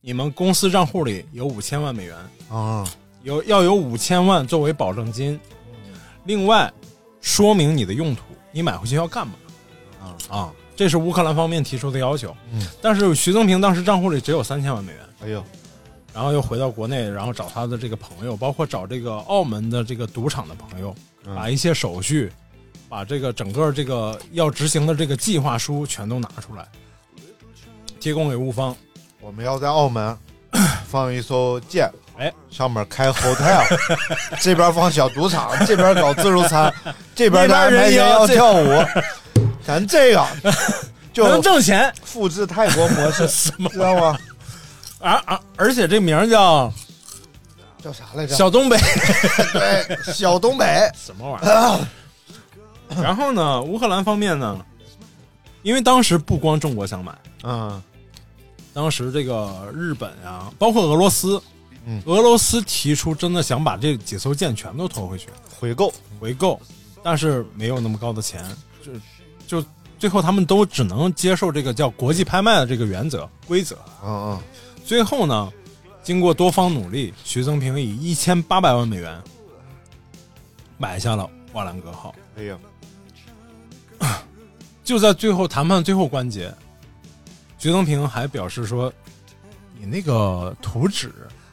Speaker 3: 你们公司账户里有五千万美元。
Speaker 2: 啊，
Speaker 3: 有要有五千万作为保证金，
Speaker 2: 嗯
Speaker 3: 另外说明你的用途，你买回去要干嘛？啊啊，这是乌克兰方面提出的要求。
Speaker 2: 嗯，
Speaker 3: 但是徐增平当时账户里只有三千万美元，
Speaker 2: 哎呦，
Speaker 3: 然后又回到国内，然后找他的这个朋友，包括找这个澳门的这个赌场的朋友，
Speaker 2: 嗯
Speaker 3: 把一些手续，把这个整个这个要执行的这个计划书全都拿出来，提供给乌方。
Speaker 2: 我们要在澳门 放一艘舰，
Speaker 3: 哎，
Speaker 2: 上面开 hotel，这边放小赌场，这边搞自助餐，这边的
Speaker 3: 那
Speaker 2: 安
Speaker 3: 边
Speaker 2: 排
Speaker 3: 人
Speaker 2: 人
Speaker 3: 妖
Speaker 2: 要
Speaker 3: 这
Speaker 2: 跳舞，咱这个
Speaker 3: 能
Speaker 2: 就
Speaker 3: 挣钱，
Speaker 2: 复制泰国模 式，知道吗？
Speaker 3: 而、而啊而且这名儿叫
Speaker 2: 叫啥来着？
Speaker 3: 小东北，
Speaker 2: 对小东北，
Speaker 3: 什么玩意儿？ 然后呢，乌克兰方面呢，因为当时不光中国想买，
Speaker 2: 嗯，
Speaker 3: 当时这个日本啊，包括俄罗斯，
Speaker 2: 嗯
Speaker 3: 俄罗斯提出真的想把这几艘舰全都投回去
Speaker 2: 回购，
Speaker 3: 回购，但是没有那么高的钱，就就最后他们都只能接受这个叫国际拍卖的这个原则规则。
Speaker 2: 嗯
Speaker 3: 最后呢，经过多方努力，徐增平以一千八百万美元买下了瓦兰格号。
Speaker 2: 嗯，哎呀，
Speaker 3: 就在最后谈判最后关节，徐增平还表示说：“你那个图纸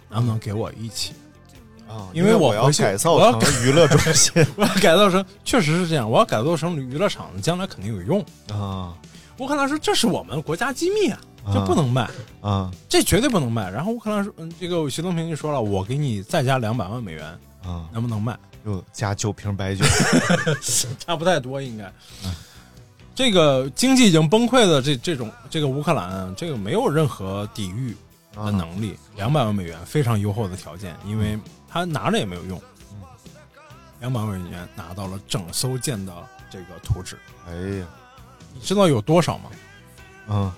Speaker 3: 能不能给我一起？
Speaker 2: 啊，因
Speaker 3: 因为我
Speaker 2: 要
Speaker 3: 回去
Speaker 2: 改
Speaker 3: 我要
Speaker 2: 造成娱乐中心
Speaker 3: 我要改造成确实是这样，我要改造成娱乐场，将来肯定有用。
Speaker 2: 啊”
Speaker 3: 乌克兰说：“这是我们国家机密啊，这不能卖，
Speaker 2: 啊
Speaker 3: 这绝对不能卖。”然后乌克兰说：“嗯，这个徐增平就说了，我给你再加两百万美元，
Speaker 2: 啊，
Speaker 3: 能不能卖？
Speaker 2: 又加九瓶白酒，
Speaker 3: 差不太多应该。”这个经济已经崩溃的这这种这个乌克兰，啊这个没有任何抵御的
Speaker 2: 啊
Speaker 3: 能力，两百万美元非常优厚的条件，因为他拿着也没有用。两百万美元拿到了整艘舰的这个图纸，
Speaker 2: 哎呀，
Speaker 3: 你知道有多少吗？
Speaker 2: 嗯，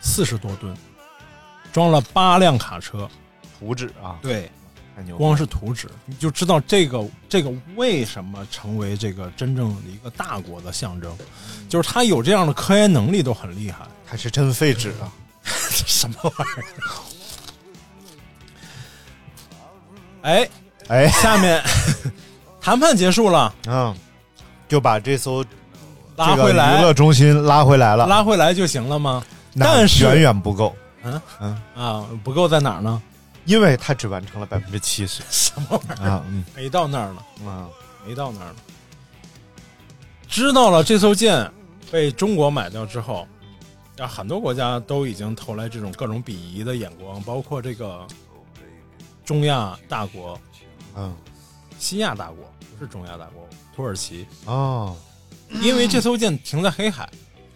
Speaker 3: 四十多吨，装了八辆卡车。
Speaker 2: 图纸啊，
Speaker 3: 对，
Speaker 2: 太牛了，
Speaker 3: 光是图纸，你就知道这个这个为什么成为这个真正的一个大国的象征，就是他有这样的科研能力都很厉害。
Speaker 2: 还是真废纸啊，
Speaker 3: 这什么玩意儿？哎，
Speaker 2: 哎。
Speaker 3: 下 面谈判结束了，
Speaker 2: 嗯，就把这艘
Speaker 3: 拉
Speaker 2: 这个
Speaker 3: 回来，
Speaker 2: 娱乐中心拉回来了，
Speaker 3: 拉回来就行了吗？
Speaker 2: 那
Speaker 3: 但是
Speaker 2: 远远不够，
Speaker 3: 啊，不够在哪儿呢？
Speaker 2: 因为它只完成了百分之七十
Speaker 3: 什么嗯玩意儿？
Speaker 2: 啊，嗯
Speaker 3: 没到那儿呢，
Speaker 2: 啊，
Speaker 3: 没到那儿呢。知道了这艘舰被中国买掉之后，啊，很多国家都已经投来这种各种鄙夷的眼光，包括这个中亚大国、
Speaker 2: 嗯
Speaker 3: 西亚大国，不是中亚大国，土耳其，
Speaker 2: 哦，
Speaker 3: 因为这艘舰停在黑海，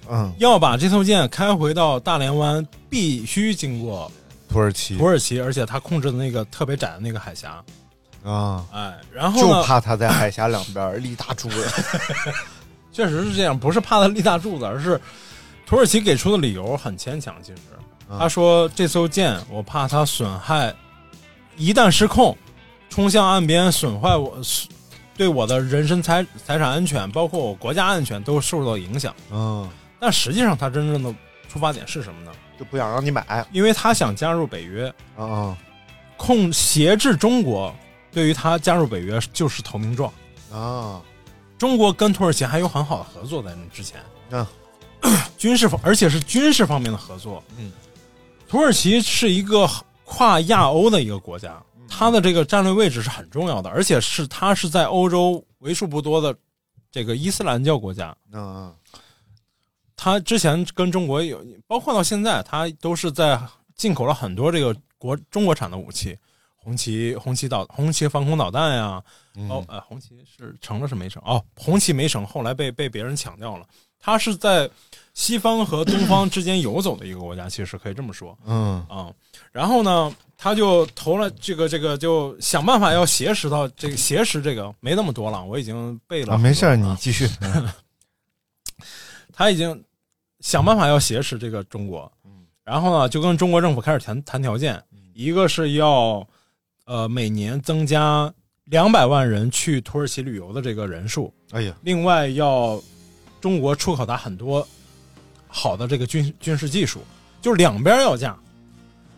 Speaker 2: 嗯，
Speaker 3: 要把这艘舰开回到大连湾，必须经过
Speaker 2: 土耳其
Speaker 3: 土耳其，而且它控制的那个特别窄的那个海峡，
Speaker 2: 啊，
Speaker 3: 哎，然后
Speaker 2: 就
Speaker 3: 呢，
Speaker 2: 怕它在海峡两边立大柱子，
Speaker 3: 确实是这样，不是怕它立大柱子，而是土耳其给出的理由很牵强。其实
Speaker 2: 嗯
Speaker 3: 他说这艘舰，我怕它损害，一旦失控，冲向岸边，损坏我对我的人身财财产安全，包括我国家安全都受到影响。
Speaker 2: 嗯，
Speaker 3: 但实际上，它真正的出发点是什么呢？
Speaker 2: 就不想让你买，
Speaker 3: 因为他想加入北约，
Speaker 2: 啊
Speaker 3: 控挟制中国对于他加入北约就是投名状
Speaker 2: 啊。
Speaker 3: 中国跟土耳其还有很好的合作，在那之前
Speaker 2: 啊，
Speaker 3: 军事方而且是军事方面的合作。嗯，土耳其是一个跨亚欧的一个国家，它的这个战略位置是很重要的，而且是它是在欧洲为数不多的这个伊斯兰教国家。
Speaker 2: 啊，
Speaker 3: 它之前跟中国有，包括到现在，它都是在进口了很多这个国中国产的武器，红旗红旗导红旗防空导弹呀、
Speaker 4: 嗯
Speaker 3: 哦呃红旗是成了是没成哦，红旗没成，后来被被别人抢掉了。它是在西方和东方之间游走的一个国家，其实可以这么说。
Speaker 2: 嗯
Speaker 3: 嗯，然后呢，他就投了这个这个，就想办法要挟持到这个挟持这个没那么多了，我已经背了。
Speaker 4: 啊，没事儿，你继续。
Speaker 3: 嗯他已经想办法要挟持这个中国，然后呢，就跟中国政府开始谈谈条件，一个是要呃每年增加两百万人去土耳其旅游的这个人数，
Speaker 2: 哎呀，
Speaker 3: 另外要中国出口它很多好的这个军军事技术，就是两边要价，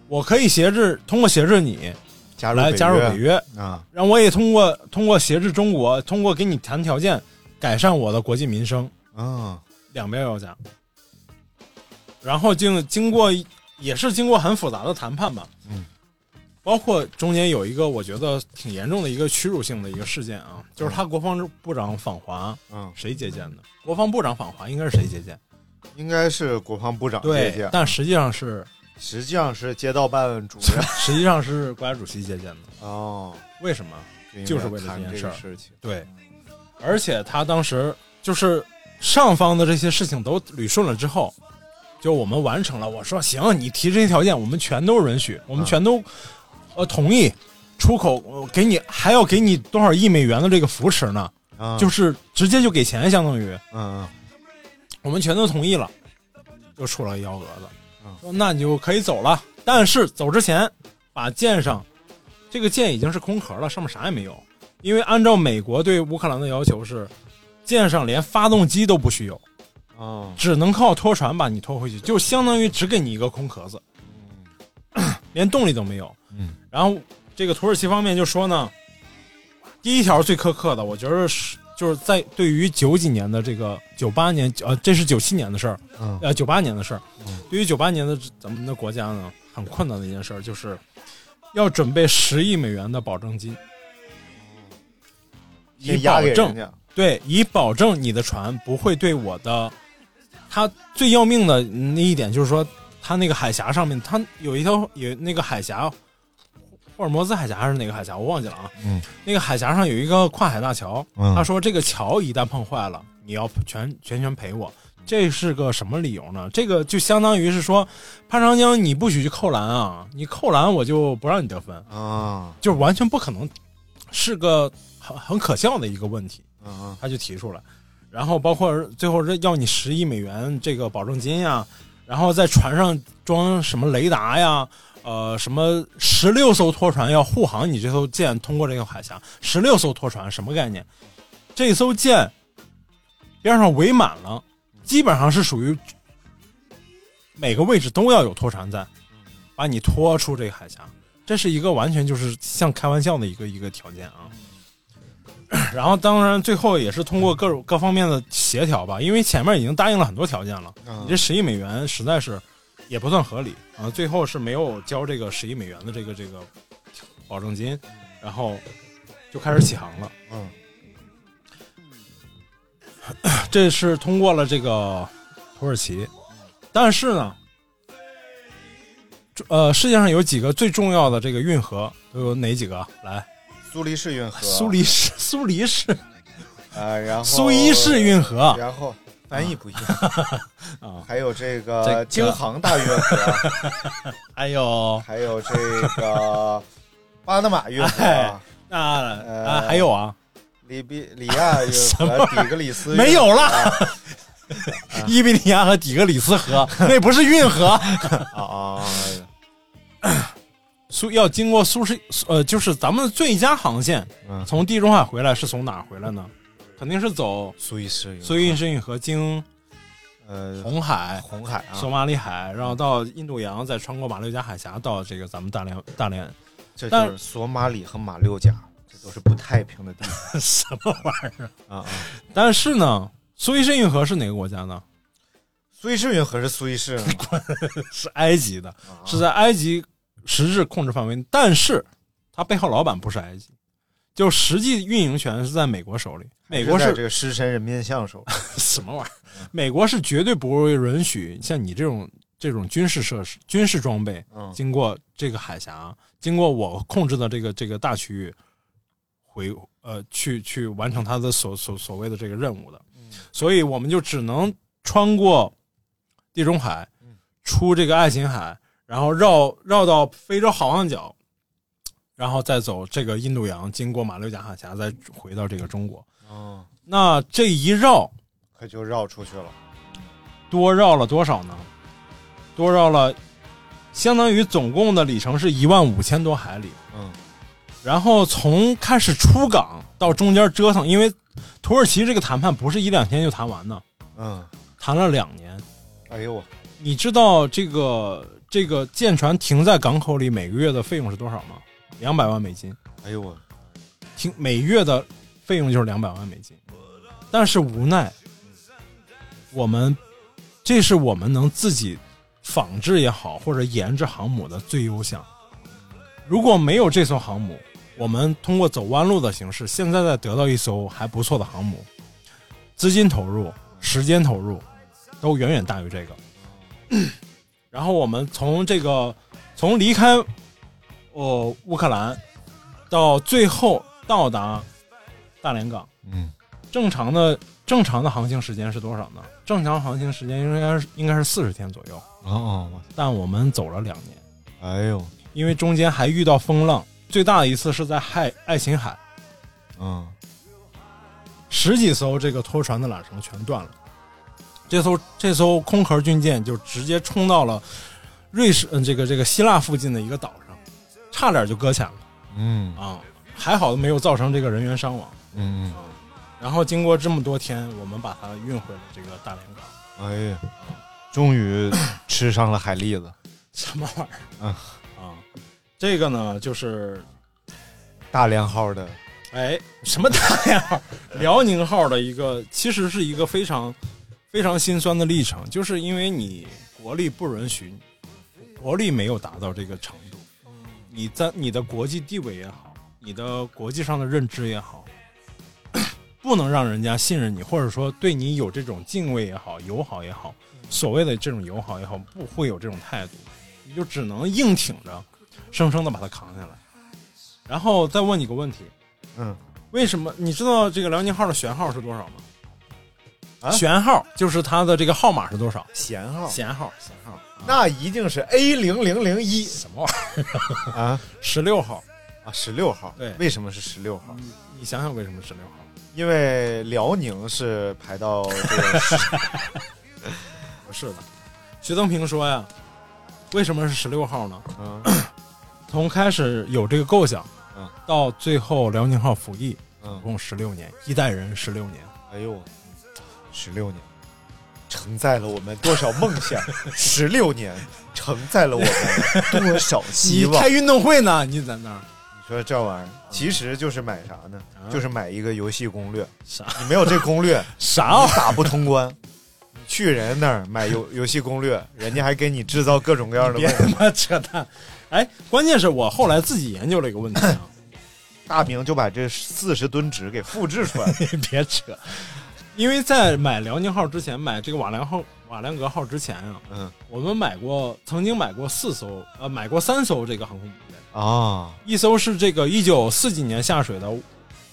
Speaker 3: 我可以挟制通过挟制你
Speaker 2: 加入
Speaker 3: 来加入北约，
Speaker 2: 啊，
Speaker 3: 然后我也通过通过挟制中国，通过给你谈条件改善我的国计民生。
Speaker 2: 啊，
Speaker 3: 两边要价，然后经经过也是经过很复杂的谈判吧，
Speaker 2: 嗯，
Speaker 3: 包括中间有一个我觉得挺严重的一个屈辱性的一个事件啊，就是他国防部长访华，
Speaker 2: 嗯，
Speaker 3: 谁接见的？国防部长访华应该是谁接见？
Speaker 2: 应该是国防部长接
Speaker 3: 对
Speaker 2: 见，，
Speaker 3: 但实际上是
Speaker 2: 实际上是街道办主任
Speaker 3: 实际上是国家主席接见的，
Speaker 2: 哦，
Speaker 3: 为什么？就是为了
Speaker 2: 看
Speaker 3: 这件
Speaker 2: 这
Speaker 3: 事
Speaker 2: 个
Speaker 3: 儿
Speaker 2: 事情，
Speaker 3: 对，而且他当时就是上方的这些事情都捋顺了之后，就我们完成了。我说行，你提这些条件，我们全都允许，我们全都、呃同意出口，呃给你还要给你多少亿美元的这个扶持呢？
Speaker 2: 啊，
Speaker 3: 就是是直接就给钱，相当于
Speaker 2: 嗯
Speaker 3: 我们全都同意了，就出了幺蛾子
Speaker 2: 嗯。
Speaker 3: 说那你就可以走了，但是走之前把舰上这个舰已经是空壳了，上面啥也没有，因为按照美国对乌克兰的要求是，舰上连发动机都不许有，
Speaker 2: 嗯哦，
Speaker 3: 只能靠拖船把你拖回去，就相当于只给你一个空壳子， 连动力都没有。
Speaker 2: 嗯，
Speaker 3: 然后这个土耳其方面就说呢，第一条最苛刻的，我觉得是就是在对于九几年的这个九八年呃，这是九七年的事儿，
Speaker 2: 嗯
Speaker 3: 呃九八年的事儿，对于九八年的咱们的国家呢，很困难的一件事儿就是要准备十亿美元的保证金，
Speaker 2: 先
Speaker 3: 以
Speaker 2: 压
Speaker 3: 保
Speaker 2: 给
Speaker 3: 证
Speaker 2: 人家，
Speaker 3: 对，以保证你的船不会对我的。它最要命的那一点就是说，它那个海峡上面，它有一条有那个海峡，霍尔摩兹海峡还是哪个海峡，我忘记了啊。
Speaker 2: 嗯，
Speaker 3: 那个海峡上有一个跨海大桥，
Speaker 2: 嗯
Speaker 3: 他说这个桥一旦碰坏了，你要全全权赔我。这是个什么理由呢？这个就相当于是说，潘长江你不许去扣篮啊，你扣篮我就不让你得分，
Speaker 2: 啊
Speaker 3: 就是完全不可能，是个很很可笑的一个问题。
Speaker 2: 啊啊
Speaker 3: 他就提出来，然后包括最后这要你十亿美元这个保证金呀，然后在船上装什么雷达呀，呃，什么十六艘拖船要护航你这艘舰通过这个海峡，十六艘拖船什么概念？这艘舰边上围满了，基本上是属于每个位置都要有拖船在，把你拖出这个海峡。这是一个完全就是像开玩笑的一个一个条件啊。 然后当然最后也是通过各种各方面的协调吧，因为前面已经答应了很多条件了，你这十亿美元实在是也不算合理啊，最后是没有交这个十亿美元的这个这个保证金，然后就开始起航了。
Speaker 2: 嗯，
Speaker 3: 这是通过了这个土耳其，但是呢。呃，世界上有几个最重要的这个运河都有哪几个？来，
Speaker 2: 苏黎世运河，
Speaker 3: 苏黎世、苏黎世、
Speaker 2: 啊，然后
Speaker 3: 苏伊士运河，
Speaker 2: 然后翻译不一样
Speaker 3: 啊
Speaker 2: 还有这
Speaker 3: 这
Speaker 2: 个
Speaker 3: 个
Speaker 2: 京杭大运河，
Speaker 3: 还有
Speaker 2: 还有这个巴拿马运河
Speaker 3: 哎。那啊
Speaker 2: 呃
Speaker 3: 还有啊，
Speaker 2: 利比里亚运
Speaker 3: 什么
Speaker 2: 河、底格里斯运河
Speaker 3: 没有了，
Speaker 2: 呃
Speaker 3: 伊比利亚和底格里 斯河那不是运河，
Speaker 2: 啊啊！
Speaker 3: 苏要经过苏伊呃，就是咱们最佳航线
Speaker 2: 嗯，
Speaker 3: 从地中海回来是从哪儿回来呢？肯定是走
Speaker 2: 苏伊士运河
Speaker 3: 苏伊士运河经
Speaker 2: 呃
Speaker 3: 红海、
Speaker 2: 红海啊
Speaker 3: 索马里海，然后到印度洋，再穿过马六甲海峡到这个咱们大连大连
Speaker 2: 这就
Speaker 3: 但
Speaker 2: 是索马里和马六甲，这都是不太平的地方
Speaker 3: 什么玩意儿
Speaker 2: 啊啊！
Speaker 3: 但是呢，苏伊士运河是哪个国家呢？
Speaker 2: 苏伊士运河是苏伊士吗，
Speaker 3: 是埃及的，是在埃及实质控制范围内，但是它背后老板不是埃及，就实际运营权是在美国手里。美国
Speaker 2: 还
Speaker 3: 是
Speaker 2: 在这个狮身人面像手里，
Speaker 3: 什么玩意儿？美国是绝对不会允许像你这种这种军事设施、军事装备
Speaker 2: 嗯
Speaker 3: 经过这个海峡，经过我控制的这个这个大区域回呃去去完成它的所所所谓的这个任务的。所以我们就只能穿过地中海，出这个爱琴海，然后绕绕到非洲好望角。然后再走这个印度洋，经过马六甲海峡，再回到这个中国。
Speaker 2: 哦，
Speaker 3: 那这一绕，
Speaker 2: 可就绕出去了。
Speaker 3: 多绕了多少呢？多绕了，相当于总共的里程是一万五千多海里。
Speaker 2: 嗯，
Speaker 3: 然后从开始出港到中间折腾，因为土耳其这个谈判不是一两天就谈完的，
Speaker 2: 嗯，
Speaker 3: 谈了两年。
Speaker 2: 哎呦我，
Speaker 3: 你知道这个这个舰船停在港口里每个月的费用是多少吗？两百万美金，
Speaker 2: 哎呦我，
Speaker 3: 停每月的费用就是两百万美金。但是无奈，我们这是我们能自己仿制也好，或者研制航母的最优项。如果没有这艘航母，我们通过走弯路的形式，现在再得到一艘还不错的航母，资金投入、时间投入都远远大于这个。 然后我们从这个从离开呃乌克兰到最后到达大连港，
Speaker 2: 嗯，
Speaker 3: 正常的正常的航行时间是多少呢？正常航行时间应该是应该是四十天左右，
Speaker 2: 哦哦我，
Speaker 3: 但我们走了两年，
Speaker 2: 哎呦，
Speaker 3: 因为中间还遇到风浪，最大的一次是在爱爱琴海，
Speaker 2: 嗯，
Speaker 3: 十几艘这个拖船的缆绳全断了，这艘这艘空壳军舰就直接冲到了瑞士，嗯，这个这个希腊附近的一个岛上，差点就搁浅了
Speaker 2: 嗯
Speaker 3: 啊！还好没有造成这个人员伤亡。
Speaker 2: 嗯，
Speaker 3: 然后经过这么多天，我们把它运回了这个大连港。
Speaker 2: 哎呀，终于吃上了海蛎子。
Speaker 3: 什么玩意儿？
Speaker 2: 嗯
Speaker 3: 啊，这个呢，就是
Speaker 2: 大连号的，
Speaker 3: 哎，什么大连号、 辽宁号的一个，其实是一个非常非常心酸的历程，就是因为你国力不允许，国力没有达到这个程度，你在你的国际地位也好，你的国际上的认知也好， 不能让人家信任你，或者说对你有这种敬畏也好，友好也好，所谓的这种友好也好，不会有这种态度，你就只能硬挺着，生生的把它扛下来。然后再问你个问题，
Speaker 2: 嗯，
Speaker 3: 为什么？你知道这个辽宁号的舷号是多少吗？
Speaker 2: 啊
Speaker 3: 舷号就是它的这个号码是多少？
Speaker 2: 舷号，
Speaker 3: 舷号，舷号，
Speaker 2: 那一定是 A 零零零一
Speaker 3: 什么玩意
Speaker 2: 啊
Speaker 3: 儿？十六号，
Speaker 2: 啊，十六号。
Speaker 3: 对
Speaker 2: 为什么是十六号？
Speaker 3: 你想想为什么十六号？
Speaker 2: 因为辽宁是排到这个 十
Speaker 3: 不是的，徐增平说呀，为什么是十六号呢？
Speaker 2: 嗯
Speaker 3: 从开始有这个构想，
Speaker 2: 嗯
Speaker 3: 到最后辽宁号服役，总
Speaker 2: 嗯，
Speaker 3: 共十六年，一代人十六年。
Speaker 2: 哎呦，十六年，承载了我们多少梦 想？十六年，承载了我们 多少希
Speaker 3: 你
Speaker 2: 望？
Speaker 3: 开运动会呢？你在那儿
Speaker 2: 你说这玩意儿，其实就是买啥呢？
Speaker 3: 啊
Speaker 2: 就是买一个游戏攻略。
Speaker 3: 啥
Speaker 2: 你没有这攻 略，
Speaker 3: 啥玩意
Speaker 2: 你
Speaker 3: 儿？
Speaker 2: 打不通关。你去人那儿买游游戏攻略，人家还给你制造各种各样的
Speaker 3: 别
Speaker 2: 问
Speaker 3: 他
Speaker 2: 题。
Speaker 3: 妈扯淡！哎，关键是我后来自己研究了一个问题啊。
Speaker 2: 大明就把这四十吨纸给复制出来了。
Speaker 3: 别扯，因为在买辽宁号之前，买这个瓦良号、瓦良格号之前啊，
Speaker 2: 嗯
Speaker 3: 我们买过，曾经买过四艘，呃，买过三艘这个航空母舰，
Speaker 2: 啊，
Speaker 3: 一艘是这个一九四几年下水的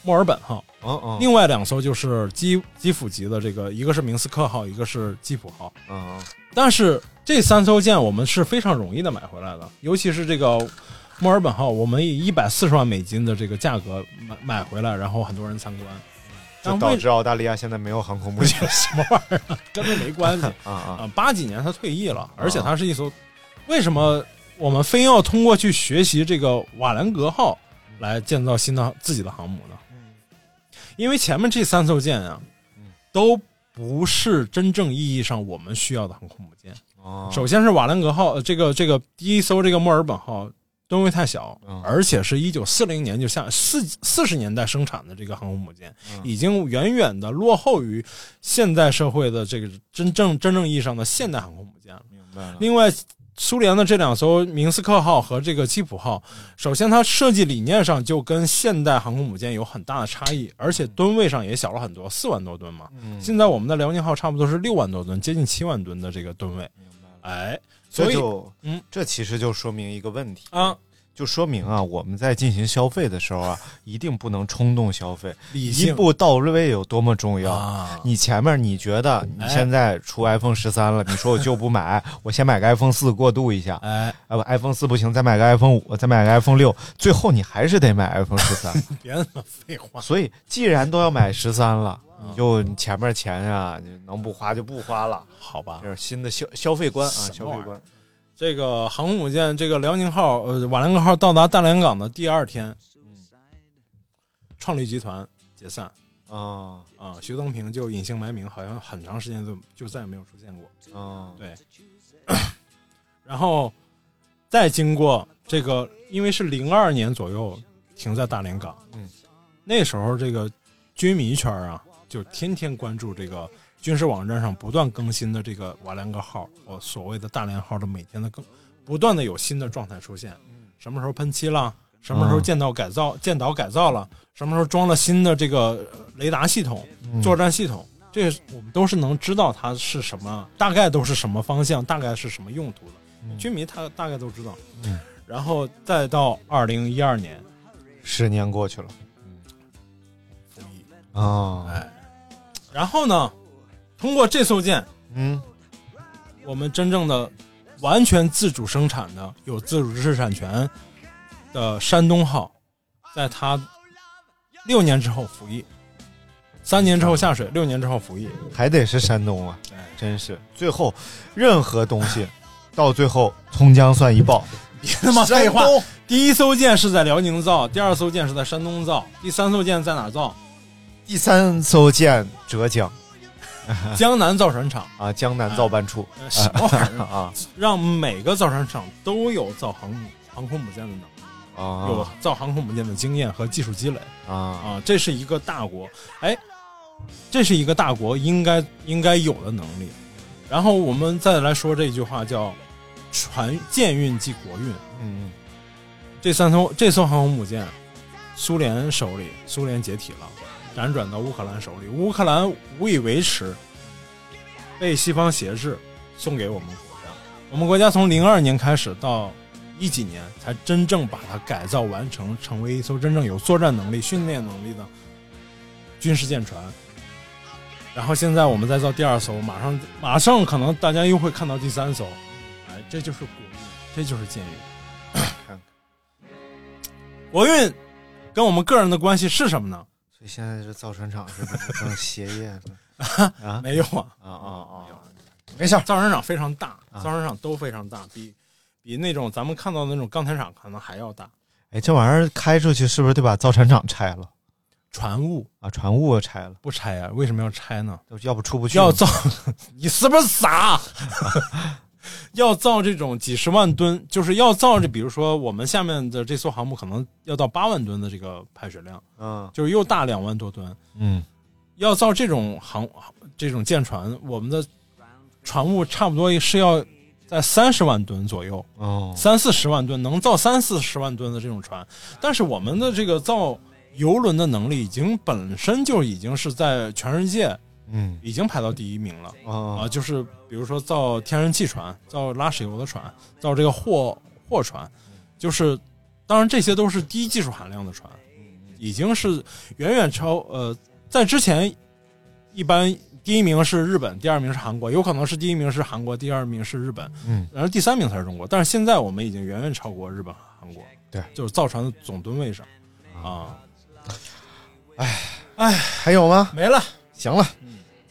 Speaker 3: 墨尔本号，
Speaker 2: 嗯嗯，
Speaker 3: 另外两艘就是基基辅级的这个，一个是明斯克号，一个是基辅号。
Speaker 2: 嗯
Speaker 3: 但是这三艘舰我们是非常容易的买回来的，尤其是这个墨尔本号，我们以一百四十万美金的这个价格买买回来，然后很多人参观。
Speaker 2: 就
Speaker 3: 但
Speaker 2: 导
Speaker 3: 为
Speaker 2: 致澳大利亚现在没有航空 母舰
Speaker 3: 什么玩意儿、啊，跟这没关系
Speaker 2: 啊啊
Speaker 3: 啊。八几年他退役了，而且他是一艘，为什么我们非要通过去学习这个瓦兰格号来建造新的自己的航母呢？因为前面这三艘舰啊，都不是真正意义上我们需要的航空母舰。
Speaker 2: 啊！
Speaker 3: 首先是瓦兰格号，呃这个这个第一艘这个墨尔本号吨位太小，
Speaker 2: 嗯
Speaker 3: 而且是一九四零年就下四四十年代生产的这个航空母舰，
Speaker 2: 嗯
Speaker 3: 已经远远的落后于现代社会的这个真正真正意义上的现代航空母舰了。
Speaker 2: 明白了。
Speaker 3: 另外，苏联的这两艘明斯克号和这个基辅号，
Speaker 2: 嗯
Speaker 3: 首先它设计理念上就跟现代航空母舰有很大的差异，而
Speaker 2: 嗯
Speaker 3: 且吨位上也小了很多，四万多吨嘛。现在我们的辽宁号差不多是六万多吨，接近七万吨的这个吨位。哎，所
Speaker 2: 这
Speaker 3: 以
Speaker 2: 就
Speaker 3: 嗯，
Speaker 2: 这其实就说明一个问题
Speaker 3: 啊，
Speaker 2: 就说明啊，我们在进行消费的时候啊，一定不能冲动消费，
Speaker 3: 理性
Speaker 2: 一步到位有多么重要。
Speaker 3: 啊，哎
Speaker 2: 你前面你觉得你现在出 iPhone 十三了，你说我就不买，我先买个 iPhone 四过渡一下，
Speaker 3: 哎，
Speaker 2: 啊不，iPhone 四不行，再买个 iPhone 五，再买个 iPhone 六，最后你还是得买 iPhone 十 三。
Speaker 3: 别那么废话。
Speaker 2: 所以既然都要买十三了，
Speaker 3: 嗯
Speaker 2: 你就你前面钱啊，你能不花就不花了，
Speaker 3: 好吧
Speaker 2: 这，是新的消消费观啊，
Speaker 3: 啊什
Speaker 2: 消
Speaker 3: 么玩意
Speaker 2: 费
Speaker 3: 儿
Speaker 2: 观。
Speaker 3: 这个航空母舰，这个辽宁号，呃，瓦良格号到达大连港的第二天，创立集团解散，
Speaker 2: 啊
Speaker 3: 啊，徐增平就隐姓埋名，好像很长时间就就再也没有出现过。
Speaker 2: 啊，
Speaker 3: 对，然后再经过这个，因为是零二年左右停在大连港，
Speaker 2: 嗯，
Speaker 3: 那时候这个军迷圈啊，就天天关注这个军事网站上不断更新的这个瓦良格号，我所谓的大连号的每天的更不断的有新的状态出现，什么时候喷漆了。什么时
Speaker 2: 嗯
Speaker 3: 候舰岛改造、舰岛改造了？什么时候装了新的这个雷达系统？
Speaker 2: 嗯
Speaker 3: 作战系统，这个我们都是能知道它是什么，大概都是什么方向，大概是什么用途的。军迷他大概都知道。
Speaker 2: 嗯
Speaker 3: 然后再到二零一二年，
Speaker 2: 十年过去了嗯
Speaker 3: 服役
Speaker 2: 啊，
Speaker 3: 然后呢，通过这艘舰，
Speaker 2: 嗯
Speaker 3: 我们真正的完全自主生产的、有自主知识产权的山东号，在它六年之后服役，三年之后下水，六年之后服役。
Speaker 2: 还得是山东啊，
Speaker 3: 哎
Speaker 2: 真是最后任何东西到最后葱姜蒜一爆，
Speaker 3: 别他妈废话
Speaker 2: 山东，
Speaker 3: 第一艘舰是在辽宁造，第二艘舰是在山东造，第三艘舰在 哪造？
Speaker 2: 第三艘舰浙江
Speaker 3: 江南造船 厂。
Speaker 2: 啊，江南造办处
Speaker 3: 呃什么玩意儿？
Speaker 2: 啊
Speaker 3: 让每个造船厂都有造航 母航空母舰的能力，有
Speaker 2: 啊
Speaker 3: 造航空母舰的经验和技术积累
Speaker 2: 啊，
Speaker 3: 啊！这是一个大国，哎，这是一个大国应该应该有的能力。然后我们再来说这句话叫“船舰运即国运”，
Speaker 2: 嗯
Speaker 3: 这三艘这艘航空母舰，苏联手里，苏联解体了，辗转到乌克兰手里，乌克兰无以维持，被西方挟制，送给我们国家。我们国家从零二年开始到一几年，才真正把它改造完成，成为一艘真正有作战能力、训练能力的军事舰船。然后现在我们再造第二艘，马上马上可能大家又会看到第三艘，哎，这就是国运，这就是舰运。国运跟我们个人的关系是什么呢？
Speaker 2: 所以现在这造船厂是 不是正歇业呢？啊
Speaker 3: 没有啊，
Speaker 2: 啊啊啊！
Speaker 3: 没事。造船厂非常大，
Speaker 2: 啊
Speaker 3: 造船厂都非常大，比比那种咱们看到的那种钢铁厂可能还要大。
Speaker 2: 哎，这玩意儿开出去是不是得把造船厂拆了
Speaker 3: 船坞
Speaker 2: 啊？船坞拆了，
Speaker 3: 不拆啊？为什么要拆呢？
Speaker 2: 都要不出不去。
Speaker 3: 要造， 你是不是傻？ 要造这种几十万吨，就是要造这，比如说我们下面的这艘航母可能要到八万吨的这个排水量，
Speaker 2: 嗯
Speaker 3: 就是又大两万多吨。
Speaker 2: 嗯
Speaker 3: 要造这种航这种舰船，我们的船坞差不多是要在三十万吨左右，
Speaker 2: 哦
Speaker 3: 三四十万吨能造三四十万吨的这种船，但是我们的这个造游轮的能力已经本身就已经是在全世界
Speaker 2: 嗯
Speaker 3: 已经排到第一名了啊、
Speaker 2: 啊
Speaker 3: 就是比如说造天然气船、造拉石油的船、造这个货货船，
Speaker 2: 嗯
Speaker 3: 就是当然这些都是低技术含量的船，
Speaker 2: 嗯
Speaker 3: 已经是远远超呃，在之前一般第一名是日本，第二名是韩国，有可能是第一名是韩国，第二名是日本，
Speaker 2: 嗯，
Speaker 3: 然后第三名才是中国。但是现在我们已经远远超过日本和韩国，
Speaker 2: 对，
Speaker 3: 就是造船的总吨位上啊，
Speaker 2: 还有吗？
Speaker 3: 没了。
Speaker 2: 行了，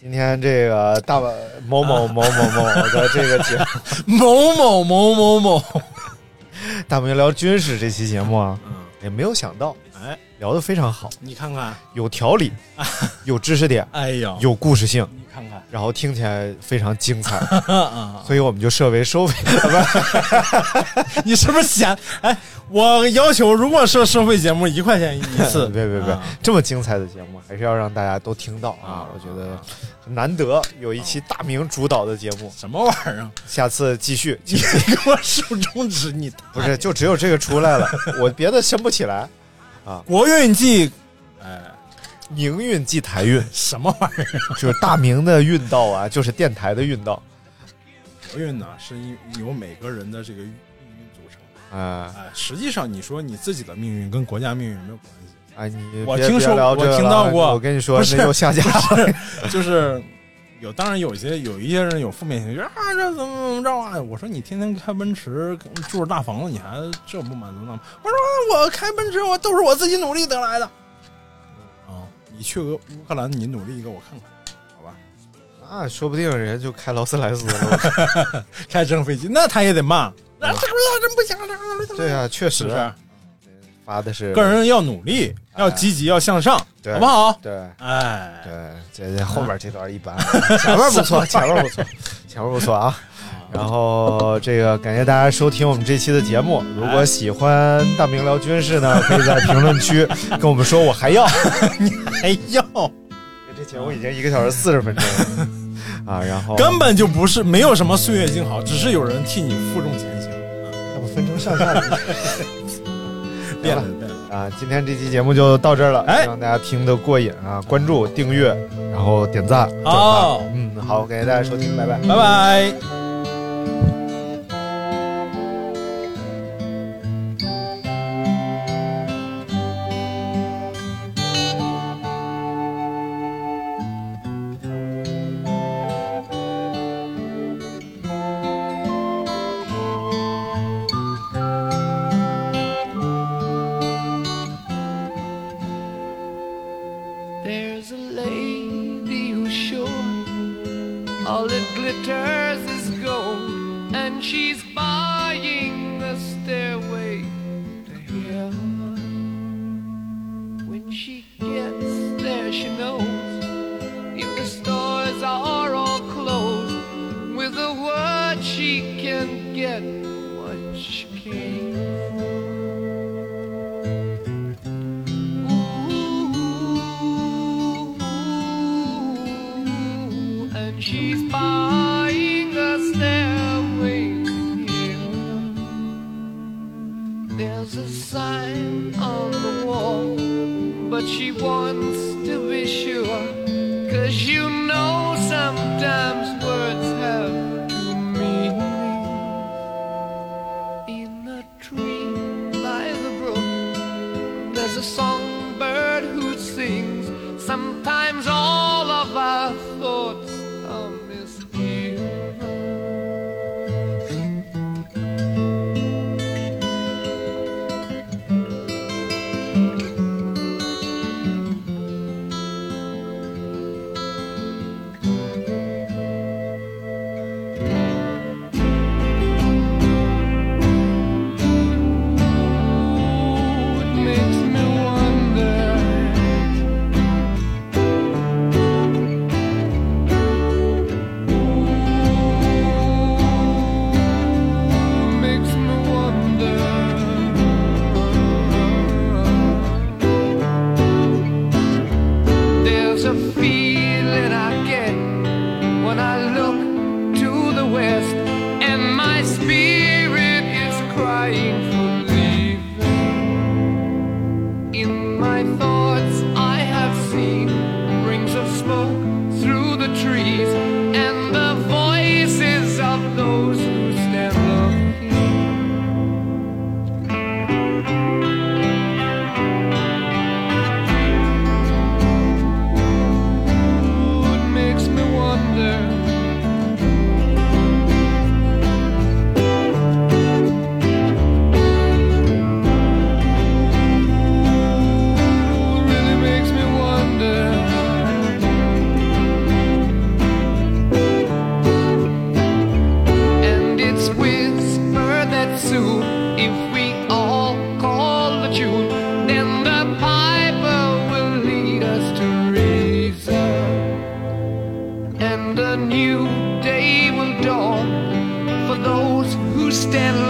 Speaker 2: 今天这个大碗某某某某某的这个节目，
Speaker 3: 某某某某某，
Speaker 2: 大明聊军事这期节目啊，
Speaker 3: 嗯，
Speaker 2: 也没有想到
Speaker 3: 哎，
Speaker 2: 聊得非常好，
Speaker 3: 你看看，
Speaker 2: 有条理，有知识点，
Speaker 3: 哎呀，
Speaker 2: 有故事性，
Speaker 7: 看看，
Speaker 2: 然后听起来非常精 彩，
Speaker 3: 嗯
Speaker 7: 啊
Speaker 2: 所以我们就设为收费。。
Speaker 7: 你是不是嫌？哎，我要求如果是收费节目，一块钱一次
Speaker 2: 别别别，这么精彩的节目还是要让大家都听到啊！我觉得很难得有一期大明主导的节目，
Speaker 7: 什么玩意儿啊？
Speaker 2: 下次继续。
Speaker 7: 你 给我竖中指，你
Speaker 2: 不是，就只有这个出来了，我别的升不起来。
Speaker 7: 国运记
Speaker 2: 宁运即台运，
Speaker 7: 什么玩意儿？
Speaker 2: 就是大明的运道啊，就是电台的运道
Speaker 7: 国运呢，是因由每个人的这个命运组成。
Speaker 2: 啊！
Speaker 7: 哎，实际上你说你自己的命运跟国家命运没有关系。
Speaker 2: 哎，你
Speaker 7: 我
Speaker 2: 别
Speaker 7: 听说
Speaker 2: 别聊这个
Speaker 7: 我听
Speaker 2: 了
Speaker 7: 到过
Speaker 2: 我跟你说
Speaker 7: 不，是
Speaker 2: 那又下架 了。
Speaker 7: 就是有，当然有些有一些人有负面情绪啊，这怎么怎么着啊？我说你天天开奔驰，住着大房子，你还这不满足那？我说啊我开奔驰，我都是我自己努力得来的。啊，你去俄乌克兰，你努力一个，我看看，好吧？
Speaker 2: 那啊说不定人家就开劳斯莱斯了。
Speaker 7: 开直升飞机，那他也得骂，啊，这不是真不行，这不
Speaker 2: 对啊，确
Speaker 7: 是
Speaker 2: 实
Speaker 7: 不是？
Speaker 2: 发的是
Speaker 7: 个人要努力，要积极，要向上，
Speaker 2: 对
Speaker 7: 好不好？
Speaker 2: 对。
Speaker 7: 哎，
Speaker 2: 对，这这后边这段 一般，前面不错，前面不错，前面不错啊。然后这个感谢大家收听我们这期的节目。如
Speaker 7: 哎
Speaker 2: 果喜欢大明聊军事呢，可以在评论区跟我们说我还要。
Speaker 7: 哎呦，
Speaker 2: 这节目已经一个小时四十分钟了啊，然后
Speaker 7: 根本就不是没有什么岁月静好，只是有人替你负重前行。
Speaker 2: 我分成上下集
Speaker 7: 变了，变了。
Speaker 2: 啊。今天这期节目就到这儿了，
Speaker 7: 哎
Speaker 2: 希望大家听得过瘾啊！关注、订阅，然后点赞、转发
Speaker 7: 哦。
Speaker 2: 嗯，好，感谢大家收听，拜拜。
Speaker 7: 拜拜。
Speaker 3: There's a lady who's sure all it glitters is gold, and she's buying the stairway to heaven. When she gets there, she knows if the stores are all closed, with a word she can get what she came and she's buying a stairway to heaven. There's a sign on the wall, but she wants to be sure. Cause you know sometimes words have two meanings. In a tree by the brook, there's a songbird who sings. Sometimes all of our thoughts are misgiven. Ooh, it makes me wonder. makes me wonder. There's a feeling I get when I look to the west, and my spirit is crying for leaving. In my thoughts, I have seen rings of smoke through the trees and the voices of those who stand looking. Ooh, it makes me wonder. Ooh, stand Oh.